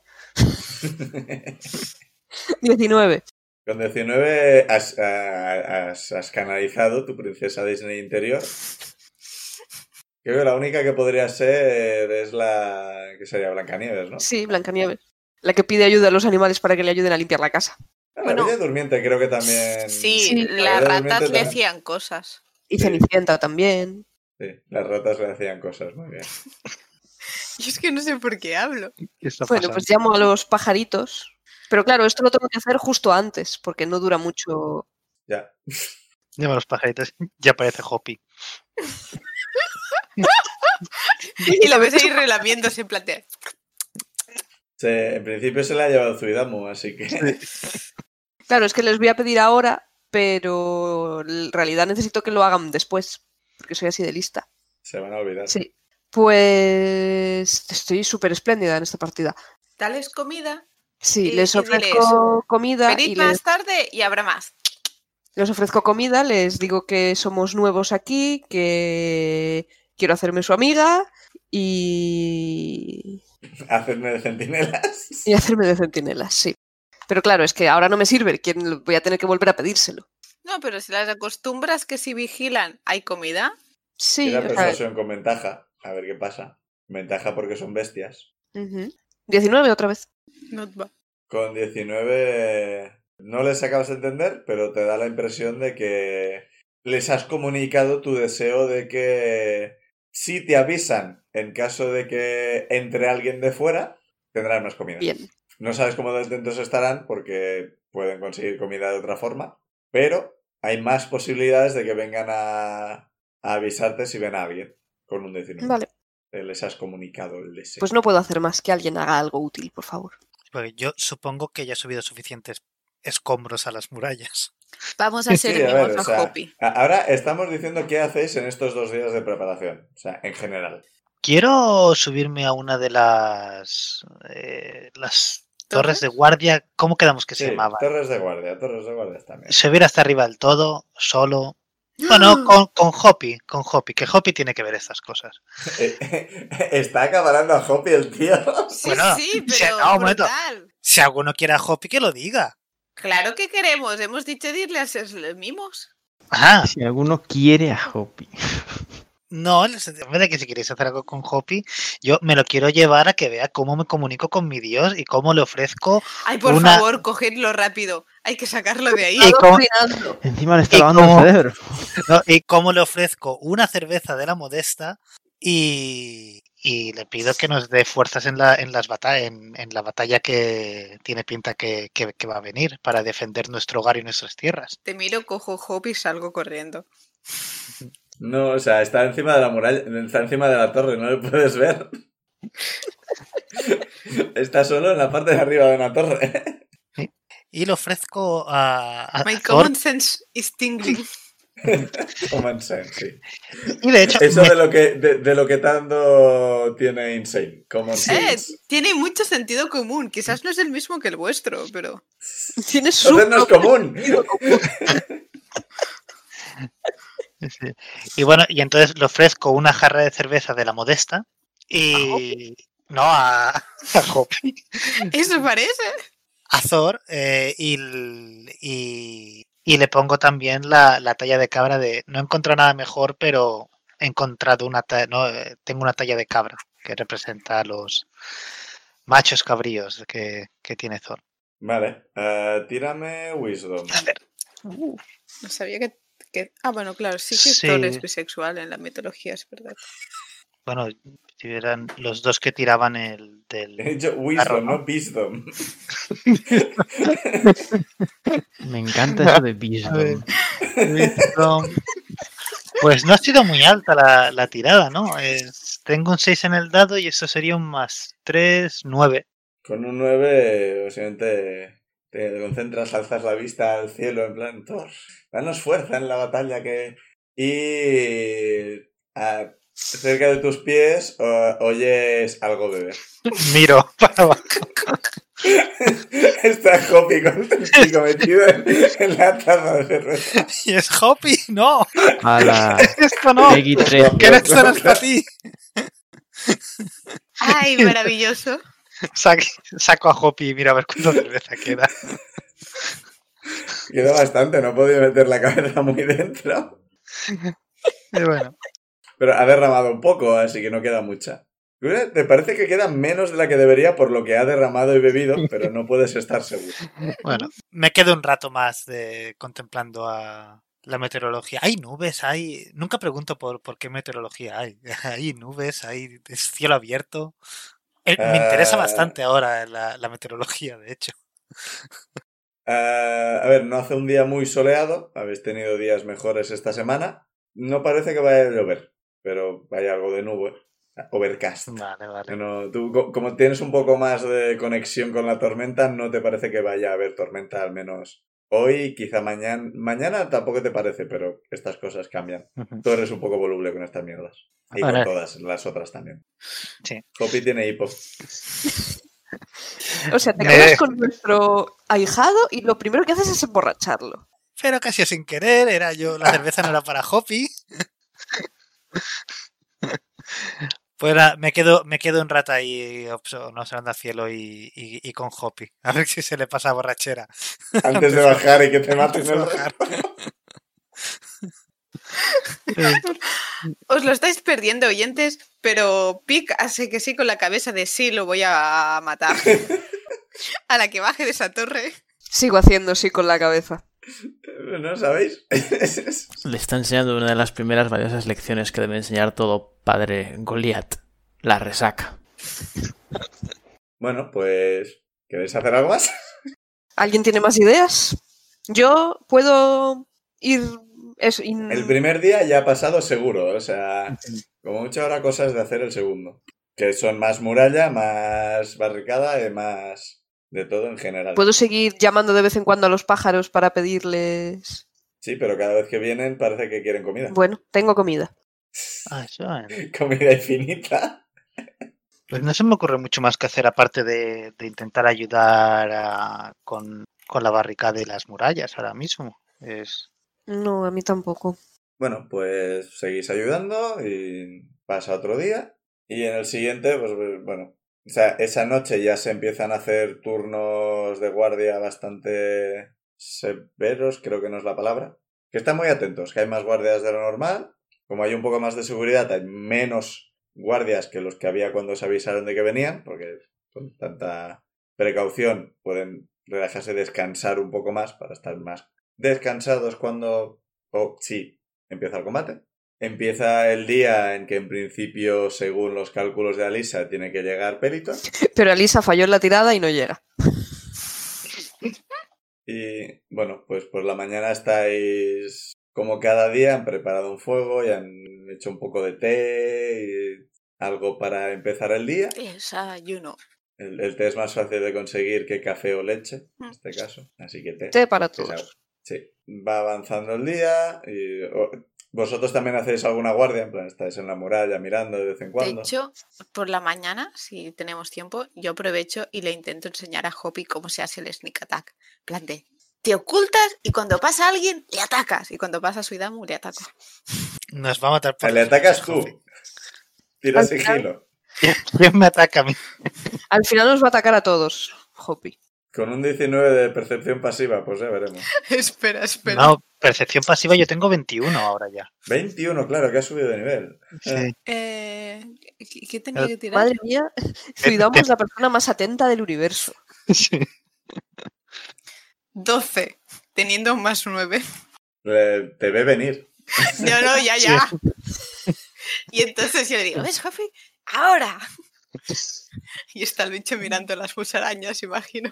[SPEAKER 2] 19.
[SPEAKER 1] Con 19 has, ah, has- has canalizado tu princesa Disney interior. Creo que la única que podría ser es la que sería Blancanieves, ¿no?
[SPEAKER 2] Sí, Blancanieves. La que pide ayuda a los animales para que le ayuden a limpiar la casa.
[SPEAKER 1] Ah, La
[SPEAKER 3] Bueno.
[SPEAKER 1] Bella Durmiente creo que también...
[SPEAKER 3] Sí,
[SPEAKER 2] Sí.
[SPEAKER 1] La
[SPEAKER 3] las
[SPEAKER 1] verdad,
[SPEAKER 3] ratas le
[SPEAKER 1] realmente-
[SPEAKER 3] hacían cosas.
[SPEAKER 2] Y
[SPEAKER 1] Sí.
[SPEAKER 2] Cenicienta también.
[SPEAKER 1] Sí, las ratas le hacían cosas, muy bien.
[SPEAKER 3] Y es que no sé por qué hablo.
[SPEAKER 4] ¿Qué está
[SPEAKER 2] Bueno,
[SPEAKER 4] pasando?
[SPEAKER 2] pues llamo a los pajaritos. Pero claro, esto lo tengo que hacer justo antes, porque no dura mucho.
[SPEAKER 1] Ya.
[SPEAKER 4] Llama a los pajaritos y aparece Hoppy.
[SPEAKER 3] Y lo ves ahí relamiéndose en plan de,
[SPEAKER 1] Se- en principio se la ha llevado Zuidamu, así que.
[SPEAKER 2] Claro, es que les voy a pedir ahora, pero en realidad necesito que lo hagan después, porque soy así de lista.
[SPEAKER 1] Se van a olvidar.
[SPEAKER 2] Sí. Pues estoy súper espléndida en esta partida.
[SPEAKER 3] Dales comida,
[SPEAKER 2] Sí,
[SPEAKER 3] Y-
[SPEAKER 2] les
[SPEAKER 3] y diles,
[SPEAKER 2] ofrezco comida y les,
[SPEAKER 3] venid más tarde y habrá más.
[SPEAKER 2] les ofrezco comida, les digo que somos nuevos aquí, que quiero hacerme su amiga y,
[SPEAKER 1] Hacerme de centinelas.
[SPEAKER 2] y hacerme de centinela, sí. Pero claro, es que ahora no me sirve, ¿quién lo- voy a tener que volver a pedírselo.
[SPEAKER 3] No, pero si las acostumbras que si vigilan hay comida,
[SPEAKER 2] Sí,
[SPEAKER 1] Tira
[SPEAKER 2] o sea,
[SPEAKER 1] persuasión con ventaja. A ver qué pasa. Ventaja porque son bestias.
[SPEAKER 2] ujú. 19 otra vez.
[SPEAKER 3] no va.
[SPEAKER 1] Con 19. No les acabas de entender, pero te da la impresión de que les has comunicado tu deseo de que si te avisan en caso de que entre alguien de fuera, tendrás más comida.
[SPEAKER 2] Bien.
[SPEAKER 1] No sabes cómo desdentos estarán porque pueden conseguir comida de otra forma, pero hay más posibilidades de que vengan a, a avisarte si ven a alguien con un 19.
[SPEAKER 2] Vale.
[SPEAKER 1] Eh, Les has comunicado el deseo.
[SPEAKER 2] Pues no puedo hacer más que alguien haga algo útil, por favor.
[SPEAKER 4] Porque yo supongo que ya ha subido suficientes escombros a las murallas.
[SPEAKER 3] Vamos a ser
[SPEAKER 1] Sí, a ver,
[SPEAKER 3] enemigos
[SPEAKER 1] o
[SPEAKER 3] a
[SPEAKER 1] sea,
[SPEAKER 3] Hopi.
[SPEAKER 1] a- ahora estamos diciendo qué hacéis en estos dos días de preparación, o sea, en general.
[SPEAKER 4] Quiero subirme a una de las, eh, las torres de guardia. ¿Cómo quedamos que
[SPEAKER 1] Sí,
[SPEAKER 4] se llamaba?
[SPEAKER 1] torres de guardia, torres de guardia también.
[SPEAKER 4] Subir hasta arriba del todo, solo. Bueno, con, con Hoppy, con Hoppy, que Hoppy tiene que ver estas cosas.
[SPEAKER 1] Eh, Está acaparando a Hopi el tío.
[SPEAKER 3] Sí,
[SPEAKER 4] Bueno,
[SPEAKER 3] sí,
[SPEAKER 4] o
[SPEAKER 3] pero
[SPEAKER 4] sea, no, un momento.
[SPEAKER 3] brutal.
[SPEAKER 4] Si alguno quiere a Hoppy, que lo diga.
[SPEAKER 3] Claro que queremos, hemos dicho de irle a ser mimos.
[SPEAKER 4] Ajá.
[SPEAKER 5] Si alguno quiere ah, a Hoppy.
[SPEAKER 4] No, en el sentido- en vez de que si queréis hacer algo con Hoppy, yo me lo quiero llevar a que vea cómo me comunico con mi Dios y cómo le ofrezco.
[SPEAKER 3] Ay, por
[SPEAKER 4] Una-
[SPEAKER 3] favor, cogedlo rápido. Hay que sacarlo de ahí.
[SPEAKER 4] Y cómo,
[SPEAKER 2] Adoctrinando.
[SPEAKER 5] Encima le está
[SPEAKER 4] Y
[SPEAKER 5] lavando
[SPEAKER 4] como-
[SPEAKER 5] el cerebro.
[SPEAKER 4] no, y cómo le ofrezco una cerveza de la modesta y, y le pido que nos dé fuerzas en la, en las bata- en, en la batalla que tiene pinta que, que- que va a venir para defender nuestro hogar y nuestras tierras.
[SPEAKER 3] Te miro, cojo Hopi y salgo corriendo.
[SPEAKER 1] No, o sea, está encima de la muralla, está encima de la torre, no le puedes ver. está solo en la parte de arriba de una torre.
[SPEAKER 4] Y le ofrezco a, a- a
[SPEAKER 3] My
[SPEAKER 4] Thor-
[SPEAKER 3] common sense is tingling.
[SPEAKER 1] Common sense, sí.
[SPEAKER 4] y de hecho
[SPEAKER 1] Eso
[SPEAKER 4] me-
[SPEAKER 1] de lo que, de, de lo que tanto tiene Insane. Common
[SPEAKER 3] Eh,
[SPEAKER 1] sense.
[SPEAKER 3] tiene mucho sentido común. Quizás no es el mismo que el vuestro, pero.
[SPEAKER 2] Tienes su
[SPEAKER 1] Entonces no es común.
[SPEAKER 4] Sí. Y bueno, y entonces le ofrezco una jarra de cerveza de la modesta y... no, a, a Hopi,
[SPEAKER 3] Eso parece.
[SPEAKER 4] a Thor eh, y, l- y, y le pongo también la, la talla de cabra de... No he encontrado nada mejor, pero he encontrado una talla... No, eh, tengo una talla de cabra que representa a los machos cabríos que, que tiene Thor.
[SPEAKER 1] Vale, eh, tírame Wisdom.
[SPEAKER 3] No sabía que. que- Ah, bueno, claro, sí que
[SPEAKER 4] Sí.
[SPEAKER 3] Thor es bisexual en la mitología, es verdad.
[SPEAKER 4] Bueno, si eran los dos que tiraban el
[SPEAKER 1] He
[SPEAKER 4] del...
[SPEAKER 1] dicho
[SPEAKER 4] Claro,
[SPEAKER 1] Wisdom,
[SPEAKER 4] ¿no?
[SPEAKER 1] no Wisdom.
[SPEAKER 5] Me encanta eso de Wisdom.
[SPEAKER 4] Wisdom. Pues no ha sido muy alta la, la tirada, ¿no? Es- tengo un 6 en el dado y eso sería un más 3, 9.
[SPEAKER 1] Con un 9, obviamente te concentras, alzas la vista al cielo, en plan, Thor, danos fuerza en la batalla que... Y... a- cerca de tus pies o- oyes algo beber.
[SPEAKER 4] Miro para abajo.
[SPEAKER 1] Está Hoppy con el pico metido en, en la taza de cerveza.
[SPEAKER 4] Y es Hoppy, no,
[SPEAKER 5] A la
[SPEAKER 4] esto no.
[SPEAKER 5] Peggy 13.
[SPEAKER 4] Que no esto no es para ti.
[SPEAKER 3] ¡Ay, maravilloso!
[SPEAKER 4] Sac- saco a Hoppy y mira a ver cuánta cerveza queda.
[SPEAKER 1] Queda bastante, no he podido meter la cabeza muy dentro.
[SPEAKER 4] Y bueno,
[SPEAKER 1] Pero ha derramado un poco, así que no queda mucha. Mira, Te parece que queda menos de la que debería por lo que ha derramado y bebido, pero no puedes estar seguro.
[SPEAKER 4] bueno, me quedo un rato más de, contemplando a la meteorología. Hay nubes, hay. Nunca pregunto por, por qué meteorología hay. Hay nubes, hay es cielo abierto. Eh, Me interesa
[SPEAKER 1] Ah.
[SPEAKER 4] bastante ahora la, la meteorología, de hecho.
[SPEAKER 1] Ah, a ver, no hace un día muy soleado. Habéis tenido días mejores esta semana. No parece que vaya a llover, pero hay algo de nube. Overcast.
[SPEAKER 4] Vale, vale.
[SPEAKER 1] No, tú, co- como tienes un poco más de conexión con la tormenta, no te parece que vaya a haber tormenta, al menos hoy, quizá mañana. Mañana tampoco te parece, pero estas cosas cambian.
[SPEAKER 4] Ujú.
[SPEAKER 1] Tú eres un poco voluble con estas mierdas. Y
[SPEAKER 4] Ahora-
[SPEAKER 1] con todas las otras también.
[SPEAKER 4] Sí.
[SPEAKER 1] Poppy tiene hipo.
[SPEAKER 2] O sea, te
[SPEAKER 4] Eh.
[SPEAKER 2] quedas con nuestro ahijado y lo primero que haces es emborracharlo.
[SPEAKER 4] Pero casi sin querer, era yo, la cerveza no era para Hoppy. Pues nada, me quedo, me quedo un rato ahí obs- observando al cielo y, y- y con Hoppy. A ver si se le pasa borrachera.
[SPEAKER 1] Antes de bajar y que te maten
[SPEAKER 4] Antes de
[SPEAKER 1] el
[SPEAKER 4] bajar.
[SPEAKER 3] Os lo estáis perdiendo, oyentes, pero Pic hace que sí con la cabeza de sí, lo voy a matar. a la que baje de esa torre.
[SPEAKER 2] Sigo haciendo así con la cabeza.
[SPEAKER 1] ¿No sabéis?
[SPEAKER 5] Le está enseñando una de las primeras valiosas lecciones que debe enseñar todo padre Goliat. La resaca.
[SPEAKER 1] bueno, pues. ¿Queréis hacer algo más?
[SPEAKER 2] ¿Alguien tiene más ideas? Yo puedo ir... es- in-
[SPEAKER 1] El primer día ya ha pasado seguro, o sea, como mucho ahora cosas de hacer el segundo. Que son más muralla, más barricada y más de todo en general.
[SPEAKER 2] Puedo seguir llamando de vez en cuando a los pájaros para pedirles...
[SPEAKER 1] Sí, pero cada vez que vienen parece que quieren comida.
[SPEAKER 2] Bueno, tengo comida.
[SPEAKER 4] Ah, eso, eh.
[SPEAKER 1] Comida infinita.
[SPEAKER 4] Pues no se me ocurre mucho más que hacer aparte de, de intentar ayudar a- con, con la barricada y las murallas ahora mismo. Es,
[SPEAKER 2] No, a mí tampoco.
[SPEAKER 1] Bueno, pues seguís ayudando y pasa otro día. Y en el siguiente, pues bueno, o sea, esa noche ya se empiezan a hacer turnos de guardia bastante severos, creo que no es la palabra. Que están muy atentos, que hay más guardias de lo normal. Como hay un poco más de seguridad, hay menos guardias que los que había cuando se avisaron de que venían, porque con tanta precaución pueden relajarse, descansar un poco más para estar más descansados cuando, o sí, empieza el combate. Empieza el día en que en principio, según los cálculos de Alisa, tiene que llegar Peliton.
[SPEAKER 2] Pero Alisa falló en la tirada y no llega.
[SPEAKER 1] Y bueno, pues por la mañana estáis como cada día, han preparado un fuego y han hecho un poco de té y algo para empezar el día.
[SPEAKER 3] Desayuno.
[SPEAKER 1] El, el té es más fácil de conseguir que café o leche, en
[SPEAKER 3] Mm.
[SPEAKER 1] este caso. Así que té.
[SPEAKER 2] Té para
[SPEAKER 1] Sí,
[SPEAKER 2] todos.
[SPEAKER 1] sí. Va avanzando el día y o- vosotros también hacéis alguna guardia, en plan, estáis en la muralla mirando de vez en
[SPEAKER 3] De
[SPEAKER 1] cuando.
[SPEAKER 3] hecho, por la mañana, si tenemos tiempo, yo aprovecho y le intento enseñar a Hoppy cómo se hace el sneak attack. En Plan de, te ocultas y cuando pasa alguien, le atacas. Y cuando pasa Suidamu, le ataco.
[SPEAKER 4] nos va a matar
[SPEAKER 1] O sea,
[SPEAKER 4] por
[SPEAKER 1] le
[SPEAKER 4] las
[SPEAKER 1] atacas tú.
[SPEAKER 4] noches, Hoppy.
[SPEAKER 1] Tira
[SPEAKER 2] Al final-
[SPEAKER 1] sigilo.
[SPEAKER 4] ¿Quién me ataca a mí?
[SPEAKER 2] Al final nos va a atacar a todos, Hoppy.
[SPEAKER 1] Con un 19 de percepción pasiva, pues ya veremos.
[SPEAKER 3] espera, espera.
[SPEAKER 4] No, percepción pasiva yo tengo 21 ahora ya.
[SPEAKER 1] 21, claro, que ha subido de nivel.
[SPEAKER 4] Sí.
[SPEAKER 3] Eh, ¿qué- ¿Qué tenía que tirar?
[SPEAKER 2] Madre mía, Zuidamu es la persona más atenta del universo.
[SPEAKER 4] sí.
[SPEAKER 3] 12, teniendo más 9.
[SPEAKER 1] Eh, te ve venir.
[SPEAKER 3] No, no, ya,
[SPEAKER 4] Sí.
[SPEAKER 3] ya. Y entonces yo le digo, ¿ves, Hoppy? ¡Ahora! Y está el bicho mirando las musarañas, imagino.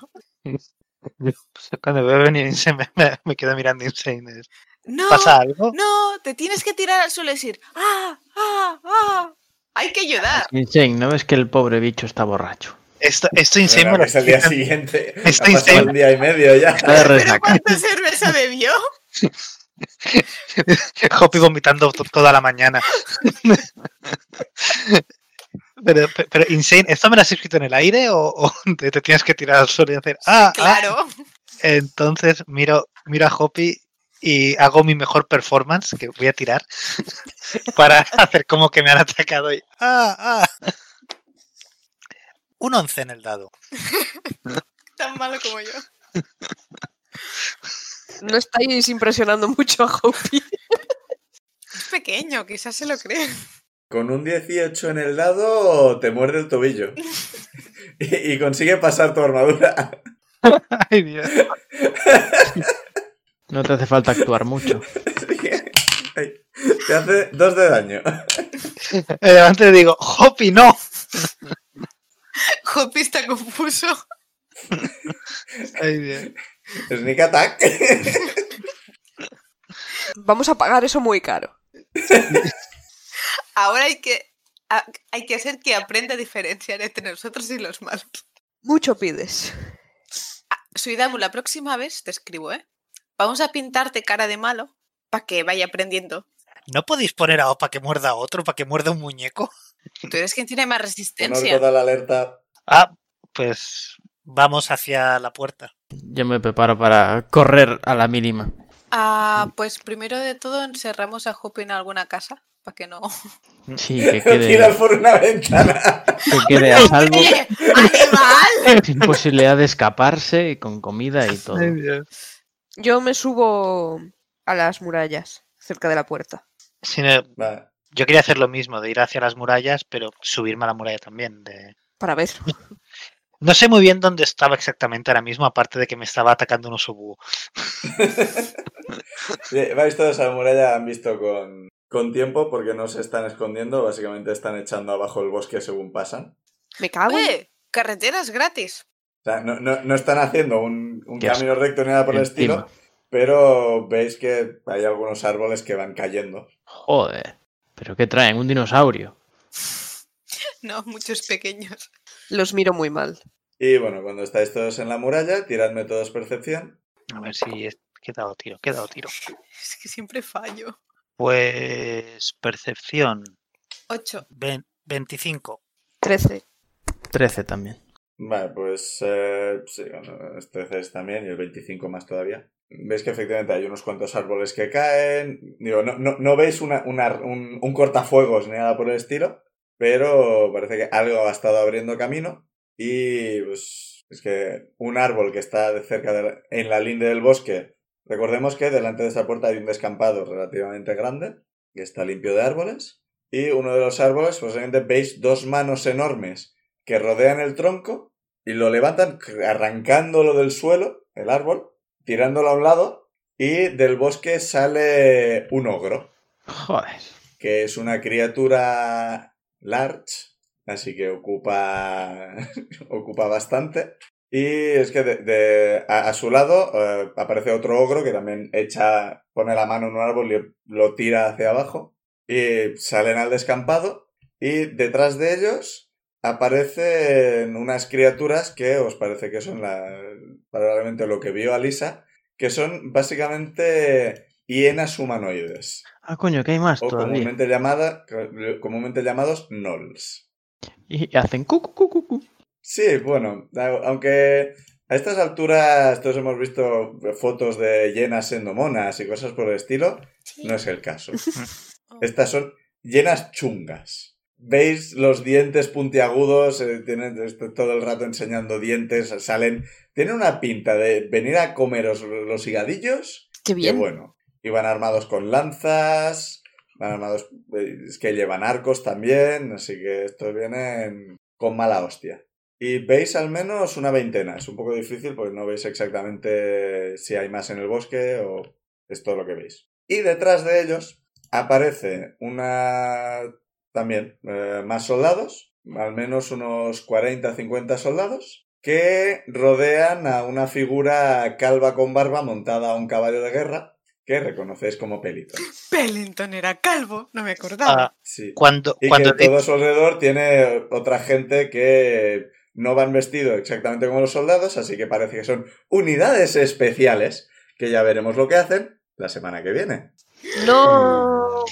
[SPEAKER 4] Cuando veo venir Insane me, me, me quedo mirando Insane. es,
[SPEAKER 3] ¡No!
[SPEAKER 4] ¿Pasa algo?
[SPEAKER 3] ¡No! Te tienes que tirar al suelo y decir ¡Ah! ¡Ah! ¡Ah! Hay que ayudar.
[SPEAKER 5] Insane, ¿no ves que el pobre bicho está borracho?
[SPEAKER 4] Esto, esto Insane
[SPEAKER 1] Bueno,
[SPEAKER 4] me
[SPEAKER 1] que
[SPEAKER 4] lo
[SPEAKER 1] es el día
[SPEAKER 4] explican-
[SPEAKER 1] siguiente. Ha
[SPEAKER 4] Estoy
[SPEAKER 1] pasado un
[SPEAKER 4] sin-
[SPEAKER 1] día y medio ya.
[SPEAKER 5] Está de
[SPEAKER 3] ¿Pero
[SPEAKER 5] resaca. Ah.
[SPEAKER 3] cuánta cerveza bebió?
[SPEAKER 4] Hoppy vomitando to- toda la mañana. Pero, pe- pero Insane, ¿esto me lo has escrito en el aire o, o te, te tienes que tirar al suelo y hacer ah, ah"?
[SPEAKER 3] Claro.
[SPEAKER 4] Entonces miro, miro a Hoppy y hago mi mejor performance que voy a tirar para hacer como que me han atacado y ah, ah. Un 11 en el dado.
[SPEAKER 3] Tan malo como yo.
[SPEAKER 2] No estáis impresionando mucho a Hoppy.
[SPEAKER 3] Es pequeño, quizás se lo cree.
[SPEAKER 1] Con un 18 en el dado, te muerde el tobillo. Y, y consigue pasar tu armadura.
[SPEAKER 4] Ay, Dios.
[SPEAKER 5] No te hace falta actuar mucho.
[SPEAKER 1] Así que- ay, Te hace dos de daño.
[SPEAKER 4] Me levanto y Eh, digo, Hoppy, no.
[SPEAKER 3] Hoppy está confuso.
[SPEAKER 4] Ay, Dios.
[SPEAKER 1] Sneak attack.
[SPEAKER 2] Vamos a pagar eso muy caro.
[SPEAKER 3] Ahora hay que, a- hay que hacer que aprenda a diferenciar entre nosotros y los malos.
[SPEAKER 2] Mucho pides.
[SPEAKER 3] Suidamu, la próxima vez te escribo, ¿eh? Vamos a pintarte cara de malo para que vaya aprendiendo.
[SPEAKER 4] ¿No podéis poner a Opa que muerda a otro, para que muerda un muñeco?
[SPEAKER 3] Tú eres quien tiene más
[SPEAKER 1] Un
[SPEAKER 3] resistencia.
[SPEAKER 1] orco da la alerta.
[SPEAKER 4] Ah, pues vamos hacia la puerta.
[SPEAKER 5] Yo me preparo para correr a la mínima.
[SPEAKER 3] Ah, pues primero de todo encerramos a Hopi en alguna casa para que no.
[SPEAKER 5] Sí, que
[SPEAKER 1] Lo tiras
[SPEAKER 5] quede,
[SPEAKER 1] por una ventana.
[SPEAKER 5] que quede a salvo,
[SPEAKER 3] ¡Oye, eh. ¡Animal!
[SPEAKER 5] sin posibilidad de escaparse, y con comida y todo.
[SPEAKER 2] Yo me subo a las murallas, cerca de la puerta.
[SPEAKER 4] Si no,
[SPEAKER 1] Vale.
[SPEAKER 4] yo quería hacer lo mismo, de ir hacia las murallas, pero subirme a la muralla también. de-
[SPEAKER 2] Para ver.
[SPEAKER 4] No sé muy bien dónde estaba exactamente ahora mismo, aparte de que me estaba atacando un oso búho.
[SPEAKER 1] Sí, Vais todos a la muralla, han visto con, con tiempo porque no se están escondiendo, básicamente están echando abajo el bosque según pasan.
[SPEAKER 2] Me cago. en-
[SPEAKER 3] Oye, carreteras gratis.
[SPEAKER 1] O sea, no, no- no están haciendo un, un
[SPEAKER 5] Qué asco.
[SPEAKER 1] camino recto ni nada por el
[SPEAKER 5] Encima.
[SPEAKER 1] estilo, pero veis que hay algunos árboles que van cayendo.
[SPEAKER 5] Joder. ¿Pero qué traen? ¿Un dinosaurio?
[SPEAKER 3] No, muchos pequeños.
[SPEAKER 2] Los miro muy mal.
[SPEAKER 1] Y bueno, cuando estáis todos en la muralla, tiradme todos percepción.
[SPEAKER 4] A ver si he he dado tiro, que he dado tiro.
[SPEAKER 3] Es que siempre fallo.
[SPEAKER 4] Pues percepción,
[SPEAKER 3] Ocho.
[SPEAKER 4] vein- 25.
[SPEAKER 2] 13.
[SPEAKER 5] 13 también.
[SPEAKER 1] Vale, pues eh, sí, bueno, es 13 también y el 25 más todavía. Veis que efectivamente hay unos cuantos árboles que caen. Digo, no, no, no veis una, una- un, un cortafuegos ni nada por el estilo, pero parece que algo ha estado abriendo camino. Y pues es que un árbol que está de cerca de la- en la linde del bosque. Recordemos que delante de esa puerta hay un descampado relativamente grande, que está limpio de árboles. Y uno de los árboles, posiblemente veis dos manos enormes que rodean el tronco y lo levantan arrancándolo del suelo, el árbol, tirándolo a un lado y del bosque sale un ogro,
[SPEAKER 5] Joder.
[SPEAKER 1] que es una criatura large, así que ocupa, ocupa bastante. Y es que de- de- a, a su lado eh, aparece otro ogro que también echa, pone la mano en un árbol y lo tira hacia abajo. Y salen al descampado y detrás de ellos aparecen unas criaturas que os parece que son la, probablemente lo que vio Alisa, que son básicamente hienas humanoides,
[SPEAKER 5] Ah, coño, que hay más
[SPEAKER 1] o
[SPEAKER 5] todavía.
[SPEAKER 1] comúnmente, llamada, comúnmente llamados nolls.
[SPEAKER 5] Y hacen cucu, cucu, cucu.
[SPEAKER 1] Sí, bueno, a- aunque a estas alturas todos hemos visto fotos de llenas siendo monas y cosas por el estilo, no es el caso. Estas son llenas chungas. ¿Veis los dientes puntiagudos? Eh, tienen este- todo el rato enseñando dientes, salen... Tienen una pinta de venir a comeros los higadillos
[SPEAKER 2] Qué
[SPEAKER 1] y
[SPEAKER 2] bien.
[SPEAKER 1] bueno, y van armados con lanzas, van armados, eh, es que llevan arcos también, así que estos vienen con mala hostia. Y veis al menos una veintena, es un poco difícil porque no veis exactamente si hay más en el bosque o es todo lo que veis. Y detrás de ellos aparece una... también eh, más soldados, al menos unos 40-50 soldados, que rodean a una figura calva con barba montada a un caballo de guerra que reconocéis como Pelito.
[SPEAKER 3] Pellington era calvo, no me acordaba.
[SPEAKER 4] Ah,
[SPEAKER 1] Sí.
[SPEAKER 4] cuando
[SPEAKER 1] Y
[SPEAKER 4] cuando
[SPEAKER 1] que
[SPEAKER 4] di-
[SPEAKER 1] todo a su alrededor tiene otra gente que no van vestidos exactamente como los soldados, así que parece que son unidades especiales, que ya veremos lo que hacen la semana que viene.
[SPEAKER 2] No.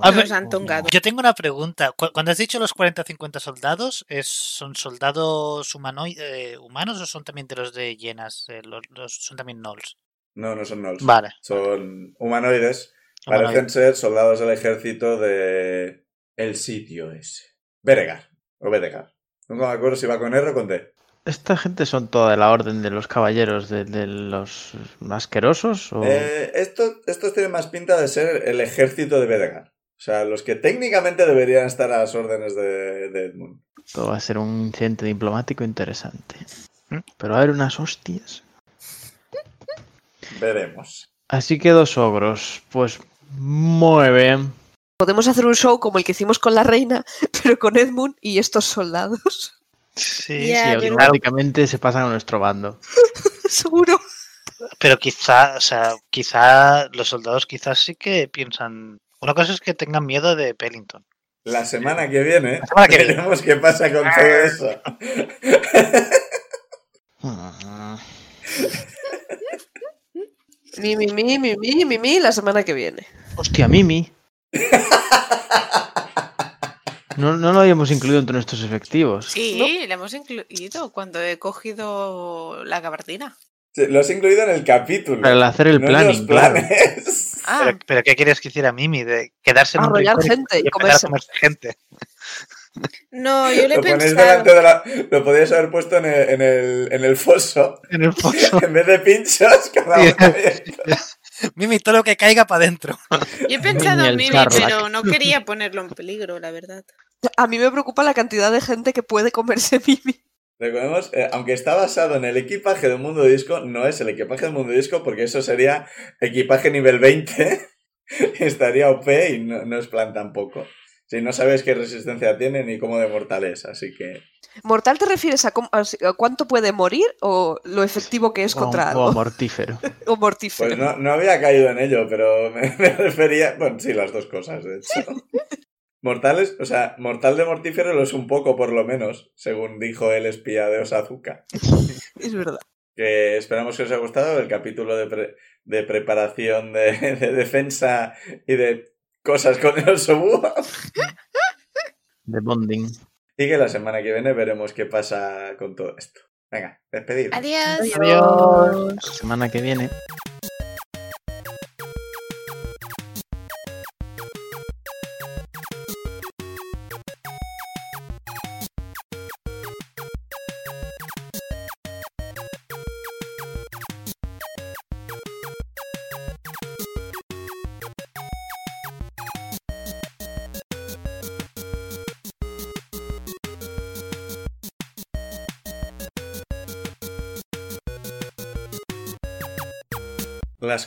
[SPEAKER 4] A
[SPEAKER 3] Mm. Nos
[SPEAKER 4] ver,
[SPEAKER 3] han tongado.
[SPEAKER 4] yo tengo una pregunta. Cu- Cuando has dicho los 40-50 soldados, ¿es, ¿son soldados humanoi- eh, humanos o son también de los de llenas? eh, los, son también Knolls.
[SPEAKER 1] No, no son gnolls.
[SPEAKER 4] Vale.
[SPEAKER 1] Son humanoides.
[SPEAKER 4] humanoide.
[SPEAKER 1] Parecen ser soldados del ejército de... El sitio ese. Beregar. O Beregar. Nunca me acuerdo si va con R o con D.
[SPEAKER 5] ¿Esta gente son toda la orden de los caballeros, de, de los asquerosos? O...
[SPEAKER 1] Eh, esto, estos tienen más pinta de ser el ejército de Bedegar. O sea, los que técnicamente deberían estar a las órdenes de, de Edmund.
[SPEAKER 5] Esto va a ser un incidente diplomático interesante.
[SPEAKER 4] ¿Mm?
[SPEAKER 5] Pero va a haber unas hostias.
[SPEAKER 1] Veremos.
[SPEAKER 5] Así que dos ogros. Pues muy bien.
[SPEAKER 2] Podemos hacer un show como el que hicimos con la reina, pero con Edmund y estos soldados.
[SPEAKER 4] Sí,
[SPEAKER 3] Ya,
[SPEAKER 5] y
[SPEAKER 3] pero-
[SPEAKER 5] automáticamente se pasan a nuestro bando.
[SPEAKER 2] Seguro.
[SPEAKER 4] Pero quizá, o sea, quizá los soldados quizás sí que piensan. Una cosa es que tengan miedo de Pellington.
[SPEAKER 1] La semana que viene,
[SPEAKER 4] La semana que viene.
[SPEAKER 1] veremos qué pasa con todo eso.
[SPEAKER 2] Mi, mi, mi, mi, mi, mi, mi, la semana que viene.
[SPEAKER 5] Hostia, Mimi. No, no lo habíamos incluido entre nuestros efectivos.
[SPEAKER 3] Sí, la hemos incluido cuando he cogido la gabardina.
[SPEAKER 1] Sí, Lo has incluido en el capítulo.
[SPEAKER 5] Para el hacer el
[SPEAKER 1] no en los
[SPEAKER 5] planning. claro.
[SPEAKER 1] planes.
[SPEAKER 3] Ah,
[SPEAKER 4] Pero, pero ¿qué quieres que hiciera Mimi? De quedarse en un
[SPEAKER 2] Arrollar
[SPEAKER 4] rincón
[SPEAKER 2] gente y
[SPEAKER 4] empezar a
[SPEAKER 2] comerse.
[SPEAKER 4] comerse gente.
[SPEAKER 3] no, yo le he
[SPEAKER 1] Lo pones
[SPEAKER 3] pensado.
[SPEAKER 1] delante de la... Lo podías haber puesto en el, en el, en el foso.
[SPEAKER 4] En el foso.
[SPEAKER 1] En vez de pinchos, cada uno abierto.
[SPEAKER 4] Mimi, todo lo que caiga para adentro.
[SPEAKER 3] Yo he pensado
[SPEAKER 5] Ni el
[SPEAKER 3] en Mimi,
[SPEAKER 5] Sarlacc.
[SPEAKER 3] pero no quería ponerlo en peligro, la verdad.
[SPEAKER 2] A mí me preocupa la cantidad de gente que puede comerse Mimi.
[SPEAKER 1] Recordemos, eh, aunque está basado en el equipaje de Mundo Disco, no es el equipaje de Mundo Disco porque eso sería equipaje nivel 20. Estaría OP y no, no es plan tampoco. Si no sabes qué resistencia tiene ni cómo de mortal es, así que...
[SPEAKER 2] ¿Mortal te refieres a, cómo- a si- a cuánto puede morir o lo efectivo que es
[SPEAKER 5] O,
[SPEAKER 2] contra
[SPEAKER 5] o
[SPEAKER 2] algo?
[SPEAKER 5] mortífero.
[SPEAKER 2] O mortífero.
[SPEAKER 1] Pues no, no había caído en ello, pero me, me refería... Bueno, sí, las dos cosas, de hecho. Mortales, o sea, mortal de mortífero lo es un poco, por lo menos, según dijo el espía de Osazuka.
[SPEAKER 2] Es verdad.
[SPEAKER 1] que esperamos que os haya gustado el capítulo de, pre- de preparación de, de defensa y de cosas con el Osobu.
[SPEAKER 5] De bonding.
[SPEAKER 1] Y que la semana que viene veremos qué pasa con todo esto. Venga, despedido.
[SPEAKER 3] Adiós.
[SPEAKER 1] Pues
[SPEAKER 5] Adiós. La semana que viene.
[SPEAKER 1] Las